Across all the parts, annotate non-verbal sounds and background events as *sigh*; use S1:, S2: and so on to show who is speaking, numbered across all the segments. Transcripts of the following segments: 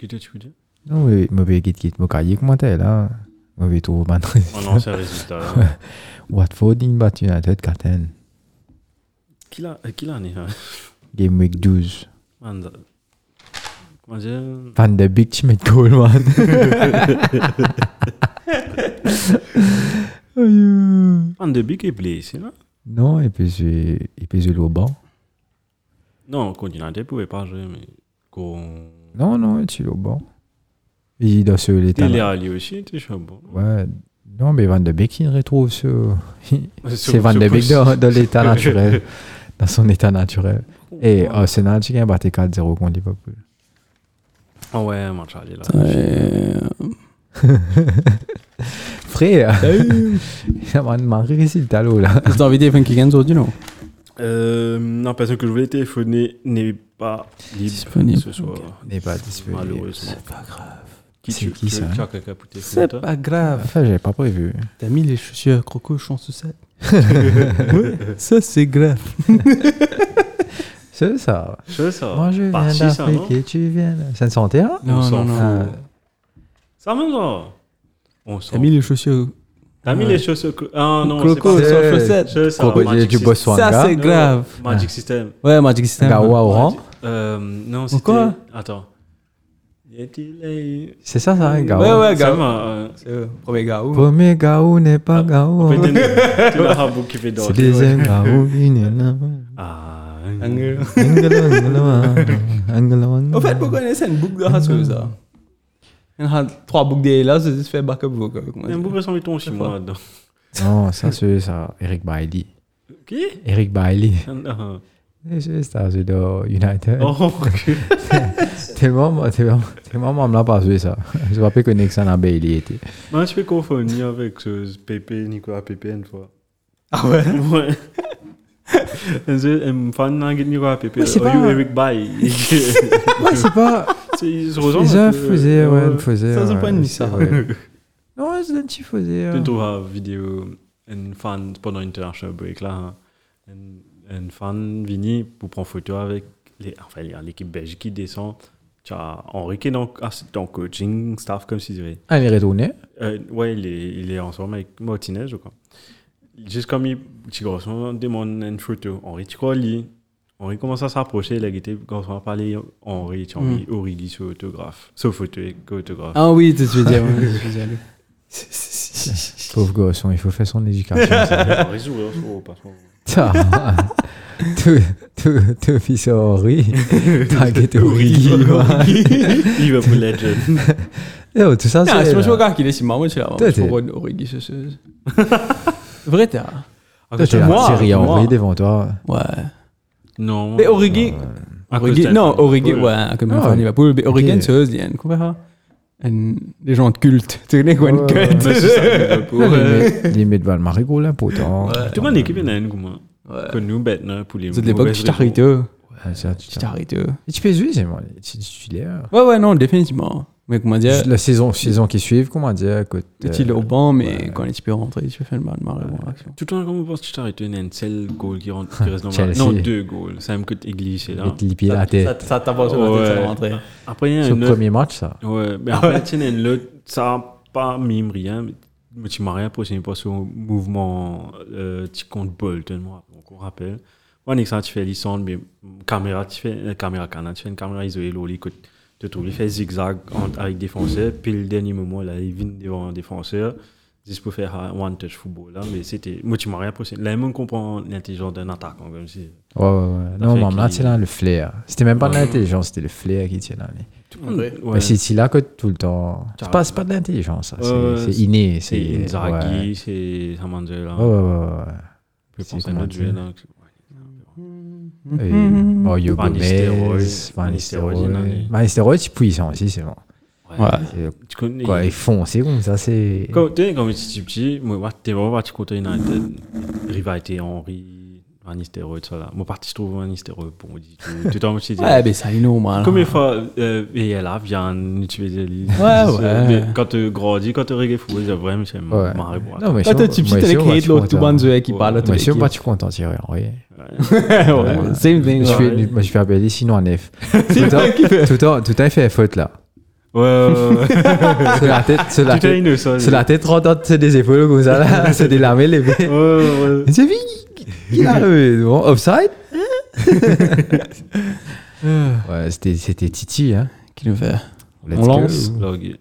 S1: Gütetiöre.
S2: Non, oui, mwen pe git git, mwen ka yik mwen te la. Mwen pe *laughs* tou man.
S1: Oh
S3: On en sait le résultat.
S2: *laughs*
S3: là.
S2: Watford din bat United katen.
S1: Qui l'a euh, qui l'a né hein?
S2: Game week 12.
S1: Manda. Comment dire
S2: Van de Beek ti met gol man. Ayo.
S1: Van de Beek est blessé, non
S2: Non, epi zwe, epi zwe lo ban.
S1: Non, Continental ne pouvait pas jouer, mais. qu'on-
S2: Non, non, eti lo ban. E da se le
S1: Il est
S2: talan.
S1: allé aussi, tu sais, bon.
S2: Ouais. Non, mais Van de Beek, il retrouve
S1: *laughs*
S2: ce...
S1: Sur-
S2: C'est Van
S1: sur
S2: de Beek
S1: Post-
S2: dans, dans
S1: *laughs*
S2: l'état naturel. dans son état naturel. Et Arsenal, tu gagnes battu 4-0 contre Liverpool.
S1: Ah ouais, match allé là.
S2: Frère,
S4: Ah
S2: ça m'a marqué ici le talot oh là.
S4: *laughs* J'ai envie de faire un kick aujourd'hui, non
S1: Euh, non, la personne que je voulais téléphoner n'est pas libre
S4: Disponible.
S1: ce soir.
S2: N'est pas disponible.
S1: Malheureusement.
S4: C'est pas grave.
S1: Qui
S2: C'est
S1: tu-
S2: qui,
S1: tu-
S2: ça, hein
S1: tu as quelqu'un pour téléphoner,
S4: C'est
S1: toi
S4: pas grave.
S2: Enfin, j'avais pas prévu.
S4: Ah, T'as mis les chaussures crocoches en *laughs* sucette. ouais, ça c'est grave.
S2: C'est ça.
S1: C'est ça.
S2: Moi je viens
S1: Euh, Parti, Bah, ça, non
S2: d'Afrique et tu viens. de- Ça ne sentait rien
S1: On
S4: Non, non,
S1: s'en
S4: non.
S2: fout.
S1: Ça même ça. On
S4: T'as
S1: s'en
S4: mis les chaussures
S1: T'as mis
S4: Ouais.
S1: les choses. clo- Ah non, c'est
S4: crocoches
S1: pas ça.
S4: en
S2: C'est-
S4: chaussettes.
S1: C'est ça.
S2: Crocodile
S1: Magic
S2: du
S1: System.
S2: Botswana.
S4: Ça c'est
S1: Non,
S4: grave.
S1: Magic System.
S4: Ouais, Magic System.
S2: Gawa Oran.
S1: Euh, non, c'était.
S4: Pourquoi
S1: Attends. Y a-t-il un-
S2: C'est ça, ça, Gao.
S4: Ouais, ouais,
S1: Ça
S4: Gawa.
S1: va, euh,
S4: C'est eux, Premier Gawa.
S2: Premier Gao n'est
S1: Ah,
S2: pas Gao.
S1: peut-être un- tu l'as rabou qui fait
S2: C'est
S1: dormir.
S2: des Gao. il est là.
S1: Ah.
S2: Angelo, Angelo, Angelo, Angelo.
S4: Au fait, vous connaissez une boucle de race comme ça Il y a trois boucles de là, c'est juste fait backup vocal avec moi.
S1: Un beau ressemble ton chez moi. dedans.
S2: Non, ça c'est ça. Eric Bailey.
S1: Qui
S2: Eric Bailey.
S1: Ah,
S2: C'est ça, c'est de United.
S1: Oh, ok.
S2: Tellement, moi- tellement, tellement, moi, on me l'a pas joué ça. Je me rappelle que Nixon a Bailey était.
S1: Moi, je fais confondre avec ce Pépé, Nicolas Pépé, une fois.
S4: Ah ouais
S1: Ouais. *laughs* Je me fan de Nicolas Pépé.
S2: Mais c'est
S1: Oh,
S2: pas-
S1: you Eric Bay. *laughs*
S2: Ouais, c'est pas.
S1: Ils se ressemblent.
S2: Ils
S1: un
S2: ont
S1: peu. euh,
S2: faisait, ouais, ils faisaient.
S4: Ça, c'est
S2: ouais,
S4: pas une
S2: c'est
S4: ça.
S2: vrai. Non, c'est un petit faisait.
S1: Tu trouveras une vidéo, une fan pendant International Break là. hein. Une, une fan vini pour prendre photo avec les- enfin, il y a l'équipe belge qui descend. Tu as Henri qui est dans, ah, c'est dans coaching, staff comme si c'était.
S2: Ah, il est retourné.
S1: Euh, ouais, il est, il est ensemble avec Martinez, je crois. Juste comme il, tu on demande une photo. Henri, tu crois, lui Henri commence à s'approcher, il a guetté, quand on a parlé, Henri, tu as mis Henri dit sur autographe. Sauf photo et autographe.
S4: Ah oui, tu te veux dire. oui, *laughs* je suis allé.
S2: Pauvre garçon, il faut faire son
S1: *laughs*
S2: éducation. ça.
S1: Henri joue, hein, sur- par contre.
S2: Tiens, tout, tout, tout fils Henri. T'inquiète, Henri.
S1: *laughs* Il va pour Legend.
S2: *laughs* Non, tout ça,
S4: Non,
S2: c'est. euh,
S4: c'est moi gars qui est si marrant, c'est là.
S2: Toi,
S4: Je
S2: t'es-
S4: comprends Origi, c'est c'est- Vrai, t'es là.
S2: Toi, t'es
S4: Moi,
S2: là, Thierry
S4: moi.
S2: Henri devant toi.
S4: Ouais.
S1: Non.
S4: Mais Origi.
S1: À cause
S4: Origi,
S1: d'Alpha.
S4: non, Origi,
S1: Ouais.
S4: ouais, comme
S2: Ah,
S4: on
S2: ouais.
S4: dit Liverpool, mais Origi,
S2: Ok.
S4: c'est eux, il y a une compara. Des gens de culte. *laughs* Tu connais quoi, une
S2: Ouais, ouais,
S4: culte
S1: Mais c'est ça, Liverpool. Ouais.
S2: Limite- Limite, va le marigot là, pourtant.
S1: Tout le monde est équipé dans euh, une gourmand.
S4: Ouais.
S1: Que nous, bête, non, pour les.
S4: C'est de l'époque,
S1: mauvaises
S4: tu t'arrêtes. eux.
S2: Ah, ça, tu
S4: Tu
S2: t'arrêtes.
S4: t'arrêtes. eux.
S2: Et Tu peux jouer, c'est moi. Tu tu l'as.
S4: Ouais, ouais, non, définitivement. Mais comment dire,
S2: La saison, saison qui suit, comment dire euh, que t'es-
S4: tu es au banc, mais
S2: ouais.
S4: quand tu peux rentrer, tu fais le mal de marée bon, action.
S1: Tout le temps, quand on pense que tu t'arrêtes, il y en a une seule goal qui rentre, qui reste dans le
S2: Chelsea.
S1: Non, deux goals. Ça me coûte église, c'est là.
S2: Et les pieds à la tête.
S4: Ça t'avance
S1: sur la tête, ça va
S4: rentrer.
S1: Après, il y a
S2: C'est le
S1: une autre.
S2: premier match, ça.
S1: Ouais, mais après, tu sais, il y en a une autre. Ça a pas mime rien. mais- Mais tu m'as rien prochaine pas sur mouvement, euh, tu comptes Bolton, moi, donc on rappelle. Moi, Nixon, tu fais licence, mais caméra, tu fais, euh, caméra canin, tu fais une caméra isolée, l'oli, que tu trouves, il fait zigzag entre- avec défenseur, puis le dernier moment, là, il vient devant un défenseur, juste pour faire un one-touch football, là, mais c'était, moi, tu m'as rien prochaine. Là, même comprend l'intelligence d'un attaquant, comme si.
S2: Ouais, ouais, ouais.
S1: Ça
S2: Non,
S1: fait
S2: mais là,
S1: qu'il-
S2: c'est là le flair. C'était même pas de l'intelligence, c'était le flair qui tient là. mais-
S1: Tout le monde-
S2: Mais
S1: ouais.
S2: C'est c'est là que tout le temps.
S1: Ça
S2: C'est pas, c'est pas de l'intelligence, ça. C'est
S1: Ouais,
S2: c'est
S1: ouais,
S2: inné.
S1: C'est
S2: Ouais,
S1: Inzaghi, hein. c'est Samandela.
S2: ouais, ouais. ouais,
S1: Je
S2: C'est
S1: pense à
S2: comment
S1: notre duel,
S2: dire.
S1: hein, que-
S2: ouais.
S1: *laughs*
S2: Et Mario
S1: Van Nistelrooy.
S2: Gomez, Van
S1: Van Nistelrooy,
S2: Nistelrooy.
S1: non,
S2: Van Nistelrooy, c'est puissant aussi, c'est bon.
S4: Ouais.
S2: C'est-
S1: Tu connais.
S2: euh, Quoi, ils font, c'est bon, ça, c'est.
S1: Quand tu es comme petit petit, moi, moi, t'es vraiment parti contre euh, United. Rivalité, Henry, Van Nistelrooy, tout ça là. Moi, parti, je trouve Van Nistelrooy bon. du tout. Tout le temps, je te dis.
S4: Ouais, mais ça, il est normal.
S1: Combien de fois, euh, et elle a bien utilisé les.
S4: Ouais, ouais.
S1: euh, Mais Quand tu grandis, quand euh, tu regardes fou, c'est vraiment, c'est
S2: Ouais.
S1: marrant. pour
S2: Non, mais
S4: Quand
S2: sûr-
S4: tu
S2: moi,
S4: petit, t'as
S2: sûr, moi,
S4: créé
S2: je
S4: de l'autre
S2: suis
S4: tout
S2: content.
S4: bon jeu qui parle à
S2: Moi,
S4: toute
S2: je suis pas
S4: l'équipe.
S2: tu content, Thierry Henry.
S4: Ouais, Same thing.
S2: Je
S4: ouais.
S1: *laughs*
S2: fais, moi, je fais appeler sinon en F. tout le temps, tout le temps, tout le temps, il fait faute là.
S1: Ouais, ouais, ouais.
S2: *laughs* C'est la tête, c'est la
S1: Tout est
S2: tête.
S1: innocent.
S2: C'est la tête rotote, c'est des épaules comme
S1: *laughs*
S2: ça, là. C'est des lamelles
S1: Ouais,
S2: levées.
S1: ouais, ouais.
S2: C'est fini. Il a levé. Bon,
S1: *laughs*
S2: offside. ouais, c'était, c'était Titi, hein.
S4: Qui nous fait
S2: Let's
S1: On
S2: go.
S1: lance. Log.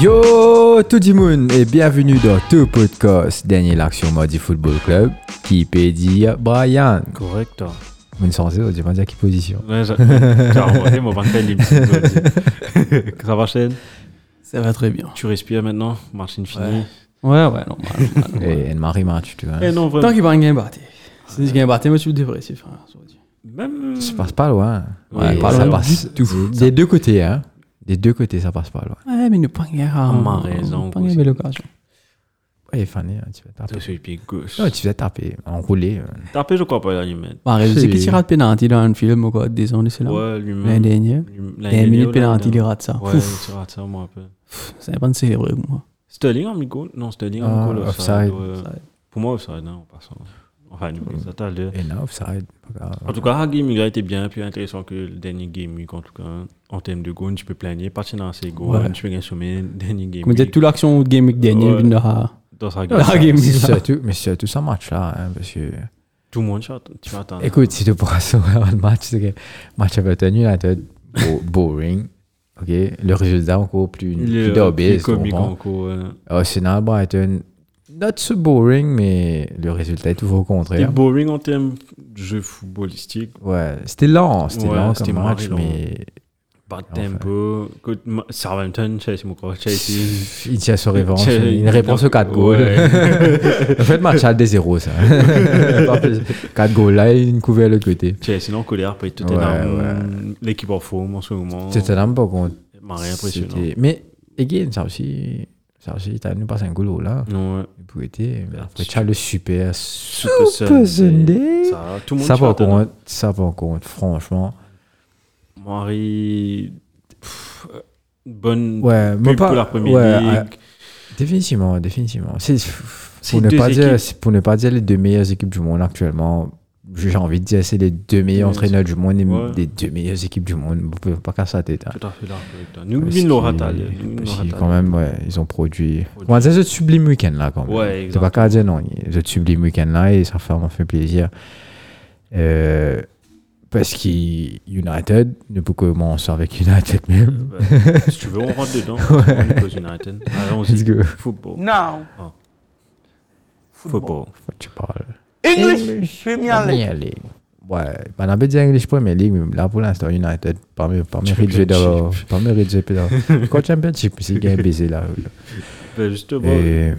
S2: Yo tout le monde et bienvenue dans tout podcast dernier lac sur Mardi Football Club qui peut dire Brian.
S1: Correct. hein.
S2: Une sensée, on va dire qui position.
S1: Ouais, j'a- Tiens, on va aller, on va faire les petits autres.
S2: *laughs*
S1: Ça va, Shane
S4: Ça va très bien.
S1: Tu respires maintenant Martine fini.
S4: Ouais, ouais, normal. normal, normal.
S2: Et Anne-Marie Match, tu vois.
S1: Eh non,
S4: Tant
S1: vraiment.
S4: qu'il va gagner battre. Si il gagne battre, moi je suis dépressif. hein, ça veut dire.
S1: Même.
S2: Ça passe pas loin.
S1: Ouais,
S2: Et
S1: pas
S2: ça
S1: loin
S2: passe Des deux côtés, hein. Des deux côtés, ça passe pas loin.
S4: Ouais, Eh, mais nous pas gagner
S1: Oh, m'a raison,
S4: Pas gagner
S1: aussi.
S4: belle occasion.
S2: Ouais, Fanny, hein, tu vas taper.
S1: Toi, sur le pied gauche.
S2: Non, tu vas taper, enrouler. euh.
S1: Tapé, je crois pas, là, lui, mec.
S4: M'a raison. C'est
S2: C'est-
S4: qui tira de penalty dans un film ou quoi, des ans de cela.
S1: Ouais, lui-même.
S4: L'année dernière.
S1: Lui- l'année
S4: Dernière minute
S1: dernière, là,
S4: penalty, il rate ça.
S1: Ouais,
S4: Pouf,
S1: tu rates ça, moi, un peu.
S4: C'est pas une célébrer pour moi.
S1: Sterling a mis goal Non, Sterling a
S2: Ah,
S1: mis goal.
S2: offside. Mm.
S1: ouais.
S4: Offside.
S1: Pour moi, offside, non, en passant. Enfin, nous, ça t'a l'air.
S2: Et là,
S1: *laughs*
S2: offside. pas grave.
S1: En tout cas, la game il a été bien plus intéressant que le dernier game week, en tout cas. hein. En termes de goal, tu peux plaigner. Partir dans ces goals,
S4: Ouais.
S1: tu peux gagner sur mes derniers game
S4: Comme je disais,
S1: week.
S4: toute l'action de Game Week dernier,
S1: Ouais.
S4: vient de la-
S1: Dans sa
S2: *laughs*
S1: game,
S4: la Game
S2: Mais
S4: Week. là.
S2: surtout, mais surtout ce match-là, hein, parce que.
S1: tout le monde, tu vas- tu vas attendre.
S2: Écoute, si tu pourras sauver le match, c'est que match Everton United,
S1: *laughs*
S2: bo- boring. ok Le résultat encore plus,
S1: Le-
S2: plus d'obèse.
S1: le euh, comique
S2: tu comprends?
S1: encore, euh,
S2: Arsenal, Brighton, not so boring, mais le résultat est toujours au
S1: C'était
S2: contraire.
S1: boring en termes de jeu footballistique.
S2: Ouais, c'était lent, c'était
S1: Ouais,
S2: lent
S1: c'était
S2: comme match,
S1: marrant.
S2: mais
S1: Pas de
S2: Enfin.
S1: tempo. Écoute, Ma- Southampton, Chelsea, mon corps,
S2: *laughs*
S1: Chelsea.
S2: il tient sur réponse.
S1: Chelsea-
S2: Une réponse aux 4 goals.
S1: Ouais.
S2: *laughs* En fait, match à
S1: *laughs*
S2: 2-0, ça. 4 goals là et une couvée à l'autre côté.
S1: Chelsea, non, en colère, après
S2: Ouais,
S1: Tottenham, l'équipe en forme en ce moment.
S2: C'était un peu contre.
S1: Marie, impressionnant.
S2: C'était- Mais, again, ça aussi, ça aussi, t'as nous passé un goal là.
S1: Ouais.
S2: Pour été,
S1: Ah,
S2: mais euh, après, tu as le super,
S1: Super
S2: super Sunday.
S1: Ça, tout le monde hein.
S2: Ça,
S1: tu
S2: par
S1: attends.
S2: contre, ça, par contre, franchement.
S1: Marie, pff, bonne
S2: Ouais, mais
S1: pub
S2: pas.
S1: pour Mm. la première
S2: ouais, ah,
S1: ligue.
S2: Définitivement, définitivement. C'est
S1: C'est
S2: pour ne
S1: deux
S2: pas dire,
S1: équipes.
S2: c'est pour ne pas dire les deux meilleures équipes du monde actuellement. J'ai envie de dire c'est les deux meilleurs
S1: Meilleures
S2: entraîneurs du monde, et
S1: Ouais.
S2: les deux meilleures équipes du monde. Vous pouvez pas casser la tête. hein.
S1: Tout à fait là, correct. Nous,
S2: Parce
S1: Vin Laura,
S2: qu'ils-
S1: t'as l'air. Nous,
S2: parce
S1: Laura,
S2: qu'ils,
S1: t'as
S2: quand
S1: l'air.
S2: même, ouais, ils ont produit.
S1: Produit.
S2: Comment dire, ce sublime week-end là, quand même.
S1: Ouais,
S2: C'est pas qu'à dire non, ce sublime week-end là, et ça fait- m'a fait plaisir. Euh, parce qu'United, ne peut commencer avec United *laughs* même.
S1: Bah, si tu veux, on rentre dedans. On pose United.
S2: Let's
S1: Allons-y.
S2: go.
S1: Football.
S5: Now,
S1: Football.
S2: Faut que Tu parles.
S5: English, Premier League.
S2: Premier League. Ouais, on a pas dit English Premier League, mais là pour l'instant, United, parmi parmi
S1: Championship.
S2: Ridge parmi Ridge
S1: *laughs*
S2: Quand Championship, c'est gagné baiser là.
S1: Bah, justement,
S2: Et euh,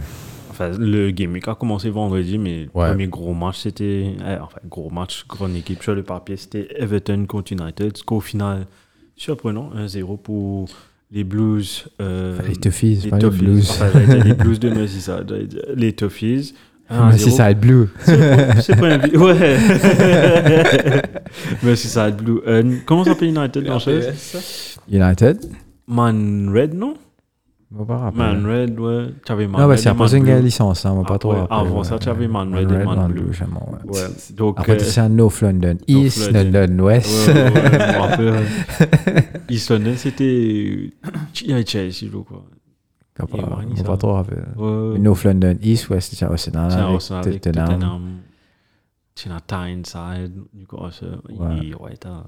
S1: enfin, le game week a commencé vendredi, mais
S2: Ouais.
S1: le premier gros match, c'était. eh, enfin, gros match, grande équipe sur le papier, c'était Everton contre United. Score final surprenant 1-0 pour les Blues. euh,
S2: les Toffees,
S1: les
S2: pas les
S1: Toffees.
S2: Blues.
S1: Enfin, j'allais dire les Blues
S2: *laughs*
S1: de Merseyside, j'allais dire les Toffees.
S2: Ah, Mais si
S1: 1-0.
S2: ça va être bleu.
S1: C'est c'est pas un vi- Ouais. *laughs* Mais c'est ça, Blue. Euh, comment s'appelle United en chose
S2: United
S1: Man Red, non
S2: Je me rappelle.
S1: Man Red, ouais. Tu avais Man
S2: Non, bah,
S1: Red.
S2: c'est
S1: et Man
S2: après une
S1: Blue.
S2: gars licence, hein, on va
S1: Ah,
S2: pas trop
S1: ouais,
S2: rappeler,
S1: avant
S2: ouais.
S1: ça, tu avais Man
S2: Man
S1: Red et
S2: Red,
S1: Man
S2: Man
S1: Blue.
S2: Blue, j'aime, ouais.
S1: Ouais. Donc.
S2: Après,
S1: euh,
S2: c'est un North London, East
S1: London.
S2: London,
S1: ouais,
S2: West.
S1: ouais, ouais, je me rappelle. East London, c'était. Il y avait Chelsea, je crois.
S2: *laughs* On va
S1: Et
S2: pas-
S1: Warnie,
S2: on va
S1: ça.
S2: pas trop rappeler.
S1: hein. Ouais.
S2: North London, East, West, c'est Arsenal
S1: Tiens,
S2: avec
S1: Arsenal avec
S2: Tottenham.
S1: Tottenham. Tiens, la Tyneside, Newcastle.
S2: Ouais.
S1: Il- Ouais, t'as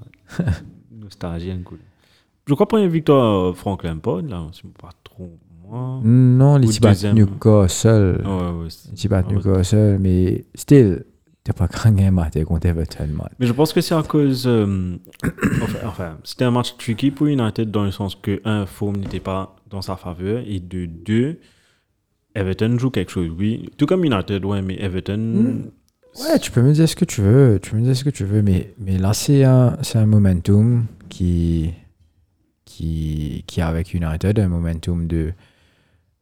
S1: nostalgie, un coup. Je crois première victoire, euh, Frank Lampard, là, si je me pas trop moi.
S2: Non, euh, les
S1: Ou
S2: Tibat
S1: deuxième. Ouais,
S2: Newcastle.
S1: bah, ouais, c'est- Ah,
S2: Les Tibat
S1: ouais.
S2: Newcastle, mais still, t'es pas craigné, mate, t'es contre Everton, mate.
S1: Mais je pense que c'est à cause. euh, enfin, enfin, c'était un match tricky pour United dans le sens que, un, Fulham n'était pas dans sa faveur, et de deux, Everton joue quelque chose, oui. Tout comme United, ouais, mais Everton.
S2: Hmm. Ouais, tu peux me dire ce que tu veux, tu peux me dire ce que tu veux, mais, mais là, c'est un, c'est un momentum qui, qui, qui est avec United, un momentum de,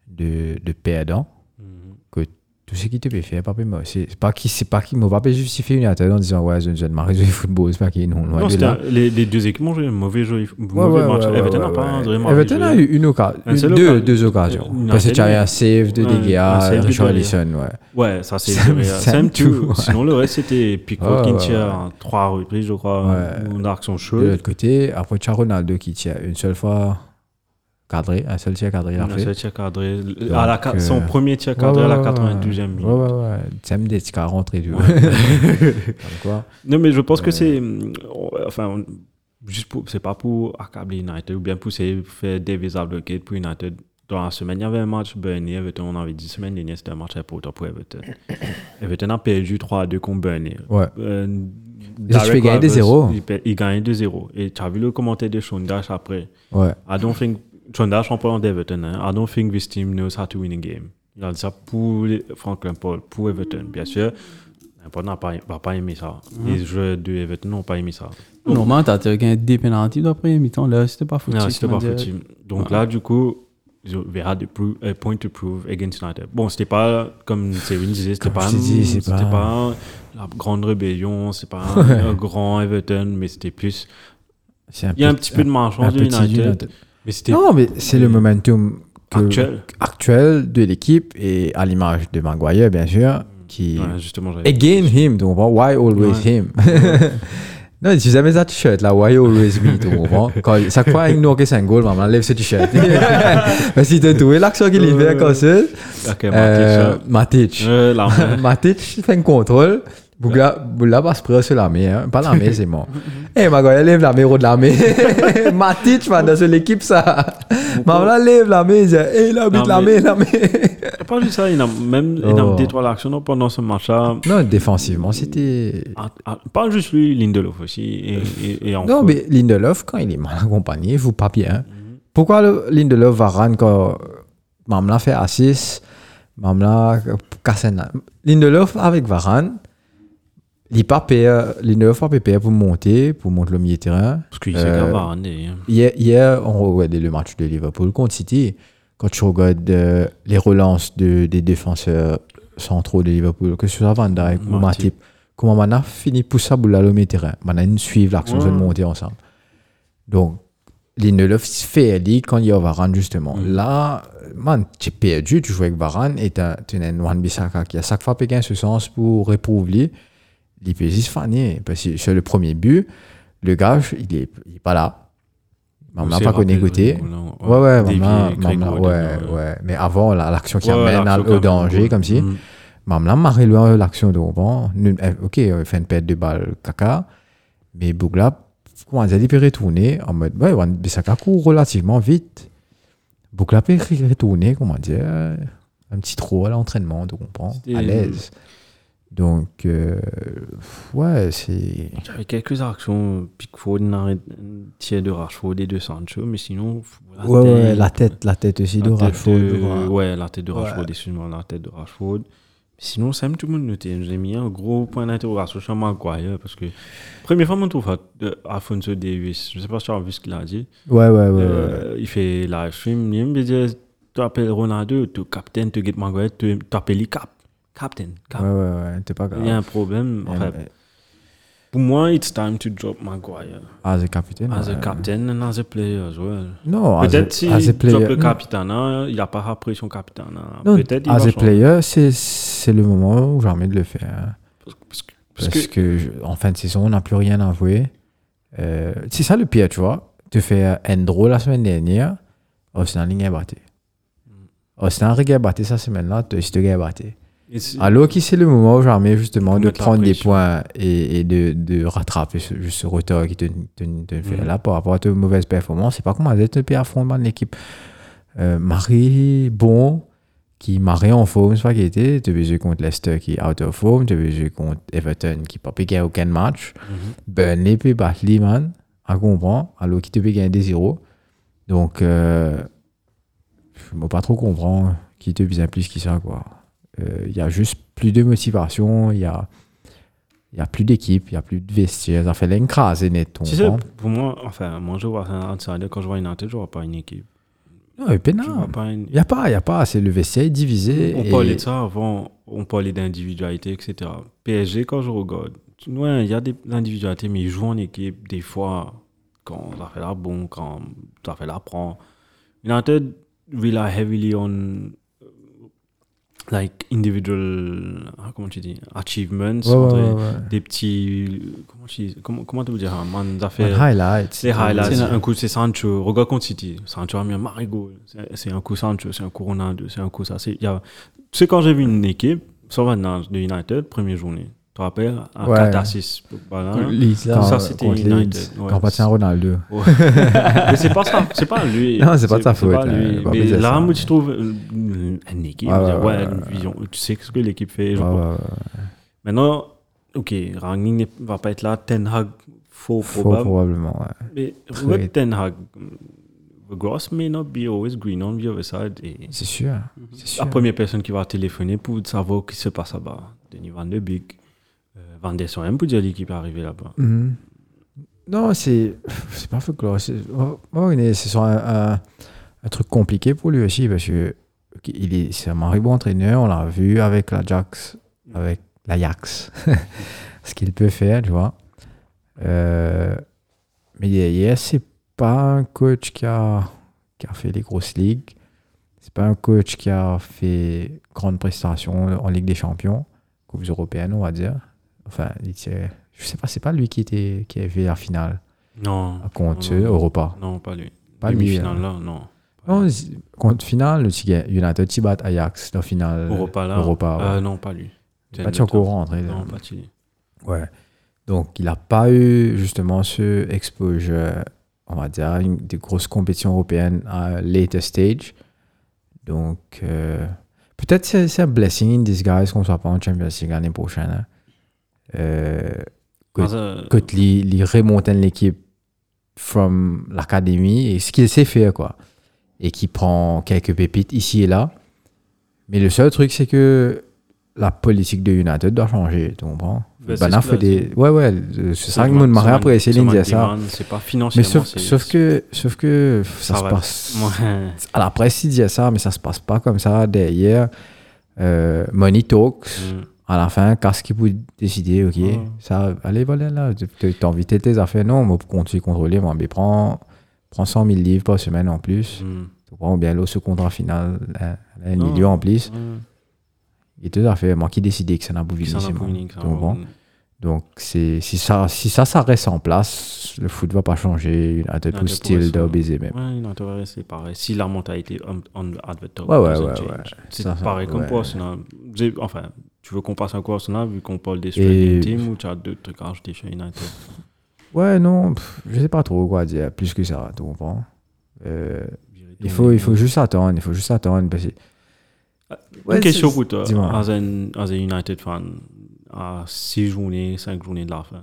S2: de, de perdant.
S1: Mhm.
S2: tout ce qui te peut faire, papi, moi. C'est c'est pas qui, c'est pas qui, moi, pas justifier United en disant, ouais, je ne *laughs* marre du football, c'est pas qui, non, loin
S1: Non,
S2: de
S1: c'était
S2: là.
S1: un- les, les deux équipes ont joué. Mauvais jeu.
S2: Ouais,
S1: Mauvais
S2: ouais,
S1: match.
S2: ouais, ouais,
S1: Everton n'a
S2: ouais,
S1: pas
S2: ouais.
S1: vraiment
S2: Everton a
S1: joué.
S2: eu une occasion,
S1: Un seul
S2: deux,
S1: occasion.
S2: deux occasions.
S1: Une
S2: Parce que tu as eu
S1: occasion.
S2: un save de
S1: Ouais,
S2: Deguea,
S1: un save de
S2: Richard
S1: Deguea.
S2: Ellison, ouais.
S1: Ouais, ça
S2: *laughs*
S1: c'est
S2: Sam-
S1: vrai.
S2: Sam
S1: Sam
S2: Two,
S1: Two. Sinon, le reste, c'était Pickford,
S2: Ouais, ouais,
S1: qui
S2: ouais.
S1: tire en trois reprises, je crois,
S2: Ouais.
S1: ou une action
S2: De
S1: chaude.
S2: l'autre côté, après, tu as Ronaldo qui tient une seule fois cadré, un seul tir cadré, il a
S1: Non,
S2: fait.
S1: c'est le tir cadré. À la,
S2: euh,
S1: qua- son premier tir
S2: Ouais,
S1: cadré à la
S2: ouais, ouais,
S1: 92e
S2: Ouais,
S1: minute.
S2: ouais, ouais. Samedi, tu as rentré, tu vois.
S1: *laughs*
S2: Comme quoi.
S1: Non, mais je pense que
S2: Ouais.
S1: c'est. hum, on- Enfin, on- juste pour. C'est pas pour accabler United ou bien pousser, faire Davis advocate pour United. Dans la semaine, il y avait un match Burnley, Everton. On avait dit semaine dernière, c'était un match important pour
S2: *coughs*
S1: Everton. Everton a perdu 3-2 contre Burnley.
S2: Ouais.
S1: Euh,
S2: Ils ont fait
S1: Derek
S2: gagner
S1: Rivers,
S2: 2-0.
S1: il pa- Il gagnait 2-0. Et tu as vu le commentaire de Sean Dash après.
S2: Ouais.
S1: I don't think. Sean Dash en parlant d'Everton. hein. I don't think this team knows how to win a game. Il a dit ça pour les- Franklin Paul, pour Everton. Bien sûr, n'importe n'a pas, va pas aimer ça.
S2: Mhm.
S1: Les joueurs de Everton n'ont pas aimé ça.
S4: Normalement, t'as tiré qu'un des pénalties dans la première mi-temps. Là, c'était pas foutu.
S1: Non, c'était pas
S4: comment dire.
S1: foutu. Donc là, du coup, je- they had a, pro- a point to prove against United. Bon, c'était pas, comme Séverine disait, c'était
S2: Comme
S1: pas,
S2: je t'ai dit, c'est
S1: c'était
S2: pas-
S1: pas... la grande rébellion, c'est pas un, un *laughs* grand Everton, mais c'était plus.
S2: C'est un
S1: Il y a un
S2: petit-
S1: petit peu de
S2: un
S1: marchand de
S2: petit
S1: United,
S2: United. Oh.
S1: mais c'était
S2: Non, mais c'est le momentum que-
S1: actuel.
S2: actuel de l'équipe et à l'image de Maguire, bien sûr, qui.
S1: Ouais, justement, j'avais-
S2: Again him, tu comprends? Why always him? *laughs* non, si jamais ça t-shirt là, why always me, tu *laughs* comprends? Quand, chaque fois qu'il nous encaisse un goal, maman, lève ce *laughs* t-shirt. Parce qu'il t'a trouvé l'action qu'il y fait comme ça.
S1: Ok,
S2: Euh,
S1: Matic,
S2: Matic.
S1: hein. Euh,
S2: *laughs*
S1: la main.
S2: Matic fait un contrôle. Bougla, Bougla passe près sur l'armée, hein. pas l'armée, c'est *laughs* mort. Eh, Magoya lève l'armée, de *laughs* l'armée. Matic, man, dans l'équipe, ça. Magoya lève l'armée, il dit, eh, il habite
S1: Non,
S2: l'armée,
S1: mais-
S2: l'armée.
S1: Pas juste ça, il a même il
S2: Oh.
S1: a détruit l'action non, pendant ce match-là.
S2: *laughs* Non, défensivement, c'était.
S1: Ah, ah, Pas juste lui, Lindelof aussi. Et, et, et en
S2: Non,
S1: faute.
S2: mais Lindelof, quand il est mal accompagné, il ne pas bien. Pourquoi le- Lindelof, Varane, quand Mamla fait assist, Mamla casse un- Lindelof avec Varane, il pas payé- Lindelof pas payé pour monter, pour monter le milieu de terrain.
S1: Parce qu'il
S2: Euh,
S1: s'est gavané. hein.
S2: Mm. Hier, hier, on regardait le match de Liverpool contre City. Quand tu regardes euh, les relances de- des défenseurs centraux de Liverpool, que ce soit Van Dijk ou
S1: Matip.
S2: Matip, comment on a fini pour ça, pour le terrain. On a une suivre l'action, de monter ensemble. Donc, Lindelof fait dit quand il y a Varane, justement. Là, man, tu es perdu, tu joues avec Varane et tu as un Wan Bissaka qui, à chaque fois, Pékin ce sens pour réprouver lui. Il peut juste faner. Parce que sur le premier but, le gars, il n'est pas là. On n'a
S1: Ou
S2: pas
S1: c'est rappelé,
S2: dégoûté.
S1: oui, non,
S2: Ouais, ouais,
S1: Dévié,
S2: maman,
S1: Craig
S2: maman,
S1: Gordon,
S2: ouais, ouais. Mais avant, la- l'action qui
S1: euh, Ouais,
S2: amène
S1: l'action
S2: à-
S1: qui
S2: au
S1: amène
S2: danger,
S1: au-
S2: comme si.
S1: Mm.
S2: Maman, marre loin l'action de bon. Nous- eh, Ok, il fait une perte de balle, caca. Mais Bougla, comment dire, il peut retourner en mode, ouais, Wan Bissaka court relativement vite. Bougla peut ré- retourner, comment dire, euh, un petit trou à l'entraînement, tu comprends,
S1: C'était-
S2: à l'aise. Donc, euh, ouais, c'est.
S1: J'avais quelques actions. Pickford, un arrêt- un tir de Rashford et de Sancho, mais sinon. pff, la
S2: Ouais, ouais,
S1: tête-
S2: la tête, la tête aussi de
S1: la tête
S2: Rashford.
S1: de-
S2: ouais.
S1: Ouais, la tête de Rashford, excuse-moi, la tête de Rashford. Sinon, ça me tout le monde noté. J'ai mis un gros point d'interrogation sur Maguire parce que, première fois, on trouve à, de- Alphonso Davis. Je sais pas si tu as vu ce qu'il a dit.
S2: Ouais, ouais, ouais, ouais.
S1: Euh, Il fait live stream. Il me dit Tu appelles Ronaldo, tu captain, tu get Maguire, tu tu appelles lui cap. Captain, cap.
S2: Ouais, ouais, ouais, t'es pas grave.
S1: Il y a un problème. Enfin,
S2: And,
S1: Pour moi, it's time to drop Maguire
S2: uh, as a capitaine.
S1: as a
S2: ouais.
S1: captain and as a player as well.
S2: Non, as a-
S1: Peut-être si
S2: as a
S1: il drop
S2: player.
S1: le
S2: non.
S1: capitana, il n'a pas appris son capitana.
S2: Non,
S1: Peut-être il va
S2: as a
S1: changer.
S2: player, c'est- c'est le moment où j'ai envie de le faire. hein.
S1: Parce que, parce
S2: Parce,
S1: que-
S2: que, je- en fin de saison, on n'a plus rien à avouer. Euh, c'est ça le pire, tu vois. Tu fais Endro la semaine dernière, Arsenal ligne est battu.
S1: Mm.
S2: Arsenal est battu cette semaine-là, tu es battu.
S1: et c'est-
S2: Alors qui c'est le moment jamais justement
S1: Faut
S2: de
S1: mettre la
S2: prendre des
S1: pression.
S2: points et, et de, de rattraper ce, juste ce retard qui te, te, te fait
S1: Mhm.
S2: là par rapport à tes mauvaises performances. C'est pas comment d'être à fond dans l'équipe. Euh, Marie Bon qui Marie en forme, c'est pas qui était. Tu as jouer contre Leicester qui est out of form. Tu as jouer contre Everton qui n'a pas gagné aucun match.
S1: Mhm.
S2: Burnley peut battre Lehman, à comprendre. Alors qui te peut gagner des 0 Donc, euh, je ne pas trop comprendre qui te vise plus qui ça quoi. Euh, Il y a juste plus de motivation, il y a, il y a plus d'équipe, il y a plus de vestiaire, ça fait l'écraser net. on
S1: tu sais,
S2: comprend.
S1: pour moi, enfin, moi je vois un outsider quand je vois une United, je vois pas une équipe.
S2: Non, et
S1: Tu vois
S2: pénal.
S1: pas une-
S2: Il n'y a pas, il n'y a pas. C'est le vestiaire est divisé.
S1: On
S2: et-
S1: parlait de ça avant, on parlait d'individualité, etc. PSG, quand je regarde, tu- ouais, il y a des individualités, mais ils jouent en équipe, des fois, quand ça fait la bon, quand ça fait la prend. United rely heavily on euh, like individual, ah, comment tu dis, achievements,
S2: Ouais, ouais,
S1: entre-
S2: ouais, ouais.
S1: des petits, comment tu dis, comment, comment tu veux dire, hein, man, ça fait-
S2: Un highlight.
S1: les highlights,
S4: C'est-
S1: un coup Ah, c'est Sancho, regarde contre City, Sancho a mis un marigot, C'est- c'est un coup Sancho, c'est un coup Ronaldo, c'est un coup ça. C'est il y a- Tu sais, quand j'ai vu une équipe, ça va dans- de United, première journée, tu te rappelles, à
S2: Ouais.
S1: 4 à 6, voilà.
S2: Leeds,
S1: Hein? Quand-
S2: là,
S1: ça, c'était
S2: contre
S1: United,
S2: Leeds,
S1: ouais.
S2: Quand on à Ronaldo.
S1: Ouais. *laughs* mais c'est pas ça, c'est pas lui.
S2: *laughs* Non, c'est pas de sa faute,
S1: pas
S2: hein,
S1: lui.
S2: il va
S1: Mais
S2: baiser
S1: là
S2: ça,
S1: où
S2: mais-
S1: tu trouves euh, une, une équipe,
S2: Ouais,
S1: on dit, ouais,
S2: ouais, ouais,
S1: une
S2: ouais.
S1: vision, tu sais ce que l'équipe fait. je
S2: Ouais,
S1: pense.
S2: ouais, ouais.
S1: Maintenant, ok, Rangnick ne va pas être là, Ten Hag, faux,
S2: Faux,
S1: probable.
S2: probablement, ouais.
S1: Mais
S2: Très-
S1: Rip Ten Hag, the grass may not be always green on the other side. Et
S2: C'est sûr. C'est sûr.
S1: la première personne qui va téléphoner pour savoir ce qui se passe là-bas, Denis Van de Beek, euh, Van der Sar, même pour dire l'équipe est arrivée là-bas.
S2: Mhm. Non, c'est c'est pas folklore. C'est oh, oh, il est- c'est sur un, un- un truc compliqué pour lui aussi parce que ok, il est c'est un mari bon entraîneur. On l'a vu avec l'Ajax, avec l'Ajax, *laughs* ce qu'il peut faire, tu vois. Euh, mais hier, c'est pas un coach qui a qui a fait les grosses ligues. C'est pas un coach qui a fait grande prestation en Ligue des Champions, Coupes européennes, on va dire. Enfin, il était- je sais pas, c'est pas lui qui était qui avait la finale
S1: Non.
S2: contre
S1: non, non.
S2: Ah, Europa.
S1: Non, pas lui.
S2: Pas lui, hein.
S1: Demi-finale là, non.
S2: Non, c'est- contre finale, le Tigre- United qui bat Ajax la finale
S1: Europa là.
S2: euh, Europa,
S1: Ah,
S2: ouais.
S1: non, pas lui.
S2: pas de courant entre les deux.
S1: Non, pas de lui.
S2: euh, Ouais. Donc, il n'a pas eu justement ce exposure, on va dire, une- des grosses compétitions européennes à later stage. Donc, euh, peut-être c'est c'est un blessing in disguise qu'on ne soit pas en Champions League l'année prochaine. hein. Euh, Que-
S1: Ah, ça-
S2: quand il, il remonte l'équipe from l'académie et ce qu'il sait faire quoi et qui prend quelques pépites ici et là mais le seul truc c'est que la politique de United doit changer tu comprends
S1: Ben,
S2: Ben
S1: c'est ce
S2: Affleck,
S1: qu'il a
S2: des- ouais ouais le- ce ça que mon mari après
S1: c'est
S2: essayer de ça
S1: Mandyman, C'est pas
S2: mais
S1: financièrement.
S2: sauf,
S1: c'est-
S2: sauf que sauf que ça,
S1: Ça
S2: se
S1: va.
S2: passe
S1: *laughs* Ouais.
S2: à la presse il disait ça mais ça se passe pas comme ça derrière euh, money talks
S1: Mm.
S2: à la fin, qu'est-ce qui peut décider, ok,
S1: Ouais.
S2: ça, allez, voilà, là, tu as envie de tes affaires, non, mais pour tu contrôler, moi, mais prends, prends 100 000 livres par semaine en plus,
S1: Mm.
S2: tu prends bien l'eau, ce contrat final, là, là, un
S1: Non.
S2: million en plus,
S1: Ouais.
S2: et tes affaires, moi qui décidais que ça n'a pas vu,
S1: Ça
S2: c'est
S1: va
S2: moi.
S1: pour une- ça
S2: Tu
S1: va
S2: comprends
S1: pour une-
S2: Donc, c'est, si ça, si ça, ça reste en place, le foot va pas changer, il a
S1: Non,
S2: peut-être le
S1: t'as
S2: style
S1: pas raison.
S2: d'obéir même.
S1: Ouais, non, t'aurais raison, c'est pareil. Si la mentalité on, on at the top,
S2: Ouais, ouais,
S1: doesn't
S2: ouais,
S1: change.
S2: ouais.
S1: C'est
S2: Ça, ça,
S1: pareil comme
S2: ouais.
S1: pour Arsenal. J'ai- Enfin, tu veux qu'on passe encore à Arsenal vu qu'on parle des
S2: Et-
S1: Australian Team ou tu as d'autres trucs à rajouter chez United
S2: Ouais, non, pff, je sais pas trop quoi dire, plus que ça, tu comprends. Euh, il,
S1: Ton
S2: faut, il
S1: équipe.
S2: faut juste attendre, il faut juste attendre, parce que- Ouais,
S1: Une question
S2: c'est-
S1: pour toi,
S2: dis-moi.
S1: as an, as a United fan, à 6 journées, 5 journées de la fin. Euh,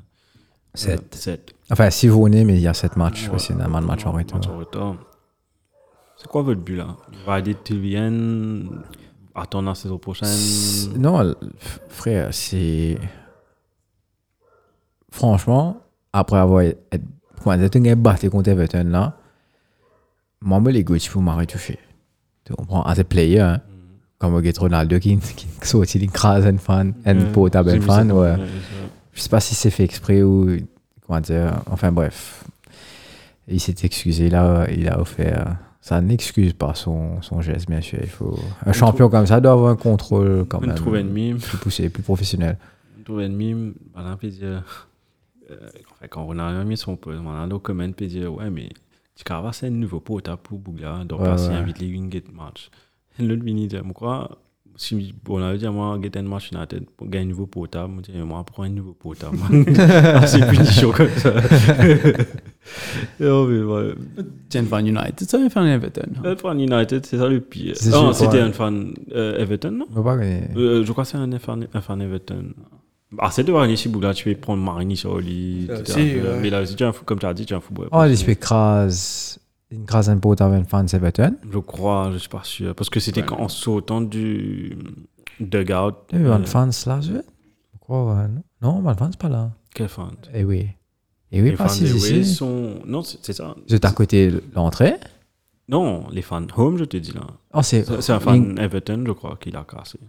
S2: Sept.
S1: 7.
S2: Enfin, si vous venez, mais il y a 7 matchs. Ouais, c'est normal, match en rythme.
S1: Match en retard. C'est quoi votre but là Rider till the end Attendre la saison
S2: C'est-
S1: prochaine
S2: Non, l- f- frère, c'est. Franchement, après avoir. été- Comment dire, tu as battu contre Everton là. Moi, je les gars, il faut m'arrêter touché. Tu comprends? As a player, hein. Comme avec Ronaldo qui, *laughs* qui saute, il écrase un fan, un pote à
S1: Euh,
S2: un fan, ouais. je sais pas si c'est fait exprès ou comment dire. Enfin bref, il s'est excusé là, il a offert. euh, Ça n'excuse pas son, son geste, bien sûr. Il faut un champion comme ça doit avoir un contrôle quand
S1: On
S2: même.
S1: trouve un mime.
S2: plus poussé, plus professionnel.
S1: Tout le mime, voilà, puis dire. euh, en fait, quand Ronaldo a mis son poste, Ronaldo comment peut dire Ouais, mais Chikava, c'est un nouveau pote hein, pour Bougla, donc
S2: Ouais,
S1: passer
S2: ouais.
S1: invite les une get match. Et L'autre mini dit Moi, quoi, si Ronaldo dit Moi, get un match United pour gagner un nouveau pote, hein, moi, je dis Moi, prends un nouveau pote. hein,
S2: *laughs*
S1: man. Ah, c'est plus chaud comme ça. *laughs* non, mais ouais.
S4: Tiens, Van United, ça vient faire un Everton.
S1: Un fan United, c'est ça le pire.
S2: C'est
S1: Non,
S2: sûr,
S1: c'était
S2: ouais.
S1: un fan euh, Everton, non
S2: On peut pas gagner.
S1: euh, je crois que c'est un fan, un fan Everton. Ah, c'est de voir Nishi Bougla, tu peux prendre Marini Oli.
S4: Ça
S1: etc.
S4: aussi, Euh, ouais.
S1: Mais là aussi, tu as un fou, comme tu as dit, tu as un football.
S2: Oh, il se fait écrase. Il écrase un pote avec un fan de Everton.
S1: Je crois, je suis pas sûr. Parce que c'était
S4: Ouais.
S1: quand en sautant du dugout.
S2: Il y a eu
S1: euh,
S2: un fan là, je crois. ouais, euh, non? Non, un fan, c'est pas là.
S1: Quel fan
S2: Eh oui. Eh oui,
S1: Les
S2: pas
S1: fans
S2: si
S1: des Wales
S2: ici.
S1: sont. Non, c'est c'est ça.
S2: Vous êtes à côté de l'entrée.
S1: Non, les fans home, je te dis là.
S2: Oh, c'est.
S1: C'est c'est un fan Everton, je crois, qui l'a cassé.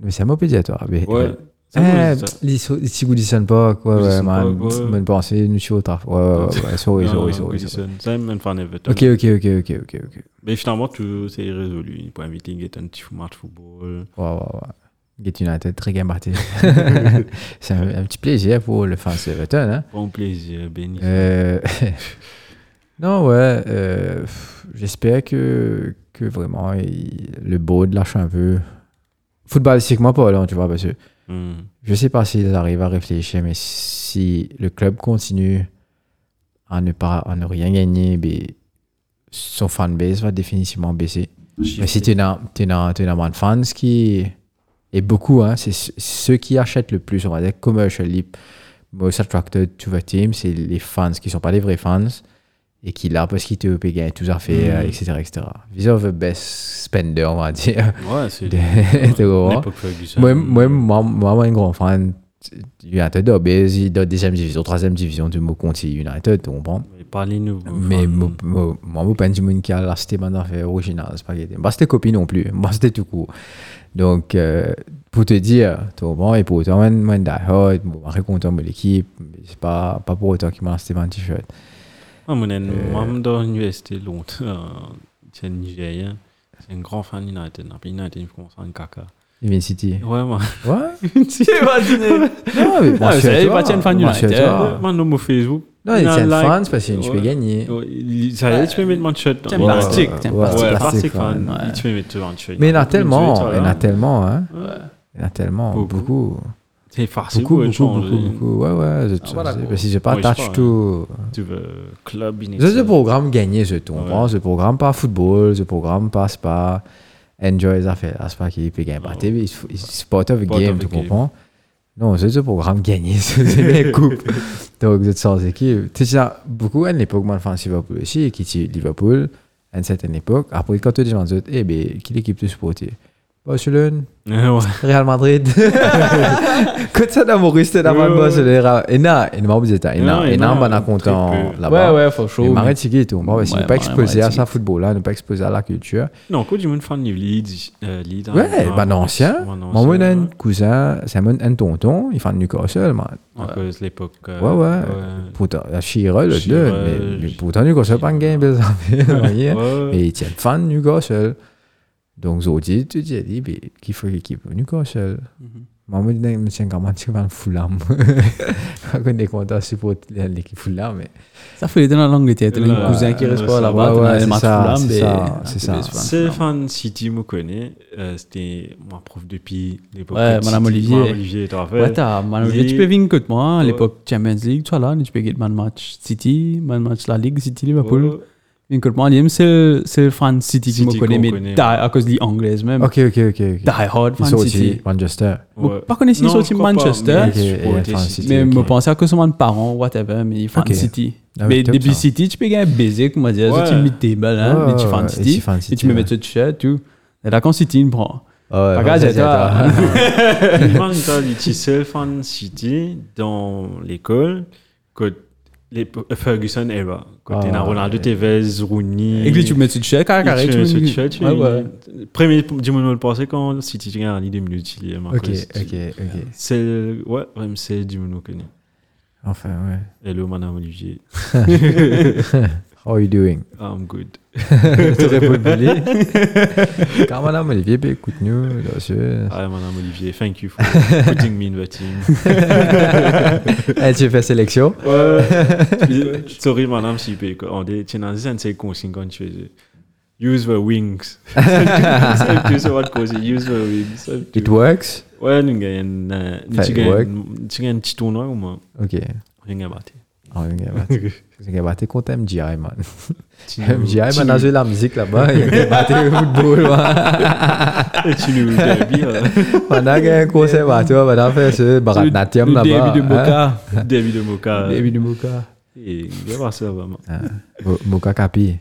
S2: Mais c'est un mot pédiatoire. Mais...
S1: Ouais.
S2: Eh,
S1: Ça, moi, je dis ça.
S2: les sou- les Sigurdisson Park, ouais, ouais,
S1: Sigurdisson
S2: man.
S1: Park, ouais.
S2: Bonne pensée, nous suis au taf. Ouais, ouais, ouais, ouais, sorry,
S1: Non,
S2: sorry,
S1: non,
S2: sorry, sorry.
S1: Goodison. C'est même un fan Everton.
S2: Ok, ok, ok, ok, ok, ok.
S1: Mais finalement, tout s'est résolu. Il peut inviter un petit match de football.
S2: Ouais, ouais, ouais. Get United, très
S1: *laughs*
S2: bien parti. c'est un, un petit plaisir pour le fan de Everton, hein.
S1: Bon plaisir, béni.
S2: Euh, *laughs* non, ouais. euh, pff, J'espère que, que vraiment il- le board lâche un peu. Footballistiquement, pas, là, tu vois, parce que
S1: Hmm.
S2: je sais pas s'ils arrivent à réfléchir, mais si le club continue à ne, pas, à ne rien gagner, ben, son fanbase va définitivement baisser. Mais si tu es dans un fans qui. Et beaucoup, hein, c'est ce- ceux qui achètent le plus, on va dire, euh, commercially, most attracted to the team, c'est les fans qui sont pas des vrais fans et qui là parce qu'ils te payent gagne, tout ça fait, euh, etc., etc. These are the best spender, on va dire. *laughs*
S1: Ouais, c'est.
S2: de- de Aurora.
S1: L'époque euh, Ferguson.
S2: Moi, moi, moi, moi, moi, un grand fan du United, de Obez, il est dans deuxième division, troisième division du mot Conti United, tu comprends?
S1: Mais Pas les nouveaux.
S2: Mais
S1: fans.
S2: moi, moi, moi, je pense que la c'était mon affaire originale, c'est pas gagné. Moi, c'était copie non plus, moi, c'était tout court. Donc, euh, pour te dire, tu comprends? Et pour autant, moi, moi, je suis hard, moi, je suis content de l'équipe, mais c'est pas, pas pour autant qu'il m'a acheté mon t-shirt.
S1: Ah, mon ami,
S2: Euh.
S1: moi, je suis dans l'université longtemps. C'est un Nigérien. C'est un grand fan United. Après United, il commence à un caca.
S2: Vin City.
S1: Ouais, moi.
S2: Ouais?
S4: *laughs* C'est pas dîner.
S2: Non, mais moi,
S4: Ah,
S2: je suis
S4: c'est
S2: à toi,
S4: pas tiens, fan
S2: moi, je suis à
S4: United.
S2: toi.
S1: *laughs* Moi, non, mon Facebook.
S2: Ah. Non, il tient
S1: like-
S2: fans parce que je peux
S1: Ouais.
S2: gagner.
S1: Ouais, il- Ça y est, tu peux mettre mon shirt.
S4: Tiens,
S1: Ouais.
S4: plastique.
S2: ouais,
S4: tiens,
S2: ouais,
S4: plastique.
S1: Ouais,
S2: Plastic
S1: plastique hein.
S2: fan,
S1: fan.
S4: ouais.
S1: Tu peux mettre ton shirt.
S2: Mais il y en a tellement,
S1: Tu
S2: il y en
S1: vois,
S2: a tellement, hein.
S4: Ouais.
S2: Il y en a tellement,
S1: Beaucoup.
S2: beaucoup.
S1: C'est facile
S2: Beaucoup,
S1: pour hein.
S2: beaucoup,
S1: changer.
S2: beaucoup, beaucoup. Ouais, ouais, je te
S4: voilà,
S2: sais,
S4: quoi.
S2: parce que j'ai pas
S1: Ouais, je hein.
S2: attaché
S1: crois,
S2: tout.
S1: Tu veux club in
S2: C'est
S1: itself.
S2: le programme gagné, je te comprends. Ce programme pas football, ce programme pas spa. Enjoy les affaires, à spa qui peut gagner par
S1: ouais.
S2: TV. il- il- Sport of the
S1: Sport of
S2: game,
S1: the
S2: tu
S1: game.
S2: comprends. Non, c'est ce programme gagné, *laughs* c'est
S1: *laughs*
S2: une coupe. Donc, vous êtes sans équipe. Tu sais, ça, beaucoup, à l'époque, moi, je Liverpool aussi, qui tient Liverpool, à une certaine époque. Après, quand tu dis, eh ben, qui l'équipe tu supporter Barcelone,
S1: *laughs* Ouais.
S2: Real Madrid.
S1: *laughs*
S2: Quand ça d'amour, c'était la bonne
S1: Ouais,
S2: bosse,
S1: ouais.
S2: le Real. Et là, il m'a oublié ça. Et
S1: Non,
S2: là,
S1: et
S2: et là,
S1: non,
S2: on a
S1: très
S2: content
S1: peu.
S2: là-bas.
S4: Ouais, ouais, faut chaud.
S2: Mais
S4: mais-
S2: Marais Tigui et tout. Bon, ouais, c'est
S4: Ouais,
S2: ne pas
S4: Marais
S2: exposé à
S4: Tigui.
S2: ça, football, là, ne pas exposé à la culture.
S1: Non, quoi, du monde fan de Leeds. euh, Leeds,
S2: Ouais,
S1: hein,
S2: bah, non, ancien.
S1: ouais, non,
S2: Mon mon
S1: ancien,
S2: un
S1: ouais.
S2: cousin, c'est mon un tonton, il fait de Newcastle, man.
S1: À cause de l'époque. euh,
S2: Ouais, ouais. Pourtant, la Chira, le
S1: Chira,
S2: deux, mais- mais
S1: je-
S2: pourtant, Newcastle, pas un game, des affaires, vous *laughs* voyez.
S1: Ouais.
S2: Mais il tient fan de Newcastle. Donc, Zodi, tu dis, dit, mais qui fait l'équipe de Newcastle Moi, je me suis comment tu vas le Fulham. *laughs* On est content de supporter l'équipe Fulham, mais.
S4: Ça fait les deux dans l'Angleterre. T'as
S1: Là,
S4: un cousin qui
S1: ouais,
S4: reste
S1: ouais,
S4: pas là-bas.
S2: ouais,
S4: t'as
S2: c'est
S4: le match
S2: ça,
S4: Fulham,
S2: c'est
S4: mais-
S2: ça,
S4: Ah,
S2: c'est
S4: t'es
S2: ça.
S4: best fan,
S1: C'est
S4: Fulham.
S1: fan City, me connaît. euh, C'était mon prof depuis l'époque.
S4: Ouais,
S1: de
S4: mon ami
S1: City.
S4: Olivier.
S1: Mon ami Olivier, tu te rappelles
S4: Ouais, t'as Man United,
S1: League.
S4: tu peux venir contre moi à
S1: Ouais.
S4: l'époque Champions League, tu vois là, tu peux gagner Man Match City, Man Match la Ligue, City
S1: Ouais.
S4: Liverpool. Venir contre moi, Liam, c'est c'est le fan City qui
S1: City
S4: me connaît,
S1: qu'on
S4: mais
S1: connaît,
S4: die- à cause de l'Anglaise même.
S2: Ok, ok, ok. ok.
S4: Die hard
S2: Ils
S4: fan
S2: sont
S4: City.
S2: aussi Mm. Manchester.
S4: Vous
S1: Ouais.
S4: pas connaissez
S1: Non,
S4: sorti
S1: je crois pas,
S4: Manchester
S1: mais je
S2: Ok,
S1: supporte
S2: et fan
S1: City.
S2: City.
S4: Mais
S2: ok.
S4: me penser à cause de mon parent, whatever, mais fan
S2: Ok.
S4: City.
S2: Ah oui,
S4: mais
S2: top,
S4: depuis
S2: ça.
S4: City, tu peux gagner basic, on va dire,
S1: Ouais.
S4: tu mets tes balles, hein,
S2: Ouais,
S4: mais tu
S2: ouais,
S4: fan
S2: ouais, et tu
S4: City,
S2: fan
S4: et
S2: City,
S4: tu me
S2: ouais.
S4: mets ce t-shirt, tout. Et là, quand City, il me prend.
S2: Ah Ouais,
S4: Pas grave,
S2: Manchester,
S4: c'est toi.
S1: Moi, j'étais fan City dans l'école, quand les Ferguson era, quand
S2: Ah,
S1: il y a Ronaldo
S2: ouais.
S1: Tevez, Rooney.
S4: *laughs* Et que tu me mets ce t-shirt, carré, carré,
S1: tu
S4: tu me
S1: tu- tu- tu-
S4: Ouais, ouais.
S1: Premier du moment où le pensait quand City gagne en Ligue des minutes, il est
S2: Ok,
S1: marqué.
S2: ok, ok.
S1: C'est le- ouais, ouais, mais c'est du moment connu.
S2: Enfin, ouais.
S1: Hello, madame Olivier.
S2: How are you doing?
S1: I'm good.
S2: Tu réponds *laughs* Billy. Car madame Olivier, ben, écoute-nous. là,
S1: *laughs*
S2: c'est-
S1: Hi, madame Olivier. Thank you for putting me in the
S2: *laughs*
S1: team.
S2: Eh, tu fais sélection?
S4: *laughs*
S1: Ouais. Sorry, madame, si peut commander. Tiens, dans un c'est consigne quand tu faisais. Use the
S2: *laughs*
S1: wings. C'est plus sur votre cause. Use the wings.
S2: It works?
S1: Ouais, nous gagnons. euh, nous,
S2: Fait
S1: Tu
S2: work.
S1: gagnes tu gagnes un petit tournoi ou moi
S2: Ok.
S1: Rien à battre.
S2: Ah, un gars, bah, un gars, bah, t'es contre MGI, man. *laughs* MGI, man, a joué la musique là-bas. Il a battu le football, man.
S1: Tu
S2: *laughs*
S1: nous derby. hein.
S2: On a gagné un bah, conservatoire, on a fait ce baratnatium
S4: Le
S2: là-bas.
S4: début de
S2: hein.
S4: Boca.
S1: Derby de Moka.
S4: Le début de Boca.
S1: Et il va ça vraiment.
S2: Mo- Moka Kapi.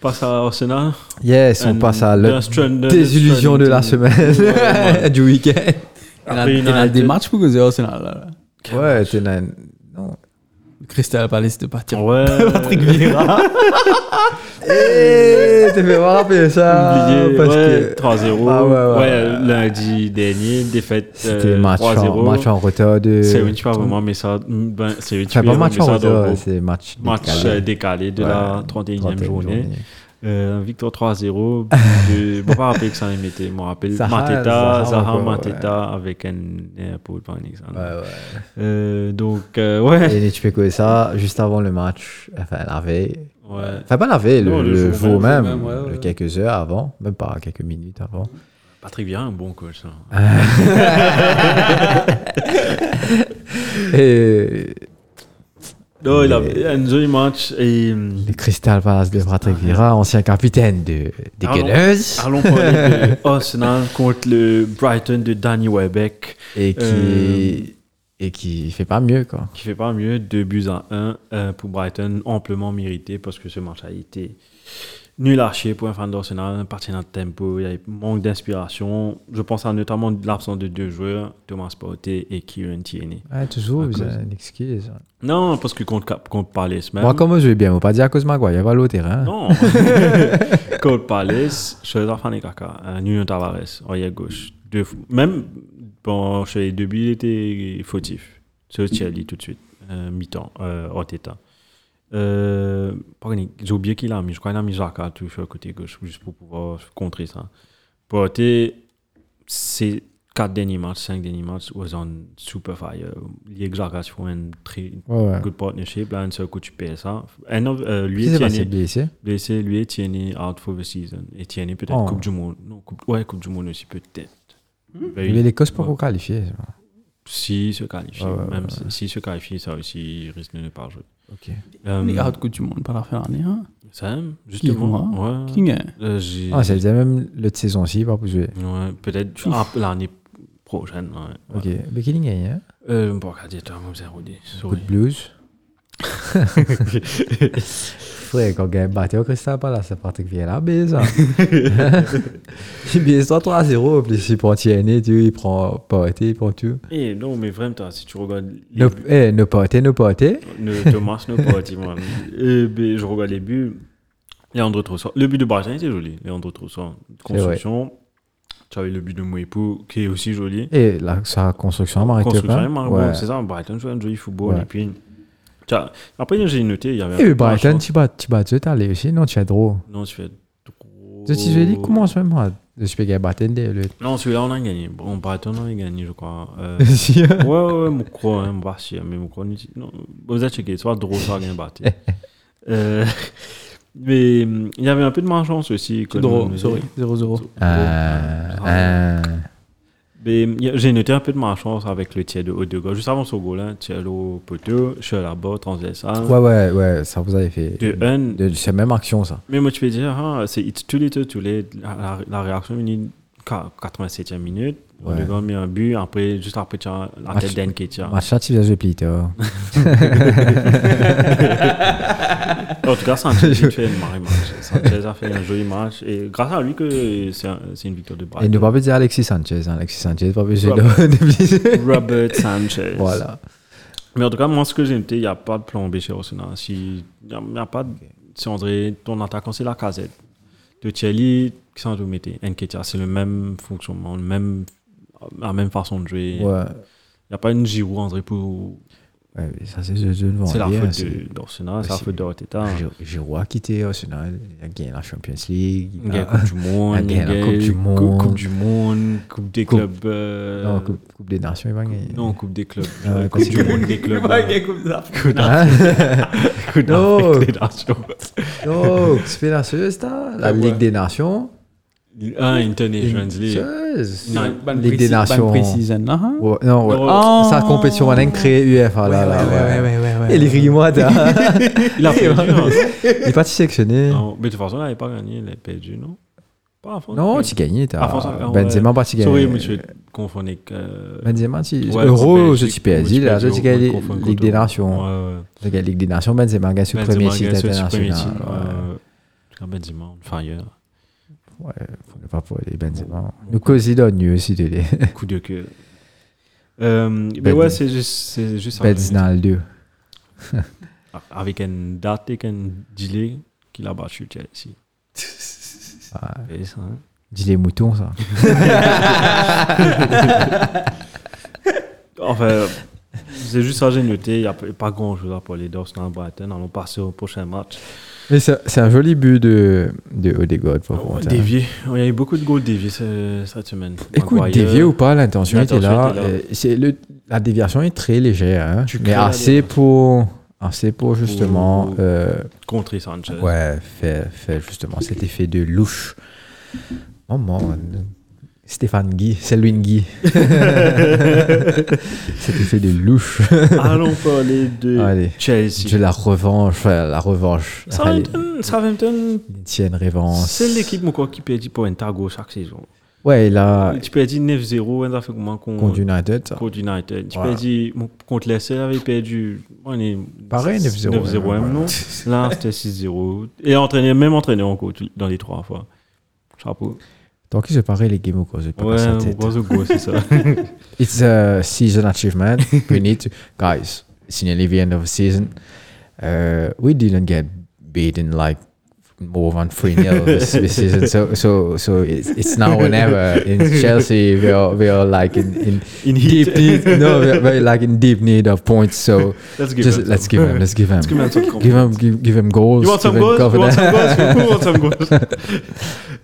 S1: Passe à Arsenal.
S2: Yes, on passe à
S1: la
S2: l'autre désillusion de la *laughs* semaine, du week-end.
S4: Il y en a- il y en a des matchs pour causer Arsenal. là.
S2: Ouais, t'es là. Non.
S4: Crystal Palace de partir.
S1: Ouais.
S4: *laughs* Patrick Vieira.
S2: Eh, t'es fait rappeler ça.
S1: Ah, Oublié,
S2: parce
S1: ouais,
S2: que
S1: 3-0.
S2: Ah ouais, ouais.
S1: lundi dernier, défaite.
S2: c'était
S1: euh,
S2: match, en,
S1: 3-0.
S2: match en retard de.
S1: C'est oui, tu vas vraiment, mais ça. Ben, c'est oui, tu
S2: Enfin,
S1: vas
S2: pas match en
S1: vraiment, mais ça
S2: retard,
S1: dans-
S2: c'est match.
S1: match
S2: décalé.
S1: euh, décalé de
S2: Ouais,
S1: la 31e,
S2: 31e
S1: journée. Euh, victoire
S2: *laughs*
S1: 3-0. Je ne me rappelle que ça les mettait. Je me rappelle
S2: Zaha,
S1: Mateta,
S2: Zaha
S1: Zaha
S2: encore,
S1: Mateta avec un épaule par exemple.
S2: Ouais, ouais.
S1: Euh, donc, euh, ouais.
S2: Et tu fais quoi ça juste avant le match, enfin la veille.
S1: ouais.
S2: Enfin pas la veille, le,
S1: Non, le
S2: le
S1: jour
S2: jour même,
S4: même, le jour même, ouais, ouais.
S2: quelques heures avant, même pas quelques minutes avant.
S1: Patrick Vieira, un bon coach. hein. ça.
S2: Et
S1: Non, il a
S2: Mais-
S1: un joli match. Et, hum,
S2: le Crystal Palace de Patrick
S1: Ah,
S2: Vieira, ancien capitaine de, des
S1: Allons-
S2: Gunners,
S1: allons parler de Arsenal contre le Brighton de Danny Welbeck,
S2: et qui
S1: Euh.
S2: et qui fait pas mieux quoi.
S1: qui fait pas mieux. 2 buts à 1 pour Brighton, amplement mérité parce que ce match a été nul à chier pour un fan d'Arsenal, un partenaire de tempo, il y avait manque d'inspiration. Je pense à notamment l'absence de deux joueurs, Thomas Partey et Kieran Tierney.
S2: Ouais, toujours,
S1: À
S2: vous
S1: cause-
S2: avez une excuse. hein.
S1: Non, parce que contre, Cap- contre Palace même.
S2: Moi, comme je vais bien, on va pas dire à cause de Maguire, il va
S1: *laughs*
S2: au terrain.
S1: Non. Cole Palace, César Fanekaka, hein, Nuno Tavares, arrière gauche. Deux fou- Même bon, chez les deux buts, il était fautif. C'est Thierry tout de suite, euh, mi-temps, euh, Arteta. Euh, pardon, J'ai oublié qu'il a mis, je crois qu'il a mis Jaka tout sur le côté gauche, juste pour pouvoir contrer ça. Porté, ces quatre derniers matchs, cinq derniers matchs, was on super fire. Il y a Jaka sur une très
S2: Ouais, ouais.
S1: good partnership, là, un seul coup, tu paies ça. Un autre, euh, lui,
S2: Qui s'est
S1: Tierney-
S2: passé blessé
S1: blessé, lui et Tierney out for the season. Et Tierney peut-être
S2: Oh.
S1: Coupe du Monde. Non, coupe, ouais, Coupe du Monde aussi peut-être. Ben,
S2: Il est l'Écosse pour
S1: Ouais.
S2: vous qualifier.
S1: Si se qualifie,
S2: Ouais, ouais,
S1: même
S2: ouais,
S1: si, si se qualifie, ça aussi il risque de ne pas jouer.
S2: Ok.
S1: Euh,
S4: Les gars, de Coupe du Monde par la fin de l'année. hein.
S1: Sam,
S4: Qui
S1: justement.
S4: Qui
S1: Ouais.
S4: gagne
S1: Euh, j'ai-
S2: hein Ah, c'est même l'autre saison-ci, pas pour jouer.
S1: ouais, peut-être ah, l'année prochaine. Ouais.
S2: Ok. Mais qui l'a gagné hein
S1: Euh, bon, regardez, toi, moi, j'ai rodé.
S2: Coup
S1: Sorry. *laughs*
S2: de blues. Frère, quand Gaël battait au Crystal Palace, c'est Patrick Vieira, bien ça. hein.
S1: *laughs*
S2: Il baisse 3-0, puis les supporters aînés, tu vois, il prend Paoté, il prend tout.
S1: Eh non, mais vraiment, toi, si tu regardes. les
S2: No,
S1: buts-
S2: eh, no Paoté, no Paoté.
S1: ne Thomas ne pas Timon. Et ben, je regarde les buts. Leandro Trossard. Le but de Brighton était joli. Leandro Trossard. Construction. Tu avais le but de Mouepou qui est aussi joli.
S2: Et là, sa construction a marqué
S1: Construction
S2: pas.
S1: et Margot,
S2: Ouais.
S1: C'est ça, Brighton joue un joli football.
S2: Ouais.
S1: Et puis, tu as- après, j'ai noté, il y avait.
S2: Et
S1: un
S2: puis Brighton,
S1: match,
S2: tu bats, tu bats, tu es allé aussi, non, tu es drôle.
S1: hein. Non, tu fais trop.
S2: Je te dis, comment je vais moi Je suis Gaël battait *laughs* le.
S1: Non, celui-là, on a gagné. Bon, Brighton, on a gagné, je crois.
S2: *laughs*
S1: Euh,
S2: Si, hein.
S1: ouais, ouais, mon croix, hein, bah, si, mais mon croix, non, vous avez checké, soit drôle, soit rien battu. Euh, mais hum, il y avait un peu de malchance aussi.
S4: C'est
S1: que
S4: drôle,
S1: nous-
S4: sorry. 0-0.
S1: Ah.
S2: Euh, euh,
S1: Mais hum, il y a- j'ai noté un peu de malchance avec le tiers de haut de gauche. Juste avant ce goal, hein, tiers au poteau, je suis là-bas, transversal.
S2: Ouais, ouais, ouais, ça vous avait fait.
S1: De un,
S2: de- C'est même action, ça.
S1: mais moi tu peux dire, hein, c'est it's too little, too late. La, la- la réaction minute, 87e minute,
S2: Ouais.
S1: on a mis un but, après, juste après, tu as la
S2: Match-
S1: tête d'Enketia.
S2: Match là, tu faisais jouer Plito.
S1: En tout cas, Sanchez,
S2: *laughs*
S1: il fait un marrant match. Sanchez a fait un joli match. Et grâce à lui, que c'est un- c'est une victoire de
S2: Et ne
S1: Brighton.
S2: pas peut dire Alexis Sanchez. hein. Alexis Sanchez, pas obligé de, *laughs*
S1: Ouais.
S2: de
S1: Robert
S2: *laughs*
S1: Sanchez.
S2: Voilà.
S1: Mais en tout cas, moi, ce que j'ai noté, il n'y a pas de plan B chez Arsenal. Si, il n'y a, il y a pas de, si on dirait, ton attaquant, c'est la casette. De Thierry, qu'est-ce que vous mettez Nketiah, c'est le même fonctionnement, le même, la même façon de jouer. Il
S2: Ouais.
S1: n'y a pas une Giroud, André, pour.
S2: Ouais, mais ça, c'est je, je ne
S1: c'est la
S2: rien.
S1: faute de- Ah. d'Arsenal, c'est la
S2: c'est-
S1: faute d'Arteta.
S2: Giroud a quitté Arsenal. Il a gagné la Champions League.
S1: Il y a
S2: a-
S1: la Coupe du Monde,
S2: Ah, il y a la
S1: il y a
S2: Coupe du
S1: Cou-
S2: Monde.
S1: Coupe du Monde, Coupe des
S2: Coupe-
S1: clubs. euh,
S2: *laughs* Non, coupe, Coupe des Nations, il va gagner.
S1: Non, Coupe des clubs.
S2: Ah ouais,
S1: Euh,
S2: parce
S1: coupe du
S2: que-
S1: Monde
S2: *laughs*
S1: des clubs.
S4: Ouais,
S1: euh,
S4: il y a Coupe d'Afrique.
S2: Hein
S1: Coupe
S2: Non.
S1: d'Afrique des Nations.
S2: *laughs* Non, Coupe des Nations, c'est ça. La
S4: Ouais.
S2: Ligue des Nations.
S1: Ah, Internations League.
S2: Sérieuse.
S1: Non,
S4: Ban
S2: Ligue des
S4: pré- ban
S2: Nations.
S4: pré-season, là, hein.
S2: Ouais, Non, ouais.
S4: Oh.
S2: Sa compétition, on a créé UEFA. là, là,
S4: ouais.
S2: Et les Grimoires,
S1: Il a perdu. hein.
S2: il est pas sélectionné.
S1: Non, mais de toute façon, il n'avait pas gagné, il a perdu, non Pas à fond.
S2: Non, tu gagnes.
S1: Ah, François,
S2: Benzema, pas tu
S1: Sorry,
S2: gagnes.
S1: monsieur, confondé avec. euh,
S2: Benzema, tu.
S1: ouais,
S2: Euro,
S1: Belgique,
S2: je suis PSG, là,
S1: Belgique,
S2: tu gagnes
S1: on confond
S2: Ligue des
S1: contre-
S2: Nations.
S1: Ouais, ouais.
S2: Tu gagnes Ligue des Nations, Benzema gagne sur le premier
S1: Benzema
S2: site
S1: gagne sur le premier
S2: international.
S1: titre,
S2: ouais.
S1: euh, en tout cas, Benzema, on fire.
S2: Ouais, faut ne pas pour les Benzema.
S1: Bon.
S2: Nous causer donne mieux si tu les. *laughs*
S1: Coup de queue. Euh, mais
S2: Ben-
S1: ouais, c'est juste, c'est juste ça.
S2: Benzinal 2.
S1: avec une date et un delay qu'il a battu Chelsea.
S2: *laughs* Ah.
S1: Et ça, hein.
S2: Dis les moutons, ça.
S1: Enfin, c'est juste ça, j'ai noté. Il n'y a p- pas grand chose à parler d'Arsenal Brighton. Allons passer au prochain match.
S2: Mais c'est c'est un joli but de, de Odegaard, par contre. hein.
S1: dévié. Oh, Il y a eu beaucoup de goals déviés ce- cette semaine.
S2: Écoute,
S1: Maguire,
S2: dévié ou pas, l'intention était là.
S1: L'intention était là.
S2: Euh, c'est le- la déviation est très légère, hein,
S1: Tu
S2: mais
S1: crées la
S2: assez
S1: déviation.
S2: pour, assez pour justement,
S1: Pour-
S2: euh,
S1: Contrer Sanchez.
S2: ouais, faire, faire justement cet effet de louche. Oh mon, Stéphane Guy, Selwyn
S1: *laughs*
S2: Guy. cet effet de louche.
S1: *laughs* Allons parler de
S2: Ah, Allez.
S1: Chelsea.
S2: De la revanche, enfin, la revanche. Allez,
S1: Southampton, Southampton,
S2: une tienne revanche.
S1: c'est l'équipe mon quoi, qui perdit pour un tago chaque saison.
S2: Ouais, il a
S1: Tu perdis 9-0, on a fait comment
S2: contre
S1: contre
S2: United. ça.
S1: contre United. Tu
S2: Voilà.
S1: perdis mon- contre Leicester, avait perdu on est
S2: Pareil, 9-0,
S1: 9-0
S2: ouais,
S1: même,
S2: *laughs*
S1: non Là, c'était 6-0. Et entraîné, même entraîné en coach dans les trois fois. Chapeau.
S2: Tant qu'il se paraît, les games au cause de pas
S1: Ouais,
S2: passer la
S1: on
S2: tête.
S1: pense au go,
S2: *laughs*
S1: c'est ça.
S2: It's a season
S1: *laughs*
S2: achievement. we need to, guys, it's nearly the end of the season. Uh, we didn't get beaten like more than 3 0 this,
S1: *laughs*
S2: this season. So, so, so it's, it's now or never. In Chelsea, we are, we are like in, in
S1: In heat.
S2: deep need. No, we're, we're like in deep need of points. So
S1: Let's give
S2: just
S1: them
S2: let's
S1: some. *laughs*
S2: give him, let's give him,
S1: Let's give them some
S2: *laughs* give him, give, give him goals.
S1: You want some
S2: give him
S1: goals? You want some goals? You
S2: confidence. *laughs*
S1: want some goals? *laughs*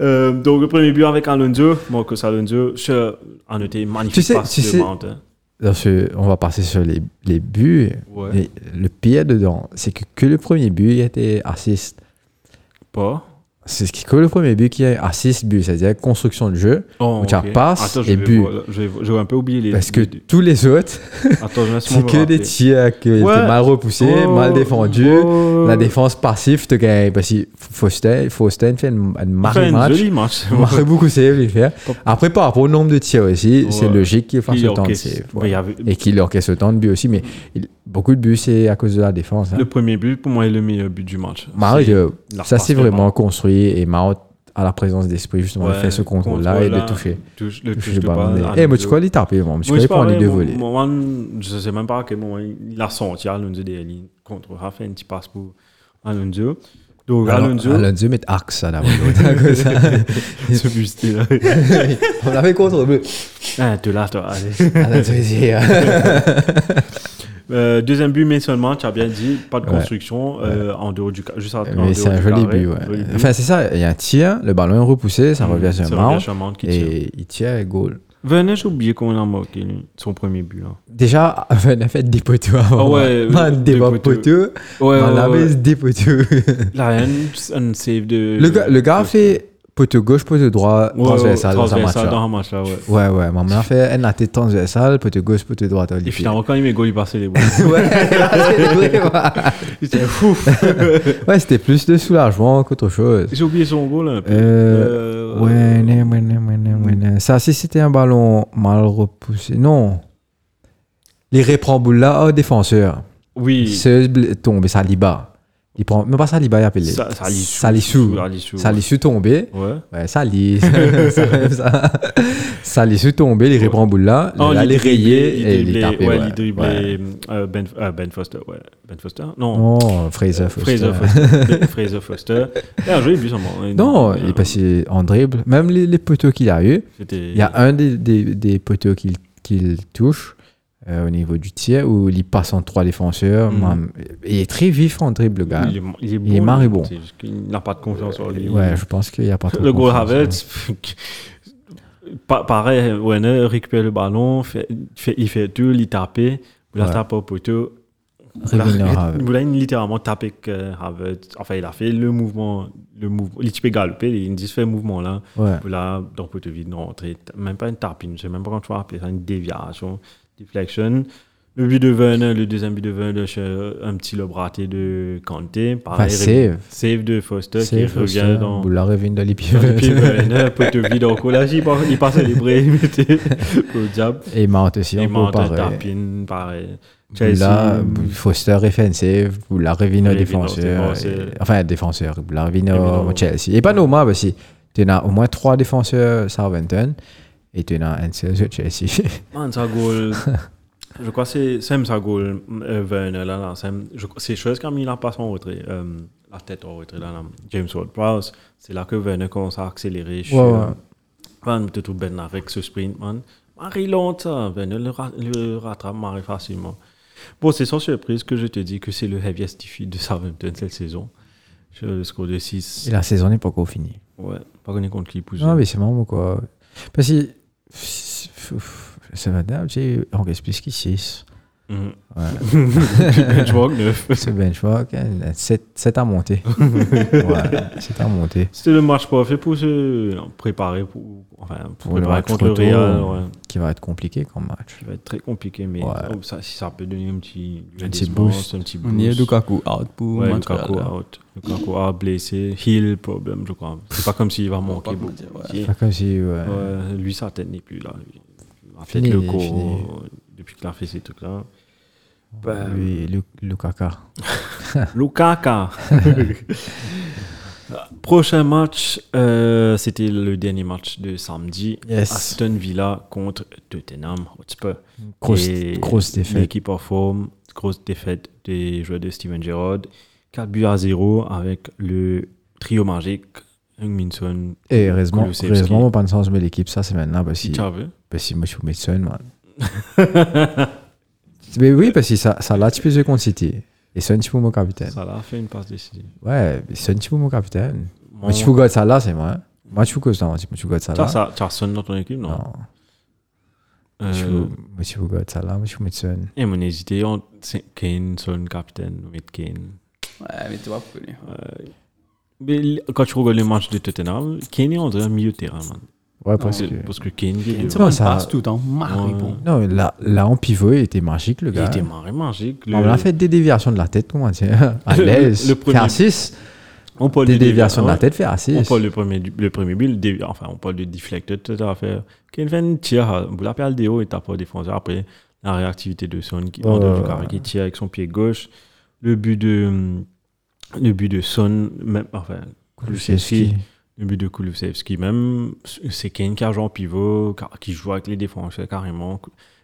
S1: Euh, donc, le premier but avec Alonso, Marcos Alonso, je, a noté magnifique
S2: Tu sais-
S1: passe
S2: tu
S1: de
S2: sais-
S1: Mount, hein.
S2: Dans ce- on va passer sur les, les buts.
S1: Ouais.
S2: Mais le pire dedans, c'est que, que le premier but était assist.
S1: Pas.
S2: C'est ce qui que le premier but qui est à 6 buts, c'est-à-dire construction de jeu,
S1: Oh,
S2: Où tu
S1: ok.
S2: repasses
S1: Attends, je
S2: et
S1: vais
S2: but.
S1: voir, là. Je vais voir. J'aurais un peu oublié les.
S2: parce que
S1: les-
S2: tous les autres,
S1: Attends, je vais
S2: c'est que des tirs qui étaient
S1: Ouais. Oh.
S2: mal repoussés, mal défendus. La défense passive te gagne. Parce que Faustin, Faustin fait une, une marée
S1: Enfin,
S2: match. *laughs*
S1: joli match.
S2: Il marque beaucoup de save, il fait. Après, par rapport au nombre de tirs aussi, c'est
S1: Ouais.
S2: logique qu'il fasse
S1: Il
S2: autant de
S1: encaisse.
S2: save.
S1: Mais
S2: ouais.
S1: il y avait-
S2: Et qu'il orchestre autant de buts aussi, mais il- beaucoup de buts, c'est à cause de la défense. hein.
S1: Le premier but, pour moi, est le meilleur but du match.
S2: Mario,
S1: C'est-
S2: je-
S1: la
S2: ça
S1: repasse
S2: c'est
S1: de balle.
S2: vraiment construit et Mao à la présence d'esprit justement de
S1: Ouais,
S2: faire ce contrôle là et de
S1: contrôle-là,
S2: toucher.
S1: touche- le
S2: toucher
S1: touche
S2: le
S1: de
S2: ballon.
S1: balle,
S2: Et
S1: Alonso.
S2: moi Eh, tu crois il tape moi tu
S1: Moi,
S2: crois
S1: je
S2: il prend les
S1: parlais,
S2: deux
S1: mon-
S2: volets.
S1: mon man, je sais même pas à quel moment il il a senti Alonso des lignes contre Rafa, un petit passe pour Alonso. Donc
S2: Alors,
S1: Alonso, *laughs*
S2: Alonso *laughs* met axe à la *laughs* volée.
S1: ce busté là.
S2: *laughs* On avait contre bleu.
S1: Ah, de là, toi, allez.
S2: Alonso il dit, euh,
S1: Euh, deuxième but, mais seulement, tu as bien dit, pas de
S2: Ouais.
S1: construction euh, en dehors du ca- juste à- en dehors
S2: Mais c'est un
S1: du
S2: joli
S1: carré,
S2: but. ouais.
S1: joli but.
S2: Enfin c'est ça, il y a un tir, le ballon est repoussé, ça revient sur
S1: Mm. Ça
S2: Mao
S1: revient sur Mount qui tire.
S2: et il tire et goal.
S1: Venez, j'ai oublié qu'on a marqué lui, son premier but. Là.
S2: Déjà, *laughs* on a fait des poteaux avant.
S1: Ah
S2: *laughs*
S1: ouais,
S2: Man,
S1: des
S2: des bas
S1: poteaux. Euh,
S2: poteaux.
S1: Ouais,
S2: Man, la baisse
S1: *laughs*
S2: des poteaux.
S1: Là, un, un save de.
S2: Le gars, le gars a fait poteau gauche, poteau droit,
S1: Ouais, ouais,
S2: transversal dans un match.
S1: transversal
S2: là.
S1: dans un match là, ouais.
S2: Ouais, ouais, maman a fait elle a été transversale, poteau gauche, poteau droite.
S1: Et
S2: Olivier.
S1: finalement, quand il met goal, il passait les boules.
S2: *laughs* ouais, *laughs* c'est
S1: *laughs*
S2: vrai,
S1: C'était fou.
S2: *laughs* ouais. Ouais, c'était plus de soulagement qu'autre chose.
S1: J'ai oublié son goal un peu.
S2: Euh,
S1: Euh,
S2: ouais, né, ouais, né, ouais, né, ouais, né. Ça, si c'était un ballon mal repoussé, non. Les reprend boule là, oh, défenseur.
S1: Oui.
S2: Se bl- tombe, Saliba. Il prend, mais pas Saliba, il appelle.
S1: Sa- Salissou.
S2: Salissou.
S1: Salissou, ouais.
S2: Salissou tombé.
S1: Ouais.
S2: Ouais, Sali. *laughs* ça, ça les sous tombés, les reprend boule là,
S1: Oh,
S2: là,
S1: il
S2: les
S1: dribblait,
S2: rayés et
S1: dribblait,
S2: les
S1: Ouais,
S2: taper. ouais.
S1: il
S2: Ouais.
S1: driblait euh, ben, euh, ben Foster. Ouais. Ben Foster Non.
S2: Non, Fraser.
S1: Fraser
S2: Foster. *laughs*
S1: Foster. Fraser Foster. Et un joli but, sûrement. Il-
S2: Non,
S1: euh,
S2: il est passé en dribble. Même les, les poteaux qu'il a eu,
S1: C'était.
S2: il y a un des, des, des poteaux qu'il qu'il touche euh, au niveau du tir où il passe en trois défenseurs.
S1: Mhm.
S2: Mam- Il est très vif en dribble, le gars.
S1: Il est, il est bon.
S2: Il est marré bon.
S1: C'est juste qu'il n'a pas de confiance en lui.
S2: Ouais, je pense qu'il n'y a pas trop
S1: Le goal
S2: confiance, hein.
S1: Havertz, *laughs* pa- pareil, Werner récupère le ballon, fait, fait- il fait deux, il tape, il
S2: Ouais.
S1: tape au poteau. *laughs*
S2: Révino Havertz.
S1: Il a littéralement tapé que Havertz. Enfin, il a fait le mouvement, le mouvement. Il type galopé, il dit fait mouvement là.
S2: Ouais.
S1: Là, dans le poteau vide, non, rentré. même pas une tapine, je sais même pas comment tu vas appeler ça, une déviation, deflection. Le but de Werner, le deuxième but de Werner, c'est euh, un petit lob raté de Kanté. Pareil,
S2: Enfin, save.
S1: save Ah, de Foster
S2: C'est
S1: qui revient dans.
S2: Boula revient dans les pieds.
S1: Et puis, ben, un peu de vide en collage, il passe- il passe les bras, *laughs* il mettait au diable.
S2: *laughs* Et Mount aussi,
S1: Il
S2: on euh, peut
S1: monte un
S2: pareil.
S1: tapin, pareil.
S2: Là,
S1: Chelsea, hum,
S2: Foster offensive, la Revino
S1: Revino
S2: défenseur,
S1: défenseur.
S2: et- enfin défenseur, la Revino
S1: Revino.
S2: Chelsea. Et pas Noma aussi. Tu as au moins trois défenseurs Southampton et tu as un seul sur Chelsea. *laughs*
S1: man, ça goal. Je crois que c'est Sam Sagoul, euh, Werner, là, là, Sam, je, c'est chose quand il a passé en retrait, euh, la tête en retrait, là, là, James Ward-Prowse, c'est là que Werner commence à accélérer. Je
S2: Ouais, ouais.
S1: eh, Van, tout ben avec ce sprint, man. Marie longtemps, Werner le, ra- le rattrape Marie facilement. Bon, c'est sans surprise que je te dis que c'est le heaviest defeat de Southampton cette saison. Je- Le score de 6.
S2: Et la saison n'est pas encore finie.
S1: Ouais, pas connu contre qui pousse.
S2: Non, mais Ah c'est marrant, quoi. Parce que. Ça va d'abord, j'ai Orgas plus qui 6.
S1: Mhm.
S2: Ouais.
S1: *laughs* Benchmark 9.
S2: Ce benchmark, hein, 7 à monter. *laughs* ouais, 7 à monter.
S1: C'était le match parfait pour se non, préparer, pour, enfin, pour
S2: Pour le
S1: préparer
S2: match
S1: contre le
S2: retour.
S1: Real. ouais.
S2: Qui va être compliqué comme match.
S1: Ça va être très compliqué, mais
S2: Ouais.
S1: oh, ça, si ça peut donner un petit,
S2: Un petit
S1: décevance,
S2: boost.
S1: Un petit boost.
S4: On y est Lukaku out pour
S1: Ouais,
S4: Montréal,
S1: Lukaku
S4: là.
S1: out. Lukaku out, blessé. Heal problem, je crois. C'est pas comme s'il va manquer
S4: pas
S1: beaucoup.
S4: de- ouais.
S1: Si.
S2: Pas comme si. Ouais.
S1: Ouais, lui, sa tête n'est plus là. lui. En fait,
S2: Fini,
S1: le
S2: fini.
S1: corps, depuis qu'il a fait ces trucs-là. Ben,
S2: Bah,
S1: *laughs*
S2: Lui, Lu- Lukaka. *laughs*
S1: Lukaka. Prochain match, euh, c'était le dernier match de samedi.
S2: Yes.
S1: Aston Villa contre Tottenham Hotspur.
S2: Grosse,
S1: Et
S2: grosse défaite.
S1: L'équipe en forme, grosse défaite des joueurs de Steven Gerrard. 4 buts à 0 avec le trio magique. Hung-Minson,
S2: Et heureusement,
S1: Kulusevski.
S2: heureusement, moi, pas de sens, mais l'équipe, ça, c'est maintenant. Parce que
S1: Xavi.
S2: parce que moi, je suis médecin, *laughs* man. mais oui, parce que ça, ça là, tu peux jouer contre City. Et c'est un petit peu mon capitaine.
S1: Ça l'a fait une passe décisive.
S2: Ouais, mais c'est un petit peu mon capitaine.
S1: Mon-
S2: Mais tu peux ça là, c'est moi. hein. Moi, tu peux ça là. Moi, tu peux ça
S1: T'as
S2: là.
S1: ça- t'as Son dans ton équipe, non,
S2: Non.
S1: Euh,
S2: Je vous- Moi, tu peux ça là. Moi, je suis médecin.
S1: Et mon hésité entre c'est Kane, Son, capitaine, with Kane.
S4: Ouais, mais tu vois, pourquoi lui
S1: Mais l- quand tu regardes le match de Tottenham, Kane est en train de milieu de terrain, man.
S2: Ouais, parce que.
S1: C'est- Parce que Kane, il est-
S4: Tu
S2: Non,
S4: vois,
S2: ça-
S4: ça passe tout hein. le temps. Marie,
S1: Ouais.
S4: bon.
S2: Non, là, là, en pivot, il était magique, le
S1: il
S2: gars.
S1: était marré magique. Le-
S2: On a fait des déviations de la tête, comment dire hein. À
S1: *laughs* Le-
S2: l'aise.
S1: le premier-
S2: Faire 6.
S1: on parle
S2: Des
S1: de
S2: déviations de la
S1: ouais.
S2: tête, faire 6.
S1: On parle le premier, du- le premier but, le dé- enfin, on parle de deflected, tout à fait. Kelvin tire, vous l'appelez le déo et tape au défenseur. Après, la réactivité de Son qui,
S2: Ouais,
S1: de
S2: ouais,
S1: Lukaku
S2: ouais.
S1: qui tire avec son pied gauche. Le but de, hum, le but de Son, même, enfin, Kulusevski. Le but de Kulusevski, même, c'est Kane qui a joué en pivot, car- qui joue avec les défenseurs carrément.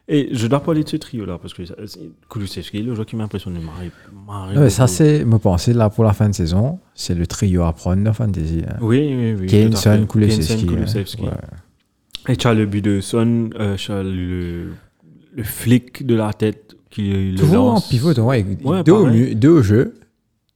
S1: Et je dois parler de ce trio-là, parce que ça- c'est- Kulusevski, le joueur qui m'a impressionné, Marie. Marie
S2: Non, mais ça,
S1: beaucoup.
S2: c'est me penser là pour la fin de saison. C'est le trio à prendre de fantasy. hein.
S1: Oui, oui, oui.
S2: Kane,
S1: tout à fait.
S2: Son,
S1: Kane,
S2: Kulusevski.
S1: Son,
S2: hein.
S1: Kulusevski.
S2: Ouais.
S1: Et tu as le but de Son, euh, tu as le, le flic de la tête qui le
S2: Toujours en
S1: lance.
S2: pivot, ouais, il-
S1: Ouais,
S2: deux, au
S1: pareil.
S2: mu- deux au jeu,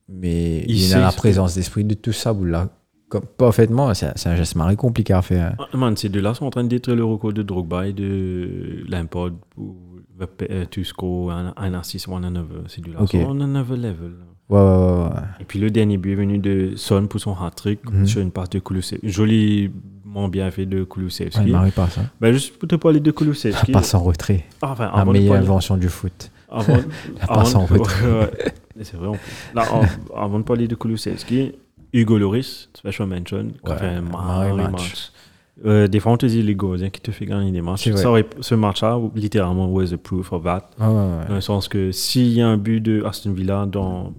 S2: mais il,
S1: sait
S2: a la
S1: ce que-
S2: présence d'esprit de tout ça, là. Comme, parfaitement, c'est c'est un geste marré compliqué à faire. hein.
S1: Ah, Man, ces deux-là sont en train de détruire le record de Drogba et de Lampard pour le P- euh, to score un, un assist, one another. Ces deux-là
S2: Ok.
S1: sont on another level.
S2: Ouais, ouais, ouais, ouais.
S1: Et puis le dernier but est venu de Son pour son hat-trick
S2: Mhm.
S1: sur une passe de Kulusevski. Joliment bien fait de
S2: Ouais,
S1: Kulusevski.
S2: il marre pas ça.
S1: Ben, juste pour te parler de Kulusevski.
S2: Passe en retrait.
S1: Enfin,
S2: La
S1: avant de
S2: meilleure
S1: parler-
S2: invention du foot. *laughs*
S1: avant,
S2: passe en
S1: de-
S2: retrait.
S1: Ouais, ouais. Mais C'est vrai. on peut- Là,
S2: *laughs*
S1: en- avant de parler de Kulusevski, Hugo Loris, special mention, qui
S2: Ouais, Ah,
S1: a fait un
S2: marrant
S1: marrant
S2: match.
S1: match. Euh, des fantasy ligues qui te fait gagner des matchs.
S2: C'est vrai.
S1: Ça aurait- ce match-là, littéralement, was the proof of that.
S2: Ouais, ouais, ouais.
S1: Dans le sens que s'il y a un but de Aston Villa dans,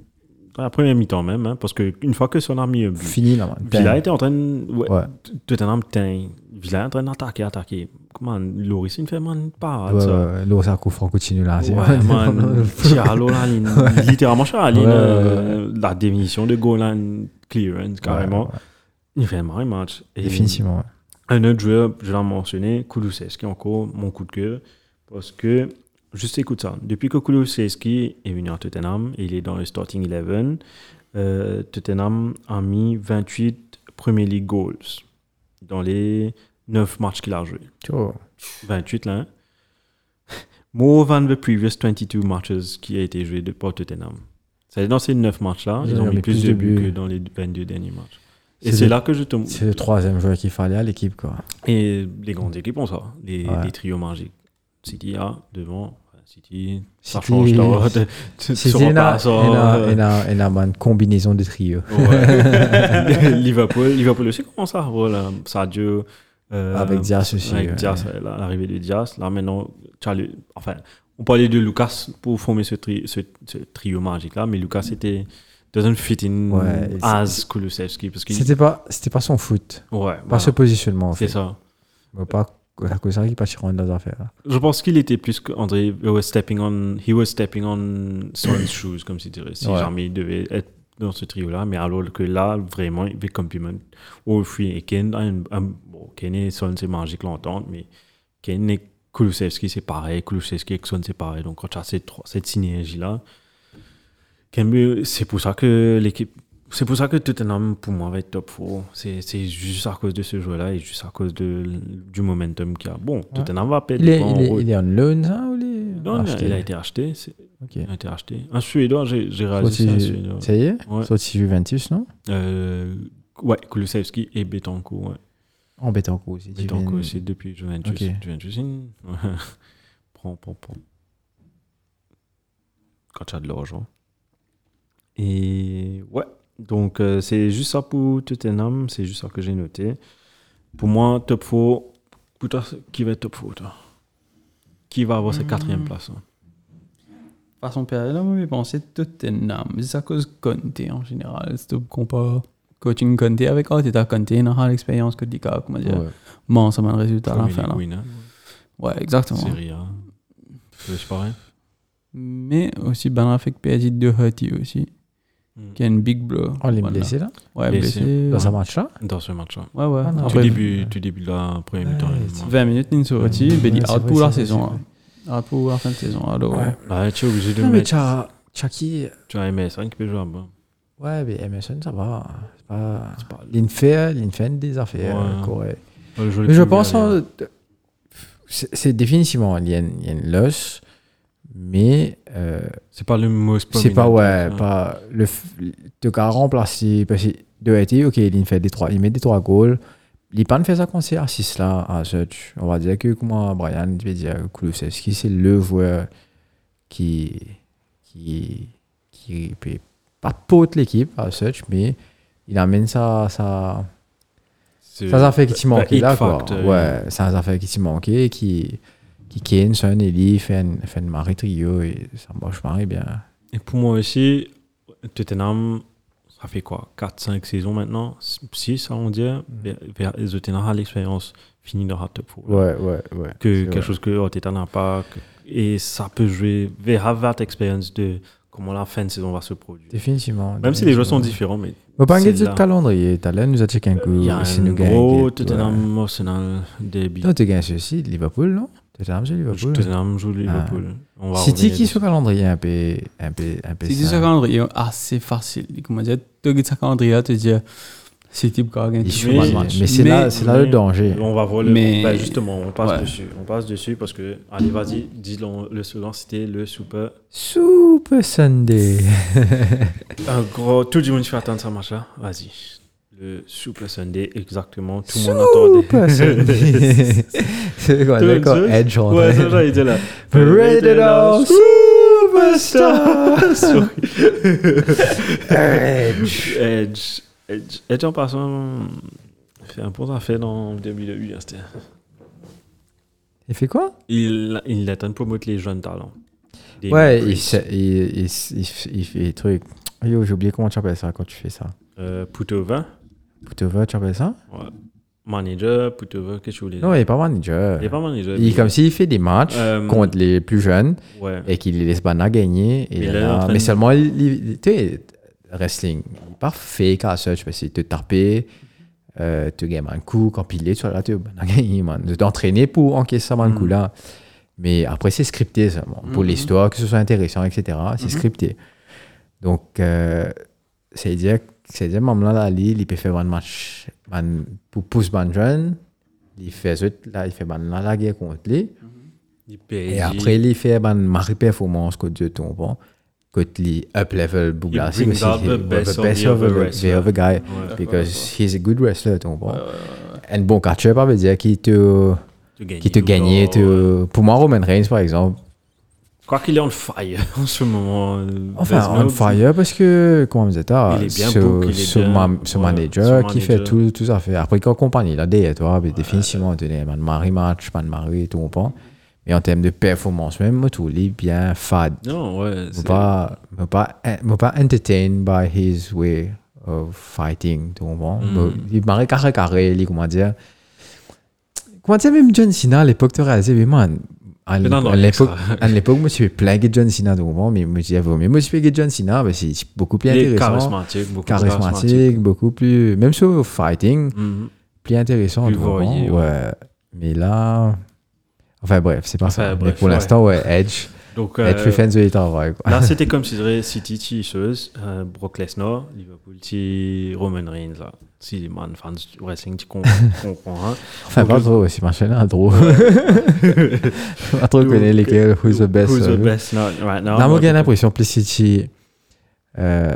S1: dans la première mi-temps même, hein, parce qu'une fois que son a mis un but,
S2: Fini là, man.
S1: Villa était en train de. ouais,
S2: Ouais.
S1: Tottenham, putain, Villa est en train d'attaquer, attaquer. Comment Loris, il ne fait man, pas
S2: Ouais, ouais,
S1: Ah, ça.
S2: ouais. L'eau, ça couvre, on continue là. Ah, c'est- *laughs*
S1: Ouais, man. Charlo, là, il- littéralement, Charlo,
S2: Ouais,
S1: euh, la définition de goal line clearance, carrément.
S2: Ouais, ouais.
S1: Il fait un marrant match. Et
S2: Définitivement. ouais.
S1: Un autre joueur, je l'ai mentionné, Kulusevski, encore mon coup de cœur. Parce que, juste écoute ça, depuis que Kulusevski est venu à Tottenham, il est dans le starting 11, euh, Tottenham a mis 28 Premier League goals dans les 9 matchs qu'il a joués.
S2: Tu vois.
S1: 28 là. hein. *laughs* More than the previous 22 matches qui a été joué de par Tottenham. C'est dans ces 9 matchs là, ils ont mis plus de buts que dans les 22 derniers matchs. Et
S2: C'est
S1: c'est
S2: le-
S1: là que je te
S2: C'est le troisième joueur qu'il fallait à l'équipe,
S1: *laughs*
S2: quoi.
S1: Et les grandes équipes ont ça, les,
S2: Ouais.
S1: les trios magiques. City A devant, City, ça
S2: City-
S1: change toi. tu- tu- tu *laughs*
S2: C'est
S1: sauras pas,
S2: Ena,
S1: ça,
S2: Ena,
S1: euh,
S2: Ena, Ena, man, combinaison de trio. *laughs*
S1: ouais. *laughs* Liverpool, Liverpool aussi commence à voilà, Sadio euh,
S2: Avec Dias aussi,
S1: avec
S2: ouais.
S1: Dias, ouais, là, l'arrivée de Dias. Là maintenant, tu as le- enfin, on parlait de Lucas pour former ce, tri- ce- ce trio magique là, mais Lucas était doesn't fit in
S2: Ouais, et
S1: as Kulusevski parce qu'il
S2: C'était pas, c'était pas son foot,
S1: ouais,
S2: pas
S1: voilà,
S2: ce positionnement en
S1: c'est
S2: fait.
S1: ça.
S2: Mais Pas à cause de ça qu'il partira dans l'affaire.
S1: Je pense qu'il était plus qu'André. He was stepping on, he was stepping on someone's shoes, comme si, dirait, si
S2: Ouais.
S1: jamais il devait être dans ce trio-là. Mais alors que là, vraiment, il avait compliment. Oh, free et Ken. un- un- bon, Ken et Son, c'est magique longtemps, mais Ken et Kulusevski, c'est pareil. Kulusevski et Son, c'est pareil. Donc, quand tu as ces trois- cette synergie-là, Kembe, c'est pour ça que l'équipe. C'est pour ça que Tottenham, pour moi, va être top 4. C'est c'est juste à cause de ce jeu-là et juste à cause de, du momentum qu'il y a. Bon, Tottenham va perdre.
S2: Il est,
S1: des points
S2: il, est,
S1: en route.
S2: il est en loan, ça ou il est
S1: Non,
S2: acheté
S1: il a été acheté. c'est-
S2: Ok.
S1: Il a été acheté. Un Suédois, j'ai j'ai réalisé c'est un
S2: Sorti-
S1: Suédois.
S2: Ça y est
S1: Ouais.
S2: Sorti Juventus, non
S1: Euh, ouais, Kulusevski et Betancourt. Ouais.
S2: En Betancourt aussi.
S1: Betancourt
S2: Juven-
S1: aussi depuis Juventus.
S2: Ok.
S1: Juventus, in. Ouais. *laughs* prends, prends, prends. Quand tu as de l'argent. Et ouais, donc euh, c'est juste ça pour Tottenham, c'est juste ça que j'ai noté. Pour moi, top 4, pour toi, qui va être top 4 toi Qui va avoir sa quatrième place hein
S4: Façon période, là, moi, j'ai pensé Tottenham. Mais C'est à cause de Conte en général. Si tu compares coaching Conte avec Arteta, Conte il a l'expérience que Dika, comment dire.
S2: Ouais.
S4: Bon, ça m'a le résultat à la
S1: Premier
S4: fin. là.
S1: League winner,
S4: Ouais, exactement.
S1: Serie A. Je sais pas hein? rien.
S4: Mais aussi Benafek PSG de Hutty aussi,
S1: Mm.
S4: qui a une big blow.
S2: Oh, il est
S4: Voilà.
S2: blessé là
S4: Ouais,
S1: Blessé.
S4: blessé.
S2: Dans un match là
S1: Dans ce match-là.
S4: Ouais, ouais.
S2: Ah, non.
S1: Tu
S4: Après,
S1: débuts, tu débuts la première mi-temps.
S2: Ouais,
S1: évidemment.
S4: 20 minutes, Ninso Hutty,
S2: Ouais,
S4: Belly
S2: c'est
S4: out
S2: vrai,
S4: pour
S2: c'est
S4: la
S2: vrai,
S4: saison.
S2: c'est
S4: hein. Out pour la fin de saison. Alors,
S2: Ouais.
S4: ouais.
S1: Bah, tu es obligé de
S2: Non, mais
S1: mettre.
S2: t'as t'as qui
S1: Tu as MS1 qui peut jouer à bas.
S2: Ouais, mais Emerson, ça va. C'est pas.
S1: C'est pas-
S2: L'infer, l'infer des affaires,
S1: Ouais.
S2: correct.
S1: Ouais, le jeu le
S2: Mais je
S1: plus
S2: pense. hein,
S1: galère.
S2: en- C'est c'est définitivement. Il y a une, il y a une loss, mais. euh,
S1: C'est pas le most
S2: c'est pas, ouais,
S1: prominent, hein.
S2: pas. Le, f- le cas remplacé. Parce que de été, ok, il fait des trois, il met des trois goals. Il pas fait ça quand c'est assist là, à Such. On va dire que, comment Brian, je vais dire, Kulusevski, c'est le joueur qui. qui. qui peut pas pote l'équipe à Such, mais il amène ça. ça
S1: C'est-
S2: ça a fait qui t'y
S1: Bah,
S2: manquait
S1: it
S2: là, quoi.
S1: factor,
S2: Ouais, ça a fait qui t'y manquait, qui, qui Kane, Son, Ellie, fait un, fait un mari trio et ça marche marie bien.
S1: Et pour moi aussi, Tottenham, ça fait quoi 4-5 saisons maintenant 6 on dirait. Vers- vers- Tottenham a l'expérience finie dans la top 4.
S2: Ouais, ouais, ouais.
S1: que
S2: C'est
S1: quelque
S2: vrai.
S1: chose que Arteta n'a pas. que- et ça peut jouer. Vera va expérience de comment la fin de saison va se produire.
S2: Définitivement.
S1: Même si les jeux sont différents, mais
S2: Mais pas
S1: c'est
S2: de
S1: là.
S2: calendrier, t'as l'air nous a checké un coup.
S1: il y a
S2: si
S1: un
S2: nous gagnons,
S1: gros
S2: guette, ouais.
S1: Tottenham Arsenal débit.
S2: Non, t'as gagné ceci, Liverpool, non Tottenham, c'est Liverpool.
S1: Tottenham joue Liverpool. On va
S2: hein. Ah. City
S1: revenir
S2: qui
S1: dessus.
S2: sur calendrier un peu. Un peu, un peu
S4: C'est dit ça
S2: sale.
S4: calendrier assez facile. Comment dire Tu as ça calendrier, tu dis c'est type quand même.
S2: Il
S1: Mais-
S2: joue mal match. Mais c'est
S4: mais-
S2: là, c'est là le
S1: mais-
S2: danger.
S1: On va voir le.
S4: Mais-
S1: bah, justement, on passe
S4: Ouais.
S1: dessus. On passe dessus parce que. Allez, vas-y, dis le, le slogan c'était le super.
S2: Super Sunday.
S1: Un gros. Tout le monde fait attendre ça, machin. Vas-y. Le Super Sunday, exactement. Tout le monde attendait.
S2: Super Sunday. C'est quoi,
S1: Tout le
S2: c'est quoi
S1: monde-
S2: Edge
S1: *laughs*
S2: en
S1: Ouais, ça, j'allais dire là.
S2: Rated R Superstar.
S1: Superstar.
S2: *laughs* Edge.
S1: Edge. Edge. Edge en passant. C'est un bon affaire dans 2008. hein, c'était-
S2: Il fait quoi
S1: il, il est en train de promouvoir les jeunes talents. Des
S2: Ouais, il,
S1: Mavericks,
S2: se- il, il, s- il f- il fait des trucs. Yo, j'ai oublié comment tu appelles ça quand tu fais ça.
S1: euh, Putova.
S2: Putova, tu appelles ça
S1: Ouais. Manager, Putova, qu'est-ce que tu voulais dire
S2: Non, il n'est pas manager.
S1: Il est pas manager.
S2: Il est comme s'il fait des matchs
S1: Euh,
S2: contre les plus jeunes
S1: Ouais.
S2: et qu'il les laisse pas gagner. Et
S1: Mais
S2: là,
S1: là, il est en train
S2: mais
S1: de-
S2: seulement, il- il- tu sais, wrestling, il est pas fake à ça. Tu peux essayer de te taper, euh, te gagner un coup, quand il est, tu vas là, tu vas gagner, man. De t'entraîner pour encaisser un
S1: Mm.
S2: coup là. Mais après, c'est scripté seulement. Pour
S1: Hmm.
S4: Mhm.
S2: l'histoire, que ce soit intéressant, etc., c'est
S4: Mhm.
S2: scripté. Donc, euh, c'est dire c'est dire même là la ligue il peut faire un match man, pour pousser ban jeune il fait zut, là il fait ban là la guerre contre lui
S1: Il
S2: et après il fait ban mari performance que Dieu tombe bon que lui up level bougla
S1: brings out the best of the other wrestler.
S2: other guy
S1: Ouais.
S2: because he's a good wrestler tu comprends un bon catcher pas veut dire qu'il te
S1: Tu gagnes.
S2: qui te gagnait te- pour moi Roman Reigns par exemple
S1: Je crois qu'il est on fire *laughs* en ce moment. euh,
S2: Enfin,
S1: Vesno.
S2: on fire parce que, comment vous êtes là,
S1: Il est bien
S2: ce,
S1: book, il est
S2: ce
S1: bien-
S2: ma- ce
S1: ouais,
S2: manager
S1: ce
S2: qui fait
S1: manager.
S2: tout, tout ça. Fait. Après, quand compagnie, là, derrière toi, mais définitivement, tu n'es pas de mari match, pas de mari, tout, on prend. Mais en termes de performance, même, moi, tout est bien fade.
S1: Non, ouais.
S2: Je
S1: c'est-
S2: pas, me pas, me pas entertained by his way of fighting, tout le monde.
S1: Mm.
S2: Il m'a carré carré, il, comment dire, Comment tu sais, même John Cena à l'époque, tu réalisé, mais man, à
S1: Mais non, non,
S2: l'époque- à l'époque,
S1: ça-
S2: à l'époque, moi, je suis plein de John Cena de moment, mais moi, je ah, disais, mais moi, je suis John Cena, ben, c'est c'est beaucoup plus
S1: Il est
S2: intéressant.
S1: charismatique, beaucoup
S2: Charismatique, beaucoup plus. Même sur le fighting,
S1: Mhm.
S2: plus intéressant.
S1: Plus
S2: de moment,
S1: varié, ouais.
S2: ouais. Mais là. Enfin, bref, c'est pas
S1: Enfin,
S2: ça. mais
S1: bref,
S2: pour
S1: ouais.
S2: l'instant, ouais,
S1: *laughs*
S2: Edge.
S1: Donc,
S2: Edge
S1: euh,
S2: fait fans de l'état, quoi. *laughs*
S1: là, c'était comme si c'était City, Chicheuse, euh, Brock Lesnar, Liverpool, ti Roman Reigns. Là. Si les man fans du wrestling, tu com- *laughs* comprends. hein.
S2: Enfin, pas trop, ouais, c'est machin là, trop. *laughs* Pas trop connaître lesquels, who's the best.
S1: Who's
S2: euh,
S1: the best now, right now?
S2: Non, moi, j'ai
S1: Ouais,
S2: l'impression que Plicity, euh,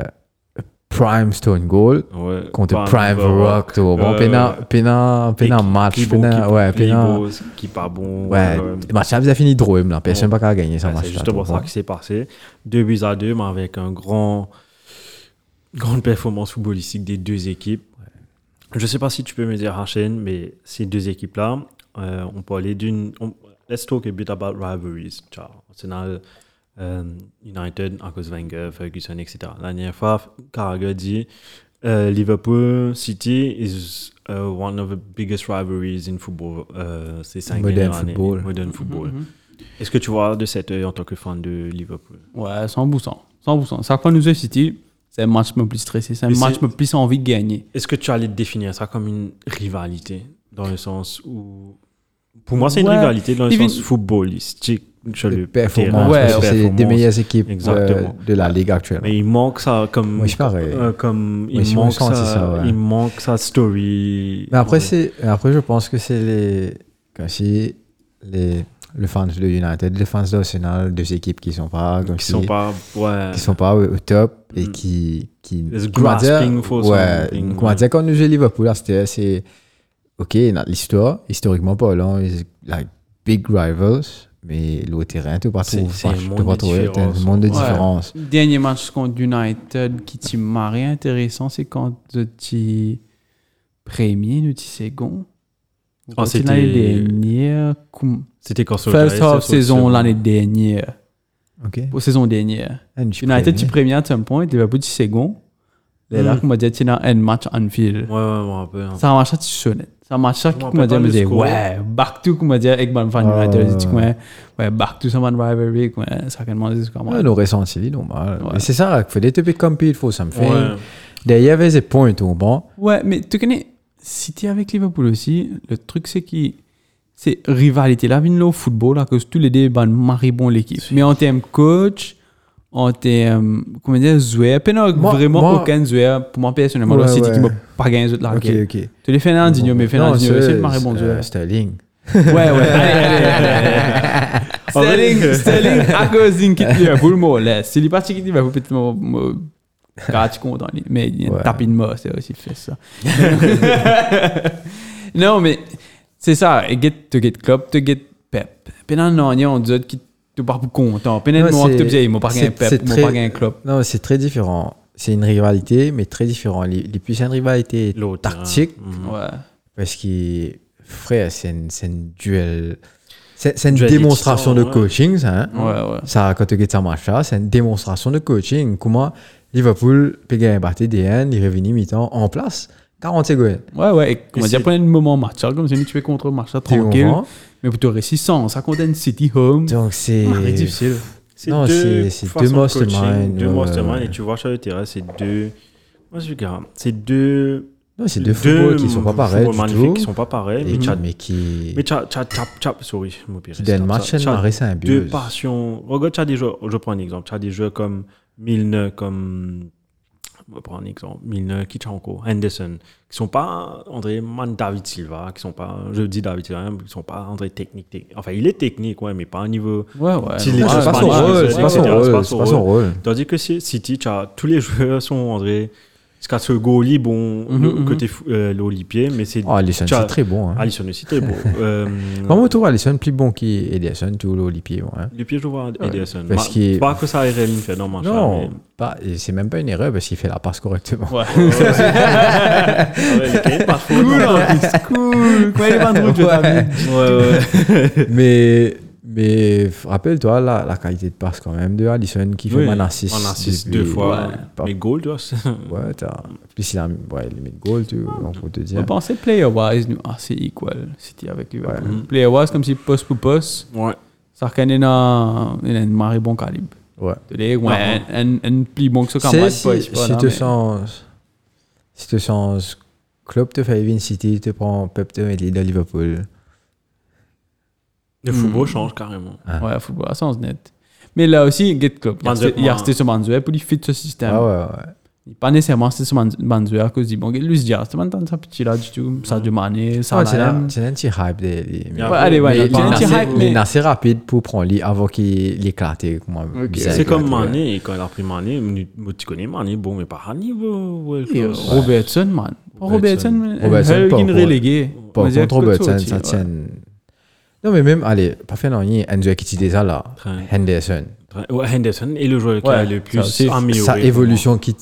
S2: Prime Stone Gold
S1: ouais.
S2: contre
S1: Bam,
S2: Prime The Rock, tu vois. Bon,
S1: Ouais,
S2: Pena,
S1: ouais.
S2: Pena, Pena
S1: Et qui-
S2: match,
S1: qui bon,
S2: Pena,
S1: qui-
S2: ouais,
S1: qui
S2: Pena.
S1: beau, qui pas bon.
S2: Ouais,
S1: euh,
S2: le match-up, ça a fini drôle, là. Personne n'a gagné ça,
S1: Ouais,
S2: match-là.
S1: C'est justement
S2: tu vois.
S1: ça qui s'est passé. Deux buts à deux, mais avec un grand, grande performance footballistique des deux équipes. Je ne sais pas si tu peux me dire, Hachem, mais ces deux équipes-là, euh, on peut aller d'une. on- Let's talk a bit about rivalries. Tu vois, Arsenal, euh, United, à cause Wenger, Ferguson, etc. La dernière fois, Carragher dit euh, Liverpool City is uh, one of the biggest rivalries in football. Euh, ces cinq
S2: Modern
S1: dernières années.
S2: football.
S1: Modern football.
S4: Mhm.
S1: Est-ce que tu vois de cet œil en tant que fan de Liverpool
S4: Ouais, 100%. 100%. Chaque fois que nous City, c'est un match qui me plus stressé. C'est un
S1: Mais
S4: match
S1: c'est-
S4: qui me plus envie de gagner.
S1: Est-ce que tu allais définir ça comme une rivalité Dans le sens où. Pour moi, c'est une
S4: Ouais.
S1: rivalité dans le
S4: Even-
S1: sens footballistique. Je
S2: Les
S1: le
S2: performances,
S4: Ouais,
S2: parce que c'est
S1: performance.
S2: des meilleures équipes euh,
S1: Exactement.
S2: de la Ligue actuelle.
S1: Mais il manque ça comme.
S2: Moi, je suis pareil.
S1: euh, comme
S2: Moi,
S1: il,
S2: je
S1: manque
S2: ressens
S1: ça,
S2: aussi ça, ouais.
S1: il manque sa story.
S2: Mais après,
S1: Ouais.
S2: c'est après je pense que c'est les. Comme si les. Le fans de United, les fans d'Arsenal, deux équipes qui sont pas. Comme
S1: euh, Qui
S2: si-
S1: sont pas. Ouais.
S2: qui sont pas au, au top et
S1: Mm.
S2: qui qui
S1: It's
S2: comment dire,
S1: grasping for
S2: ouais
S1: something, mm.
S2: comment
S1: ouais.
S2: dire quand nous jouons Liverpool là, c'était c'est ok dans l'histoire historiquement pas là is like big rivals mais le terrain tu pas
S1: C'est-
S2: trouver
S1: c'est un
S2: tu
S1: monde
S2: pas
S1: de
S2: trouver t'as un
S1: différence.
S2: monde de
S4: Ouais.
S2: différence
S4: Dernier match contre United qui t'y marré intéressant, c'est quand tu premier, nous t'y second.
S1: Ah,
S4: Quand t'y
S1: c'était-
S4: L'année dernière, coum-
S1: C'était quand Solskjaer
S4: first
S1: était
S4: half
S1: sur le
S4: saison
S1: second.
S4: l'année dernière.
S2: ok
S4: Pour saison dernière.
S2: And je
S4: United, tu
S2: préviens.
S4: premier à un point, Liverpool, tu second. Et là,
S1: Mm.
S4: qu'on m'a dit, tu as un match en ville.
S1: Ouais, ouais, ouais, un peu. hein.
S4: Ça marche, tu sonnes. Ça marche, ça,
S1: Je m'en
S4: qu'on m'a dit,
S1: rappelle
S4: me
S1: pas
S4: dit,
S1: le score.
S4: ouais, back to, qu'on m'a dit, avec mon fan
S2: Ah,
S4: United, je dis,
S2: ouais.
S4: ouais, ouais, back to, ça man rivalry, ouais, ça qu'on m'a dit, comment.
S2: Ouais, le récent c'est normal
S4: Ouais.
S2: Mais c'est ça il faut des types compete faut something
S1: Ouais.
S2: There, il y avait des points tout bon
S4: Ouais, mais tu connais, City avec Liverpool aussi, le truc c'est que c'est rivalité là, vient là au football, là, que tous les deux, ben, maribon l'équipe. Mais en termes coach, en termes, comment dire, joueur, puis non,
S2: Moi-
S4: vraiment
S2: moi-
S4: aucun joueur, pour moi personnellement,
S2: Ouais,
S4: le City
S2: ouais.
S4: qui m'a pas gagné les autres là.
S2: ok ok
S4: Tu les Fernandinho, mais Fernandinho,
S2: Non,
S4: c'est le maribon
S2: euh,
S4: joueur.
S2: Sterling
S4: Ouais, ouais, *laughs* allez, allez, allez, allez. Sterling, Sterling,
S2: *laughs*
S4: euh, à cause d'une quitte Liverpool, moi, là, c'est les parties qui Liverpool, peut-être, moi, moi, quand tu comptes, hein, mais il y a
S2: Ouais.
S4: un tapis de mort, c'est aussi fait ça. *laughs* non, mais c'est ça, et get to get club, to get pep. Puis non, non, il y a un autre qui te part pour content. Puis non,
S2: Ouais,
S4: moi,
S2: c'est-
S4: tu dis, ils m'ont pas gagné
S2: c'est- c'est
S4: pep, ils m'ont
S2: très-
S4: pas gagné club.
S2: Non, mais c'est très différent. C'est une rivalité, mais très différent. Les, les plus une rivalité
S1: L'autre. hein.
S2: tactique,
S1: Mhm.
S4: Ouais.
S2: parce que, frère, c'est une, c'est une duel. C'est c'est une
S1: Duel
S2: démonstration de
S1: excitant, ouais.
S2: coaching, ça. hein.
S4: Ouais, ouais.
S2: Ça, quand tu gagnes ça, marche, ça, c'est une démonstration de coaching. Comment Liverpool peut gagner un DN, il est revenu mi-temps en place. 40 secondes.
S4: Ouais, ouais, et comment
S1: Et
S4: dire,
S1: c'est-
S4: prends un moment match, comme si tu es contre match,
S2: Tu
S4: tranquille,
S2: comprends
S4: mais pour te réussir 100, ça compte un City Home.
S2: Donc, c'est.
S4: Marie, difficile.
S1: Ah, C'est
S2: Non,
S1: deux
S2: c'est- c'est deux
S1: façons de
S2: mastermind, euh,
S1: coaching, Deux
S2: ouais,
S1: mastermind,
S2: ouais.
S1: et tu vois sur le terrain, c'est deux. Moi, je regarde. C'est deux.
S2: Non, c'est deux footballs qui sont pas pareils.
S1: footballs
S2: Du
S1: magnifiques
S2: tout,
S1: qui sont pas pareils.
S2: et
S1: Mais
S2: qui-
S1: tcha-
S2: mais qui.
S1: mais tcha- tcha- tcha- tcha- sorry, je m'opère,
S2: Qui
S1: c'est
S2: donnent
S1: comme
S2: match
S1: ça.
S2: à une
S1: Tcha-
S2: marée
S1: Deux
S2: symbiose.
S1: passions. Regarde, tu as des joueurs. Je prends un exemple. Tu as des joueurs comme Milner, comme. On va prendre un exemple. Milner, Kichanko, Henderson, qui sont pas André Man, David Silva, qui sont pas. Je dis David Silva, hein, qui sont pas André technique. technique. Enfin, il est technique, ouais, mais pas au niveau.
S4: Ouais, ouais.
S1: Si
S4: non,
S1: les
S2: Non,
S4: ouais,
S2: C'est pas son
S4: ouais,
S2: rôle,
S4: ouais,
S2: c'est pas son
S4: ouais.
S1: etc., c'est
S2: rôle, c'est pas son rôle.
S1: Tandis que c'est City, t'as- tous les joueurs sont André. Jusqu'à ce goalie, bon,
S4: Mhm,
S1: le
S4: mhm.
S1: côté fou- euh, le Olipier, mais c'est.
S2: Oh, Alisson,
S1: Tcha-
S2: c'est très bon. Hein.
S1: Alisson aussi,
S2: *laughs*
S1: t'es beau. Euh,
S2: Moi, je trouve Alisson plus bon qu'Ederson, tout l'Olipier. moi, hein.
S1: le pied, je vois Ederson.
S2: Parce
S1: Ma-
S2: qu'il-
S1: c'est Pas que ça RL fait dans ma
S2: Non, pas- et c'est même pas une erreur parce qu'il fait la passe correctement.
S4: Ouais.
S1: *laughs* Ah pas faux.
S4: hein. Cool, en plus, cool. Quoi, les bandes rouges, je vais t'amener.
S1: Ouais, ouais.
S2: *laughs* mais, Mais f- rappelle-toi la, la qualité de passe quand même de Allison qui fait
S1: Oui,
S2: un assist.
S1: en assist
S2: depuis-
S1: deux fois.
S2: Ouais, pas-
S1: Mais goal, tu vois. c'est-
S2: ouais, t'as- Puis il a ouais, il met le goal, tu on peut te dire.
S4: On pensait player-wise, nous, ah, c'est equal, City avec Liverpool.
S1: Ouais.
S4: Player-wise, comme si poste pour poste,
S1: *laughs* Ouais.
S4: Sarkane est un marée bon calibre.
S2: Ouais.
S4: Tu l'es, ouais,
S1: Ah,
S4: un- un- un plus bon que ce qu'un
S2: C'est-
S4: match,
S2: si,
S4: pas, c'est pas,
S2: si
S4: non,
S2: tu
S4: mais-
S2: sens si tu sens Klopp te fait Vin City te prend Pep te met de Liverpool
S1: Le football change carrément.
S2: Ah,
S4: Ouais, football à sens net. Mais là aussi, Get Club.
S1: Banzué,
S4: Il a
S1: moi.
S4: resté sur Banzué pour il fit ce système.
S2: ah ouais ouais
S4: Il n'est pas nécessairement resté sur Banz- Banzué à cause du bon. Luis Diaz, tu m'entends ça petit là du tout. Ça a du mané, ça
S2: Ah,
S4: a
S2: c'est
S4: la
S2: un c'est un petit hype des- des- mais-
S1: Ouais,
S4: Ouais, allez, ouais,
S2: mais-
S4: il y a un petit
S2: mais-
S4: hype, mais.
S2: mais assez rapide pour prendre lui avant qu'il l'éclate comment bizarre,
S1: C'est comme
S2: éclater, ouais.
S1: Mané, et quand il a pris Mané, nous- nous- tu connais Mané, bon, mais pas à un niveau. ouais, le
S4: Euh,
S1: classe.
S4: Robertson, man. Robertson,
S1: Robertson.
S4: man.
S2: Robertson,
S4: Hell,
S2: pas-
S4: il est
S2: pas-
S4: relégué.
S2: Pas
S4: Mais il y a
S2: contre
S4: Couto
S2: Robertson,
S4: aussi,
S2: ça
S4: ouais.
S2: tient. Non, mais même, allez, parfait, non, il y a Enzo Ekitidesa là,
S1: Très-
S2: Henderson.
S1: Ouais, Henderson est le joueur qui
S4: Ouais,
S1: a le plus
S4: ça aussi.
S1: amélioré.
S2: Sa évolution qui,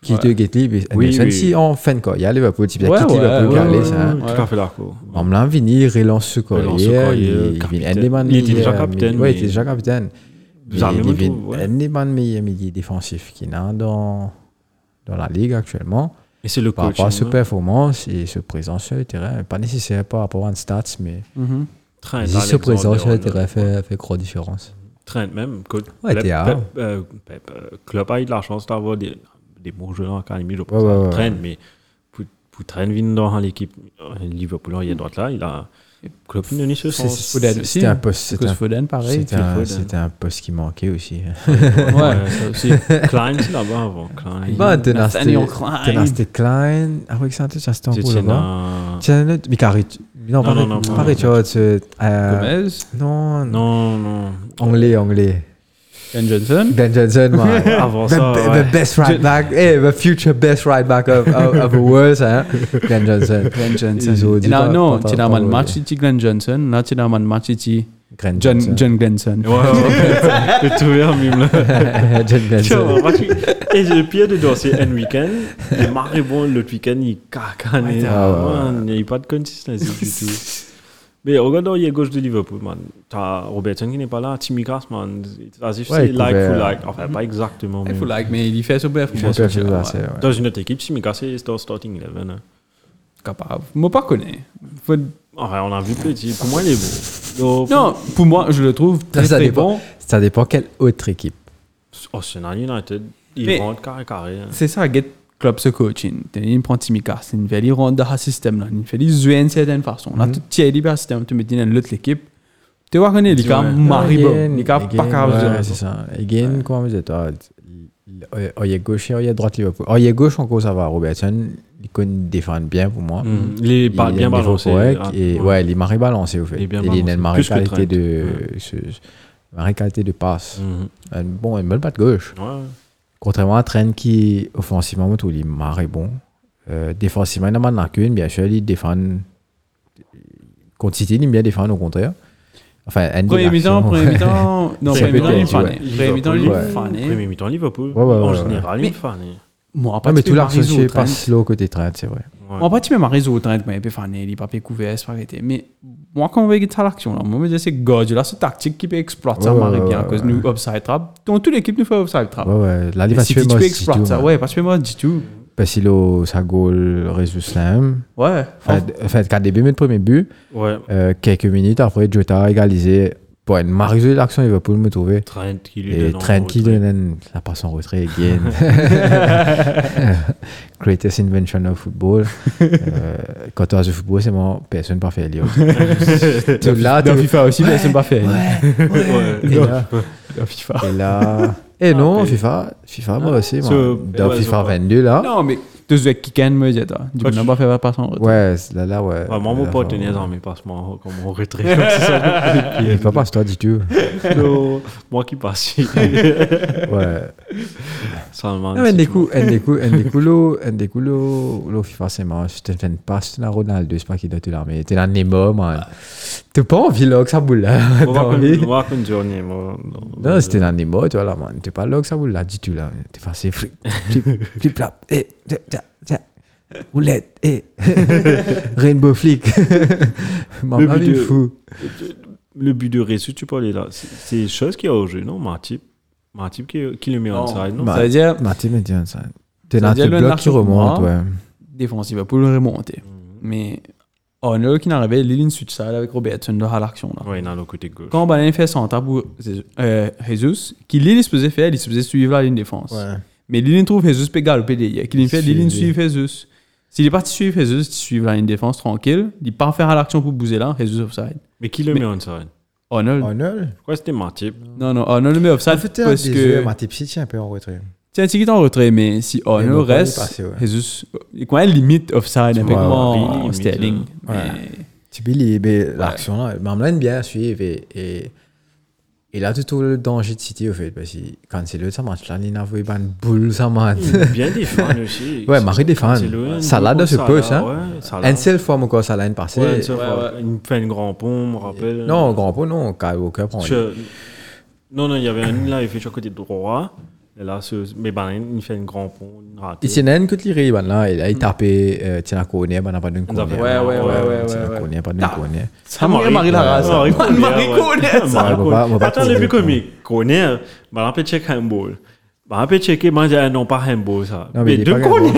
S2: qui te guette libre, et
S1: Oui,
S2: Henderson,
S1: oui.
S2: si en fin de quoi, il y a Liverpool, il y a
S4: Ouais,
S2: Kitty
S4: ouais,
S1: Ouais,
S2: Liverpool qui
S1: ouais,
S2: a hein. allé,
S1: ouais,
S2: ça.
S1: ouais, Tout à fait d'accord.
S2: En me Vini, il relance ce
S1: Relance ce
S2: corrière,
S1: corrière,
S2: il, il vient
S1: capitaine.
S2: Endeman,
S1: Il était déjà
S2: euh,
S1: capitaine,
S2: Ouais, il
S1: mais-
S2: était déjà capitaine. Mais
S1: Jamais
S2: Il
S1: retour,
S2: vient
S1: ouais.
S2: Endeman, meilleur milieu défensif qu'il y en a dans, dans la ligue actuellement.
S1: Et c'est le
S2: Par
S1: coach. hein.
S2: rapport à ses performances et sa présence sur le terrain, pas nécessaire par rapport à une stats, mais
S4: Mhm.
S1: Trent,
S2: si se
S1: Alexander
S2: présence sur le
S1: Arnold.
S2: terrain fait, fait grosse différence.
S1: Trent même. Coach.
S2: Ouais,
S1: Pep-
S2: Théa.
S1: Pep, euh, Pep, euh, Klopp a eu de la chance d'avoir des, des bons joueurs en académie, je pense.
S2: Ouais,
S1: à
S2: ouais, ouais.
S1: Trent, mais pour, pour Trent venir dans l'équipe euh, Liverpool, il est droit là, il a. Klopp il a donné ce
S2: C'est-
S1: sens.
S4: Foden
S2: c'est-
S4: aussi,
S2: C'était un
S4: hein.
S2: poste, c'était
S4: Cause
S2: un-
S4: Foden, pareil.
S2: c'était
S1: Phil
S2: un,
S1: Foden.
S2: c'était un poste qui manquait aussi.
S4: Ouais, ça aussi.
S1: Klein, c'est là-bas avant. Klein.
S2: Bah, Tenas,
S4: Nathaniel
S1: Ah,
S2: *laughs*
S4: Klein.
S2: c'était Klein. Ah oui, c'est un truc, ça, c'était en boule,
S1: Tchétchène,
S2: là-bas.
S1: euh,
S2: Tiens, un autre- mais Carrie- Non,
S1: Non,
S2: pas
S1: non,
S2: Ri-
S1: non,
S2: pas
S1: non.
S2: Richard, c'est, euh,
S4: Gomez,
S2: Non, non.
S1: Non, non.
S2: Anglais, anglais.
S4: Ben Johnson.
S2: Ben Johnson, man.
S1: Avant
S2: the,
S1: ça.
S2: be-
S1: ouais.
S2: the best right back, eh, the future best right back of, of, of the world, hein. Ben Johnson.
S4: Glenn
S2: Ils ont
S4: Johnson.
S2: dit pas-
S4: Non, non,
S2: pas-
S4: tu es
S2: pas-
S4: dans
S2: pas-
S4: mon match, tu Glenn Johnson. Là, tu es dans mon match, tu
S2: Grand
S4: John,
S2: Johnson.
S4: John Glenson.
S1: Ouais,
S2: *laughs*
S1: ouais, J'ai trouvé un mime là.
S2: John
S1: Tiens,
S2: Johnson.
S1: on va- Et j'ai le pire de dossier un week-end. Et Maribon, l'autre week-end, il cacane.
S2: Ouais, ouais,
S1: Il n'y a pas de consistency du tout. Mais regarde, il y a gauche de Liverpool, man. T'as Robertson qui n'est pas là, Timmy Grass, man. C'est as if
S2: Ouais,
S1: c'est
S2: il
S1: like
S2: pouvait,
S1: for
S2: euh,
S1: like. Enfin, pas exactement.
S4: Il
S1: mais-
S4: faut like, mais il fait ce bref.
S2: Je sais pas si vous avez assez, ouais.
S1: Dans une autre équipe, Timmy Grass est dans starting 11. hein.
S4: Capable. Moi, pas connais. Faut-
S1: Enfin, on a vu petit. Pour moi, il est beau. Donc,
S4: Non, pour moi, je le trouve très,
S2: Ça
S4: très
S2: dépend.
S4: bon.
S2: Ça dépend quelle autre équipe.
S1: Arsenal United, ils
S4: Mais-
S1: rentrent carré-carré. hein.
S4: C'est ça, get club ce coaching. T'as une prend Timmy Carson, il fait les rendre dans un système là, il fait les jouer d'une certaine façon.
S2: Mhm.
S4: Là, tu tiens libre un système, tu mets dans l'autre équipe. Tu vois qu'on est, les gars,
S1: Ouais.
S4: Maribo,
S2: Again,
S4: les gars, pas
S2: again,
S4: capable
S2: ouais,
S4: de
S2: c'est ça. Again, comment vous dites toi, il- il- il- il est gauche et il est droite Liverpool. Oh, il est gauche encore, ça va. Robertson, il connaît défendre bien pour moi.
S1: Mm. Il est ba-
S2: Il
S1: bien
S2: aime les
S1: balancé.
S2: corrects
S1: hein.
S2: et, ouais. il est marré balancé, au fait.
S1: Il est bien
S2: il a
S1: balancé,
S2: une marée
S1: plus que
S2: qualité
S1: Trent.
S2: de, ce- marée qualité de passe.
S1: Mhm.
S2: Un bon, une bonne patte gauche.
S1: Ouais.
S2: Contrairement à Trent qui, offensivement, moi, tout, il est marré bon. Euh, défensivement, il n'a pas de lacune, bien sûr, il défend. Contre City, il aime bien défendre, au contraire. Enfin, Andy
S4: Premier
S2: Larson,
S4: mi-temps, premier mi-temps. Non,
S2: C'est
S4: premier
S2: un peu
S4: mi-temps, il est
S2: tendu,
S4: fané.
S2: ouais.
S4: Premier mi-temps, il est
S2: Ouais.
S4: fané.
S1: Premier mi-temps Liverpool.
S2: Ouais, ouais,
S1: en
S2: ouais,
S1: général,
S4: ouais.
S1: il est fané.
S2: *laughs*
S4: Moi,
S2: Ouais,
S4: pas
S2: mais tout
S4: tu mets
S2: l'arc
S4: Marisot
S2: social
S4: au train.
S2: passe slow côté Trent, c'est vrai.
S1: Ouais.
S4: Moi, pas tu mets Marisot au train, mais il est fané, il est pas fait couvert, c'est pas arrêté. Mais moi, quand on veut guetter l'action là, moi, je dis c'est God, là, c'est tactique qui peut exploiter ça,
S2: Ouais,
S4: Marie
S2: ouais,
S4: bien,
S2: ouais,
S4: cause
S2: ouais.
S4: nous, upside trap. Donc, toute l'équipe nous fait upside trap.
S2: Ouais, ouais, là, il
S4: Mais
S2: va
S4: si
S2: tuer
S4: Ah. tu
S2: Moss, si
S4: peux exploiter
S2: tout,
S4: ça,
S2: ouais.
S4: ouais, parce que moi, dis tout.
S2: Parce qu'il a sa goal réseau slam.
S4: Ouais.
S2: Enfin, enfin, quand début, mais le premier but,
S1: Ouais.
S2: euh, quelques minutes après, Jota a égalisé. Pour une marée d'action, il va pour me trouver.
S1: Trent qui lui
S2: Et
S1: donne
S2: Trent
S1: encore
S2: qui
S1: le truc.
S2: donne la passe en retrait
S1: *laughs*
S2: again. Greatest invention of football. euh, quand tu as le football, c'est moi, personne pas
S1: *laughs*
S2: fait Elliot. Tout là,
S4: Dans
S2: tout-
S4: FIFA aussi, mais c'est pas
S1: *laughs*
S4: fait.
S2: *laughs* et là,
S4: Dans FIFA.
S2: et là. Et non,
S1: mais-
S2: FIFA, FIFA, moi aussi, moi.
S1: So,
S2: Dans
S1: Ah, ouais,
S2: FIFA
S1: so-
S2: 22, là.
S4: Non, mais deux joueurs qui gagnent, me dis toi. Du coup,
S1: Ouais.
S4: on pas fait pas son retour.
S2: Ouais, c'est là, là, ouais.
S1: Ouais, Ah, moi, mon
S2: Là,
S1: pote, il est
S2: vraiment.
S1: dans mes passements, comme on retrait. comme ça.
S2: Il peut pas, c'est toi, dis-tu.
S1: Non, Moi qui passe. *laughs*
S2: Ouais.
S1: Salman.
S2: Non, Ah, mais
S1: c'est
S2: des
S1: tout.
S2: coups, un
S1: *laughs*
S2: des coups, un des coups, l'eau, un des coups, l'eau, l'eau FIFA, c'est marrant. Je te fais une passe, tu n'as Ronaldo, c'est pas qui doit te l'armer. T'es là, Nemo, man. T'es pas envie, là, que ça boule là.
S1: Ah. On
S2: T'as
S1: va
S2: envie.
S1: qu'on- on va qu'on journée, moi.
S2: Non, c'était dans Nemo, tu vois, là, man. T'es pas là, que ça boule là, dis tu là. T'es passé flip, flip, flip, flap, eh, tiens, tiens, tiens. Roulette,
S1: *laughs*
S2: eh. Rainbow flick. Maman,
S1: Mais
S2: il est
S1: plutôt-
S2: fou.
S1: le but de réussite, tu parlais là, c'est- c'est chose qui a au jeu, non Matip. Matip qui, qui le met en
S4: Non. Bah.
S1: side, non
S4: Ça veut dire,
S2: Martin me dit ça. T'es
S4: Ça
S2: là,
S4: veut dire
S2: tu
S4: le
S2: bloques, tu
S4: Narcisse
S2: remontes,
S4: noir.
S2: ouais.
S4: défense, il va pas le remonter. Mais oh, Honor qui n'arrivait, Lilin Sutsal avec Robertson là, à l'action. là.
S1: Ouais, il a le côté gauche.
S4: Quand Balen fait son temps pour Jésus- euh, Jesus, qui Lilin est supposé faire, il est supposé suivre la ligne défense. Mais Lilin trouve Jesus peut galopé derrière. Qu'il fait,
S2: Suivi.
S4: Lilin suit Jesus. S'il est parti suivre Jesus, il suit la ligne défense tranquille. Il part faire à l'action pour bouser là, Jesus offside.
S1: Mais qui le
S4: Mais-
S1: met en side
S4: Honor.
S2: En nul
S1: Pourquoi c'était Matip
S4: Oh, Non, Oh, non, Honor le met offside parce que.
S2: Martin Psy est un peu en retrait.
S4: Tiens, c'est qui est en retrait, mais si
S2: il va
S4: Honor
S2: pas y
S4: reste,
S2: passer, ouais.
S4: Jesus. Il quand même limite offside avec
S2: Ouais,
S1: ouais,
S4: moi
S1: limite,
S4: Sterling.
S2: ouais.
S4: Mais-
S2: Tu Billy, ben, l'action là, mais on me l'a bien à suivre et, et, et là tout le danger de City au fait parce que quand c'est le ça match là, il a vu une boule ça match.
S1: Bien défendu aussi.
S2: *laughs* Ouais, Marie défend.
S1: Cancelo,
S2: Salah de ce
S1: Salah,
S2: poste, hein.
S1: ouais, Salah.
S2: Une seule fois mon corps ça l'a une passée.
S1: Ouais, une seule
S4: Ouais,
S1: fois.
S4: ouais.
S1: Il me fait une grand pont, me rappelle.
S2: non, grand pot non, Kyle Walker prend.
S1: Je- Non, non, il y avait un là, il fait sur le côté droit. Et là, ce- mais ben, il fait une grand pont, une ratée.
S2: Il s'en a une que tiré, ben là, il a il tapé, euh, tiens la corner, ben on a pas d'une
S1: On a
S2: corner.
S1: pas- Mm. ouais, ouais, ouais,
S4: ouais,
S2: Tiens
S4: ouais.
S2: la corner, pas d'une
S4: Ah.
S2: corner.
S4: Ça m'aurait marré la race.
S1: Ouais, Marie Conner,
S4: Marie
S1: ouais.
S4: Conner, ça.
S1: Marie
S2: Ouais, on va- on
S1: Conner.
S2: va
S1: Attends,
S2: pas
S1: le
S2: trouver.
S1: but comique. Conner, ben, on peut checker handball. Ben, on peut checker, ben, j'ai un nom pas handball, ça.
S2: Non, mais il est
S1: deux
S2: pas grand
S1: Conner.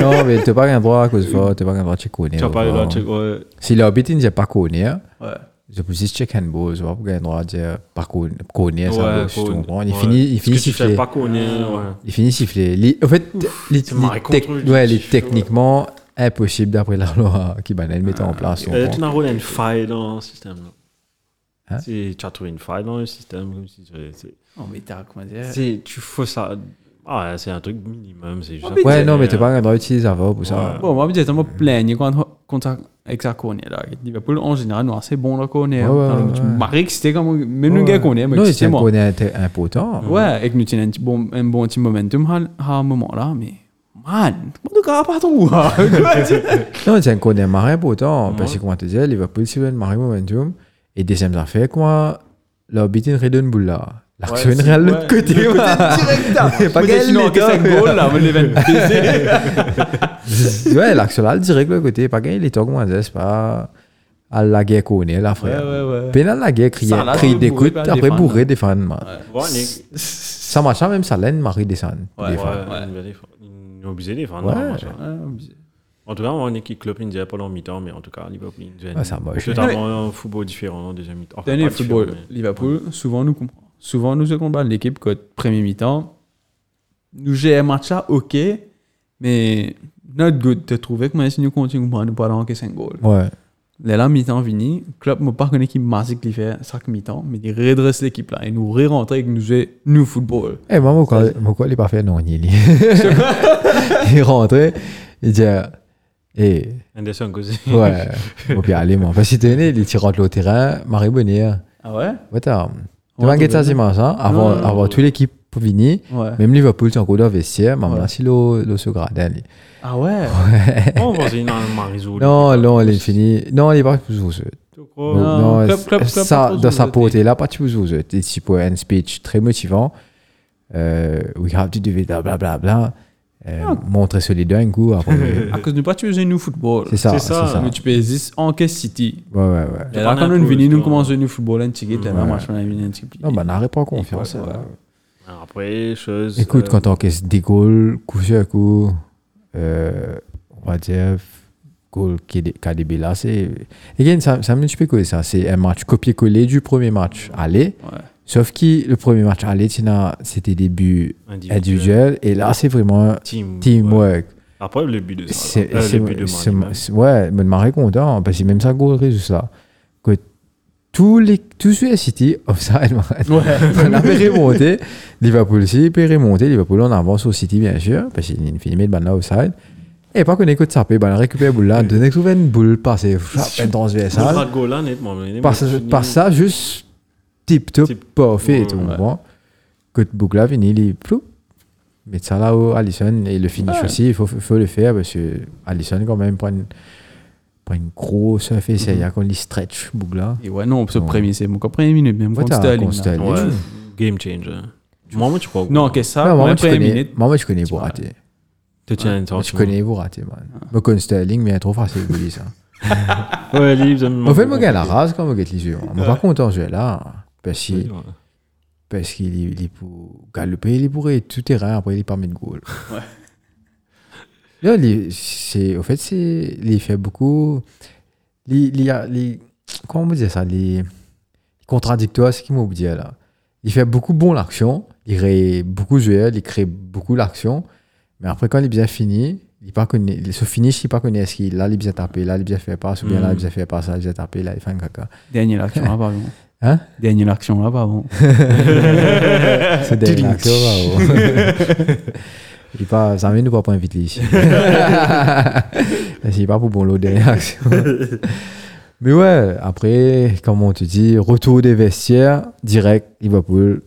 S2: non, mais t'as pas rien droit à cause de ça, t'as pas rien droit de check corner.
S1: Tu vas pas le
S2: bon.
S1: droit de checker, ouais.
S2: Si le Hobbit, il n'y a pas corner,
S4: Ouais.
S2: Je peux juste check handball, je vois pas gagner droit de dire par contre, connaît
S1: Ouais,
S2: ça, je
S1: Conner.
S2: comprends. Il
S1: Ouais.
S2: finit, il
S1: Parce
S2: finit
S1: que tu fais
S2: siffler.
S1: pas Conner, ouais.
S2: Il finit siffler. Les- en fait, les,
S1: tu m'as
S2: les
S1: raconté,
S2: tec-
S1: je dis,
S2: ouais, les
S1: c'est chaud,
S2: techniquement impossible d'après la loi qui va le mettre en place. tu
S1: Euh,
S2: comprends.
S1: tu n'as rôlé une faille dans le système. là.
S2: Hein Euh.
S1: Si tu as trouvé une faille dans le système, comme si tu- c'est-
S4: Oh, mais t'as comment dire
S1: c'est- tu fais ça. Ah, c'est un truc minimum, c'est juste.
S4: Oh,
S1: un
S4: mais
S1: peu
S2: Ouais, non, Ah, mais
S1: derrière.
S2: t'as pas rien droit d'utiliser ça va pour ça.
S4: Bon, moi, peut-être, moi, plaigner contre, contre avec sa cornée, là. Liverpool, en général, non, c'est bon, la cornée.
S2: Ouais, ouais, ouais,
S4: Tu
S2: ouais.
S4: m'as excité comme, même le gars qu'on est, mais
S2: Non, c'est
S4: excité,
S2: un
S4: moi.
S2: connaît inté- important.
S4: Ouais, et que nous tient un petit bon, un bon petit momentum à- à un moment, là, mais, man, comment tu gars *laughs* pas trop, hein? Quoi, tu-
S2: Non, c'est un connaît marin important. Parce que, comment te dire, Liverpool, si vous avez marin momentum, et deuxième affaire, quoi, le Hobbit, il redonne boule là. L'action est réelle de l'autre côté.
S4: Le
S2: ouais.
S4: direct,
S5: *laughs*
S4: là.
S2: C'est pas
S4: Mais
S2: qu'elle hein.
S4: sinon,
S2: les
S4: qu'est-ce
S2: donne.
S4: que goal, là, on
S2: *laughs*
S4: les vient de baiser.
S2: ouais, l'action là, le direct, le côté, pas gagné les temps, comment dire, c'est pas à la guerre qu'on est, là, frère.
S4: Ouais, ouais, ouais.
S2: Pénal la guerre, crier,
S4: Ça, là,
S2: crier
S4: bourré, ben,
S2: d'écoute,
S4: pas
S2: après
S4: défendre,
S2: bourré, défendre. man.
S1: Ouais, Nick.
S2: Ça marche, même ça l'aide, Marie descend.
S4: Ouais,
S2: défendre.
S1: Ouais, il va défendre. Il est obligé de défendre,
S2: Ouais.
S1: normalement, ça.
S4: Ouais,
S1: En tout cas, on est qui Klopp, il ne dirait pas dans le mi-temps, mais en tout cas, Liverpool, il dirait
S2: Ah, ça moche.
S1: totalement un football différent en deuxième mi-temps. Enfin,
S4: Dernier
S1: pas différent,
S4: football, Liverpool, souvent nous comprend. Souvent nous se combat l'équipe que premier mi-temps. Nous gère match là, ok, mais not good de trouver que si nous continuons pas nous pas dans 5 goals.
S2: Ouais.
S4: Là, là, mi-temps fini, Klopp m'a pas connu qui massique qui fait 5 mi-temps, mais il redresse l'équipe là et nous re-rentre et que nous jouons nous football.
S2: Eh, moi, mon quoi, mon quoi, il est parfait, non, il
S4: *laughs*
S2: est. Il rentrait, il dit, eh,
S1: mais- Anderson Gozé. *laughs*
S2: Ouais, bon, puis allez, moi. Parce que t'es né, il tire entre le terrain, Marie Bonnier.
S4: Ah ouais?
S2: Ouais, t'as. Tu vas guetter ça, c'est marrant, ça. Avant,
S4: Non, non, non.
S2: avant toute l'équipe pour venir,
S4: Ouais.
S2: même Liverpool, c'est encore dans le vestiaire, mais
S4: Ouais.
S2: là, si l'eau l'eau se grade, elle.
S4: Ah ouais?
S1: Oh, vas-y, non, Marisou.
S2: Non, non, elle est finie. Non, elle est pas plus aux autres.
S1: Tu
S2: Non,
S1: crois
S4: Non,
S2: non,
S4: club,
S2: c'est-
S4: club, club, pas
S2: ça,
S4: plus
S2: dans
S4: aux
S2: sa
S4: autres,
S2: peau, t'es là, pas plus aux autres. Et si pour un speech très motivant, euh, we have to do it, blablabla, euh,
S4: Ah.
S2: montrer ce leader un coup après.
S4: *laughs* À cause de pas tu joues nous football.
S2: c'est ça,
S1: C'est
S2: c'est
S1: ça.
S2: ça.
S4: Mais tu peux exister en caisse City.
S2: Ouais, ouais, ouais.
S4: Et Là,
S1: pas
S4: quand on est
S1: d'impro,
S4: venu, nous
S1: toi.
S4: commençons nous football un petit peu, là,
S2: Ouais.
S4: match on a mis un petit peu.
S2: Non, bah, n'arrête pas confiance.
S4: ouais.
S2: hein.
S1: Alors *laughs* Après, chose.
S2: Écoute,
S1: euh,
S2: quand on encaisse des goals, coup sur coup, euh, on va dire, goal KDB là, c'est. Again, ça, ça me dit, tu peux coller ça. C'est un match copier-coller du premier match aller.
S4: Ouais.
S2: Sauf que le premier match aller, tu n'as- c'était des buts
S1: individuel,
S2: individuels. Et là, c'est vraiment
S1: Team. ouais.
S2: teamwork.
S1: Après, Ah, le but de ça.
S2: C'est,
S1: là. Euh,
S2: c'est-
S1: le but de
S2: c'est-
S1: Marie,
S2: c'est- ouais, mais marre content parce que même ça goal résout ça. Que tous les tous ceux à City oh, offside man. *laughs* on a fait remonter Liverpool aussi peut remonter Liverpool en avance au City bien sûr parce qu'il finit de balle là offside. Et pas qu'on écoute ça, puis ben, on récupère la boule là, donne trouver une boule passer frappe, hein. une
S1: Le bras
S2: transversale.
S1: de goal, là, nettement. mais-
S2: Par,
S1: mais-
S2: par ça juste tip top
S1: Tip-
S2: parfait
S1: Ouais,
S2: tout
S1: ouais.
S2: le monde. Que boucle là finit il ploup. Mettre ça là au Allison et le finish
S4: Ouais.
S2: aussi, il faut, faut le faire parce que Allison quand même prend une, prend une grosse surface il y a quand il stretch boucle là.
S4: Et ouais, non, ce
S2: Ouais.
S4: premier, c'est mon premier minute, même
S2: Ouais,
S4: contre
S2: t'as
S4: Sterling.
S2: un
S4: là.
S2: Sterling.
S1: Ouais. Game changer. Moi, moi, tu crois.
S4: Non, qu'est-ce que ça?
S2: Ouais,
S4: Mon
S2: moi, je
S4: premier
S2: connais,
S4: minute.
S2: moi, moi, je connais
S4: Tu
S2: vous
S4: vois.
S2: rater.
S1: Tu tiens une
S2: Je connais vous rater, man. Moi, comme Sterling, mais il est trop facile, vous dire ça.
S1: Ouais, Leeds, on
S2: En fait, moi, j'ai la race quand je les yeux. Mais par contre, en jeu là, parce qu'il parce qu'il est- il est pour galoper, il est pour être tout terrain, après il est parmi de goal. *laughs* Là, les- c'est, au fait, c'est, il fait beaucoup, les, les, les- comment on peut dire ça, les contradictoires, c'est qui m'a oublié là. Il fait beaucoup bon l'action, il crée beaucoup joué, il crée beaucoup l'action, mais après quand il est bien fini, il pas connaît, il se finish, il pas connaît ce qu'il là, il est bien tapé, là, il est bien fait pas, ou bien là, il est bien fait pas, ça, il est bien tapé, là, il fait un caca.
S4: Dernière action là, par exemple.
S2: Hein
S4: Dernière action là, par exemple.
S2: C'est des acteurs, là, ouais. Il pas, ça mène nous pas pour inviter ici. C'est pas pour bon lot des réactions. Mais ouais, après, comme on te dit, retour des vestiaires, direct, Liverpool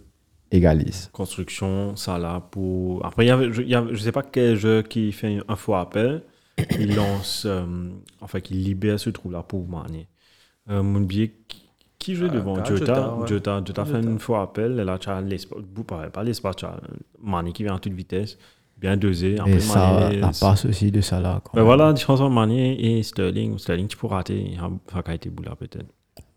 S2: égalise.
S1: Construction, ça là pour. Après, il y avait, je, il y avait- je sais pas quel jeu qui fait un faux appel. Il lance. euh, enfin, qui libère ce trou là pour Mané. Euh, mon biais, qui, qui joue
S6: Ah,
S1: devant
S6: ah,
S1: Jota
S6: Jota, ouais.
S1: Jota, Jota fait
S6: Jota.
S1: un faux appel. Et là, tu as l'espace. Vous parlez pas l'espace. tu as Mané qui vient à toute vitesse. Bien dosé.
S2: Et ça,
S1: Mané-
S2: la passe aussi de ça là. quand
S1: Ben
S2: même.
S1: voilà, la différence entre Mané et Sterling. Sterling, tu peux rater. Ça a été boula peut-être.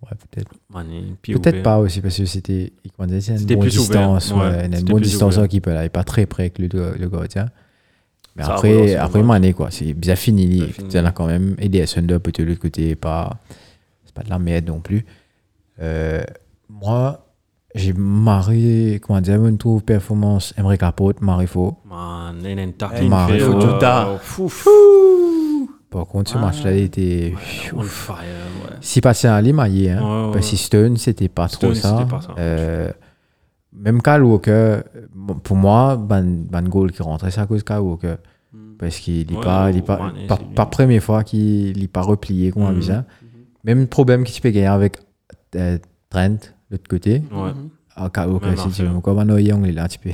S2: Ouais, peut-être.
S1: Mané, puis
S2: Peut-être
S1: ouvert.
S2: pas aussi, parce que c'était, comment dire, c'est une
S1: C'était
S2: bonne
S1: plus ouvert,
S2: distance,
S1: ouais,
S2: ouais, une
S1: c'était
S2: bonne
S1: plus
S2: distance
S1: ouvert.
S2: en équipe, là, et pas très près avec le, le gardien. Mais
S1: Ça relance
S2: après,
S1: le
S2: après
S1: match.
S2: Mané, quoi, c'est bien fini,
S1: Bien
S2: lui.
S1: fini.
S2: Il en a quand même aidé à Sunder, peut-être de l'autre côté, pas, c'est pas de la merde non plus. Euh, moi, j'ai marré, comment dire, une trouve performance, Emery Capote, marré faux.
S1: Man, il y a une tackling
S2: Mario
S1: fait, euh,
S4: Jota.
S1: fouf.
S2: Par contre, ce
S1: Ah.
S2: match-là, il était,
S1: On le fire, ouais.
S2: Si passait à Lima, il y est, hein.
S1: Ouais, ouais,
S2: Parce que
S1: ouais.
S2: Stone, c'était pas
S1: Stone,
S2: trop ça.
S1: c'était pas ça.
S2: Euh, même Kyle Walker, bon, pour moi, Ban, Ban Goal qui rentrait, c'est à cause de Kyle Walker. Parce qu'il n'est
S1: Hmm. Ouais,
S2: pas, il est
S1: ou
S2: pas,
S1: Mané,
S2: pas,
S1: c'est lui.
S2: pas première fois qu'il n'est pas replié, comme on
S1: Mhm.
S2: dit ça. Même le problème qu'il peut gagner avec euh, Trent, de l'autre côté. *laughs*
S1: Ouais.
S2: Ah, Kyle Walker,
S1: Hmm. Même
S2: si tu
S1: affaire.
S2: veux, comme Manoï Young, il est là, tu peux.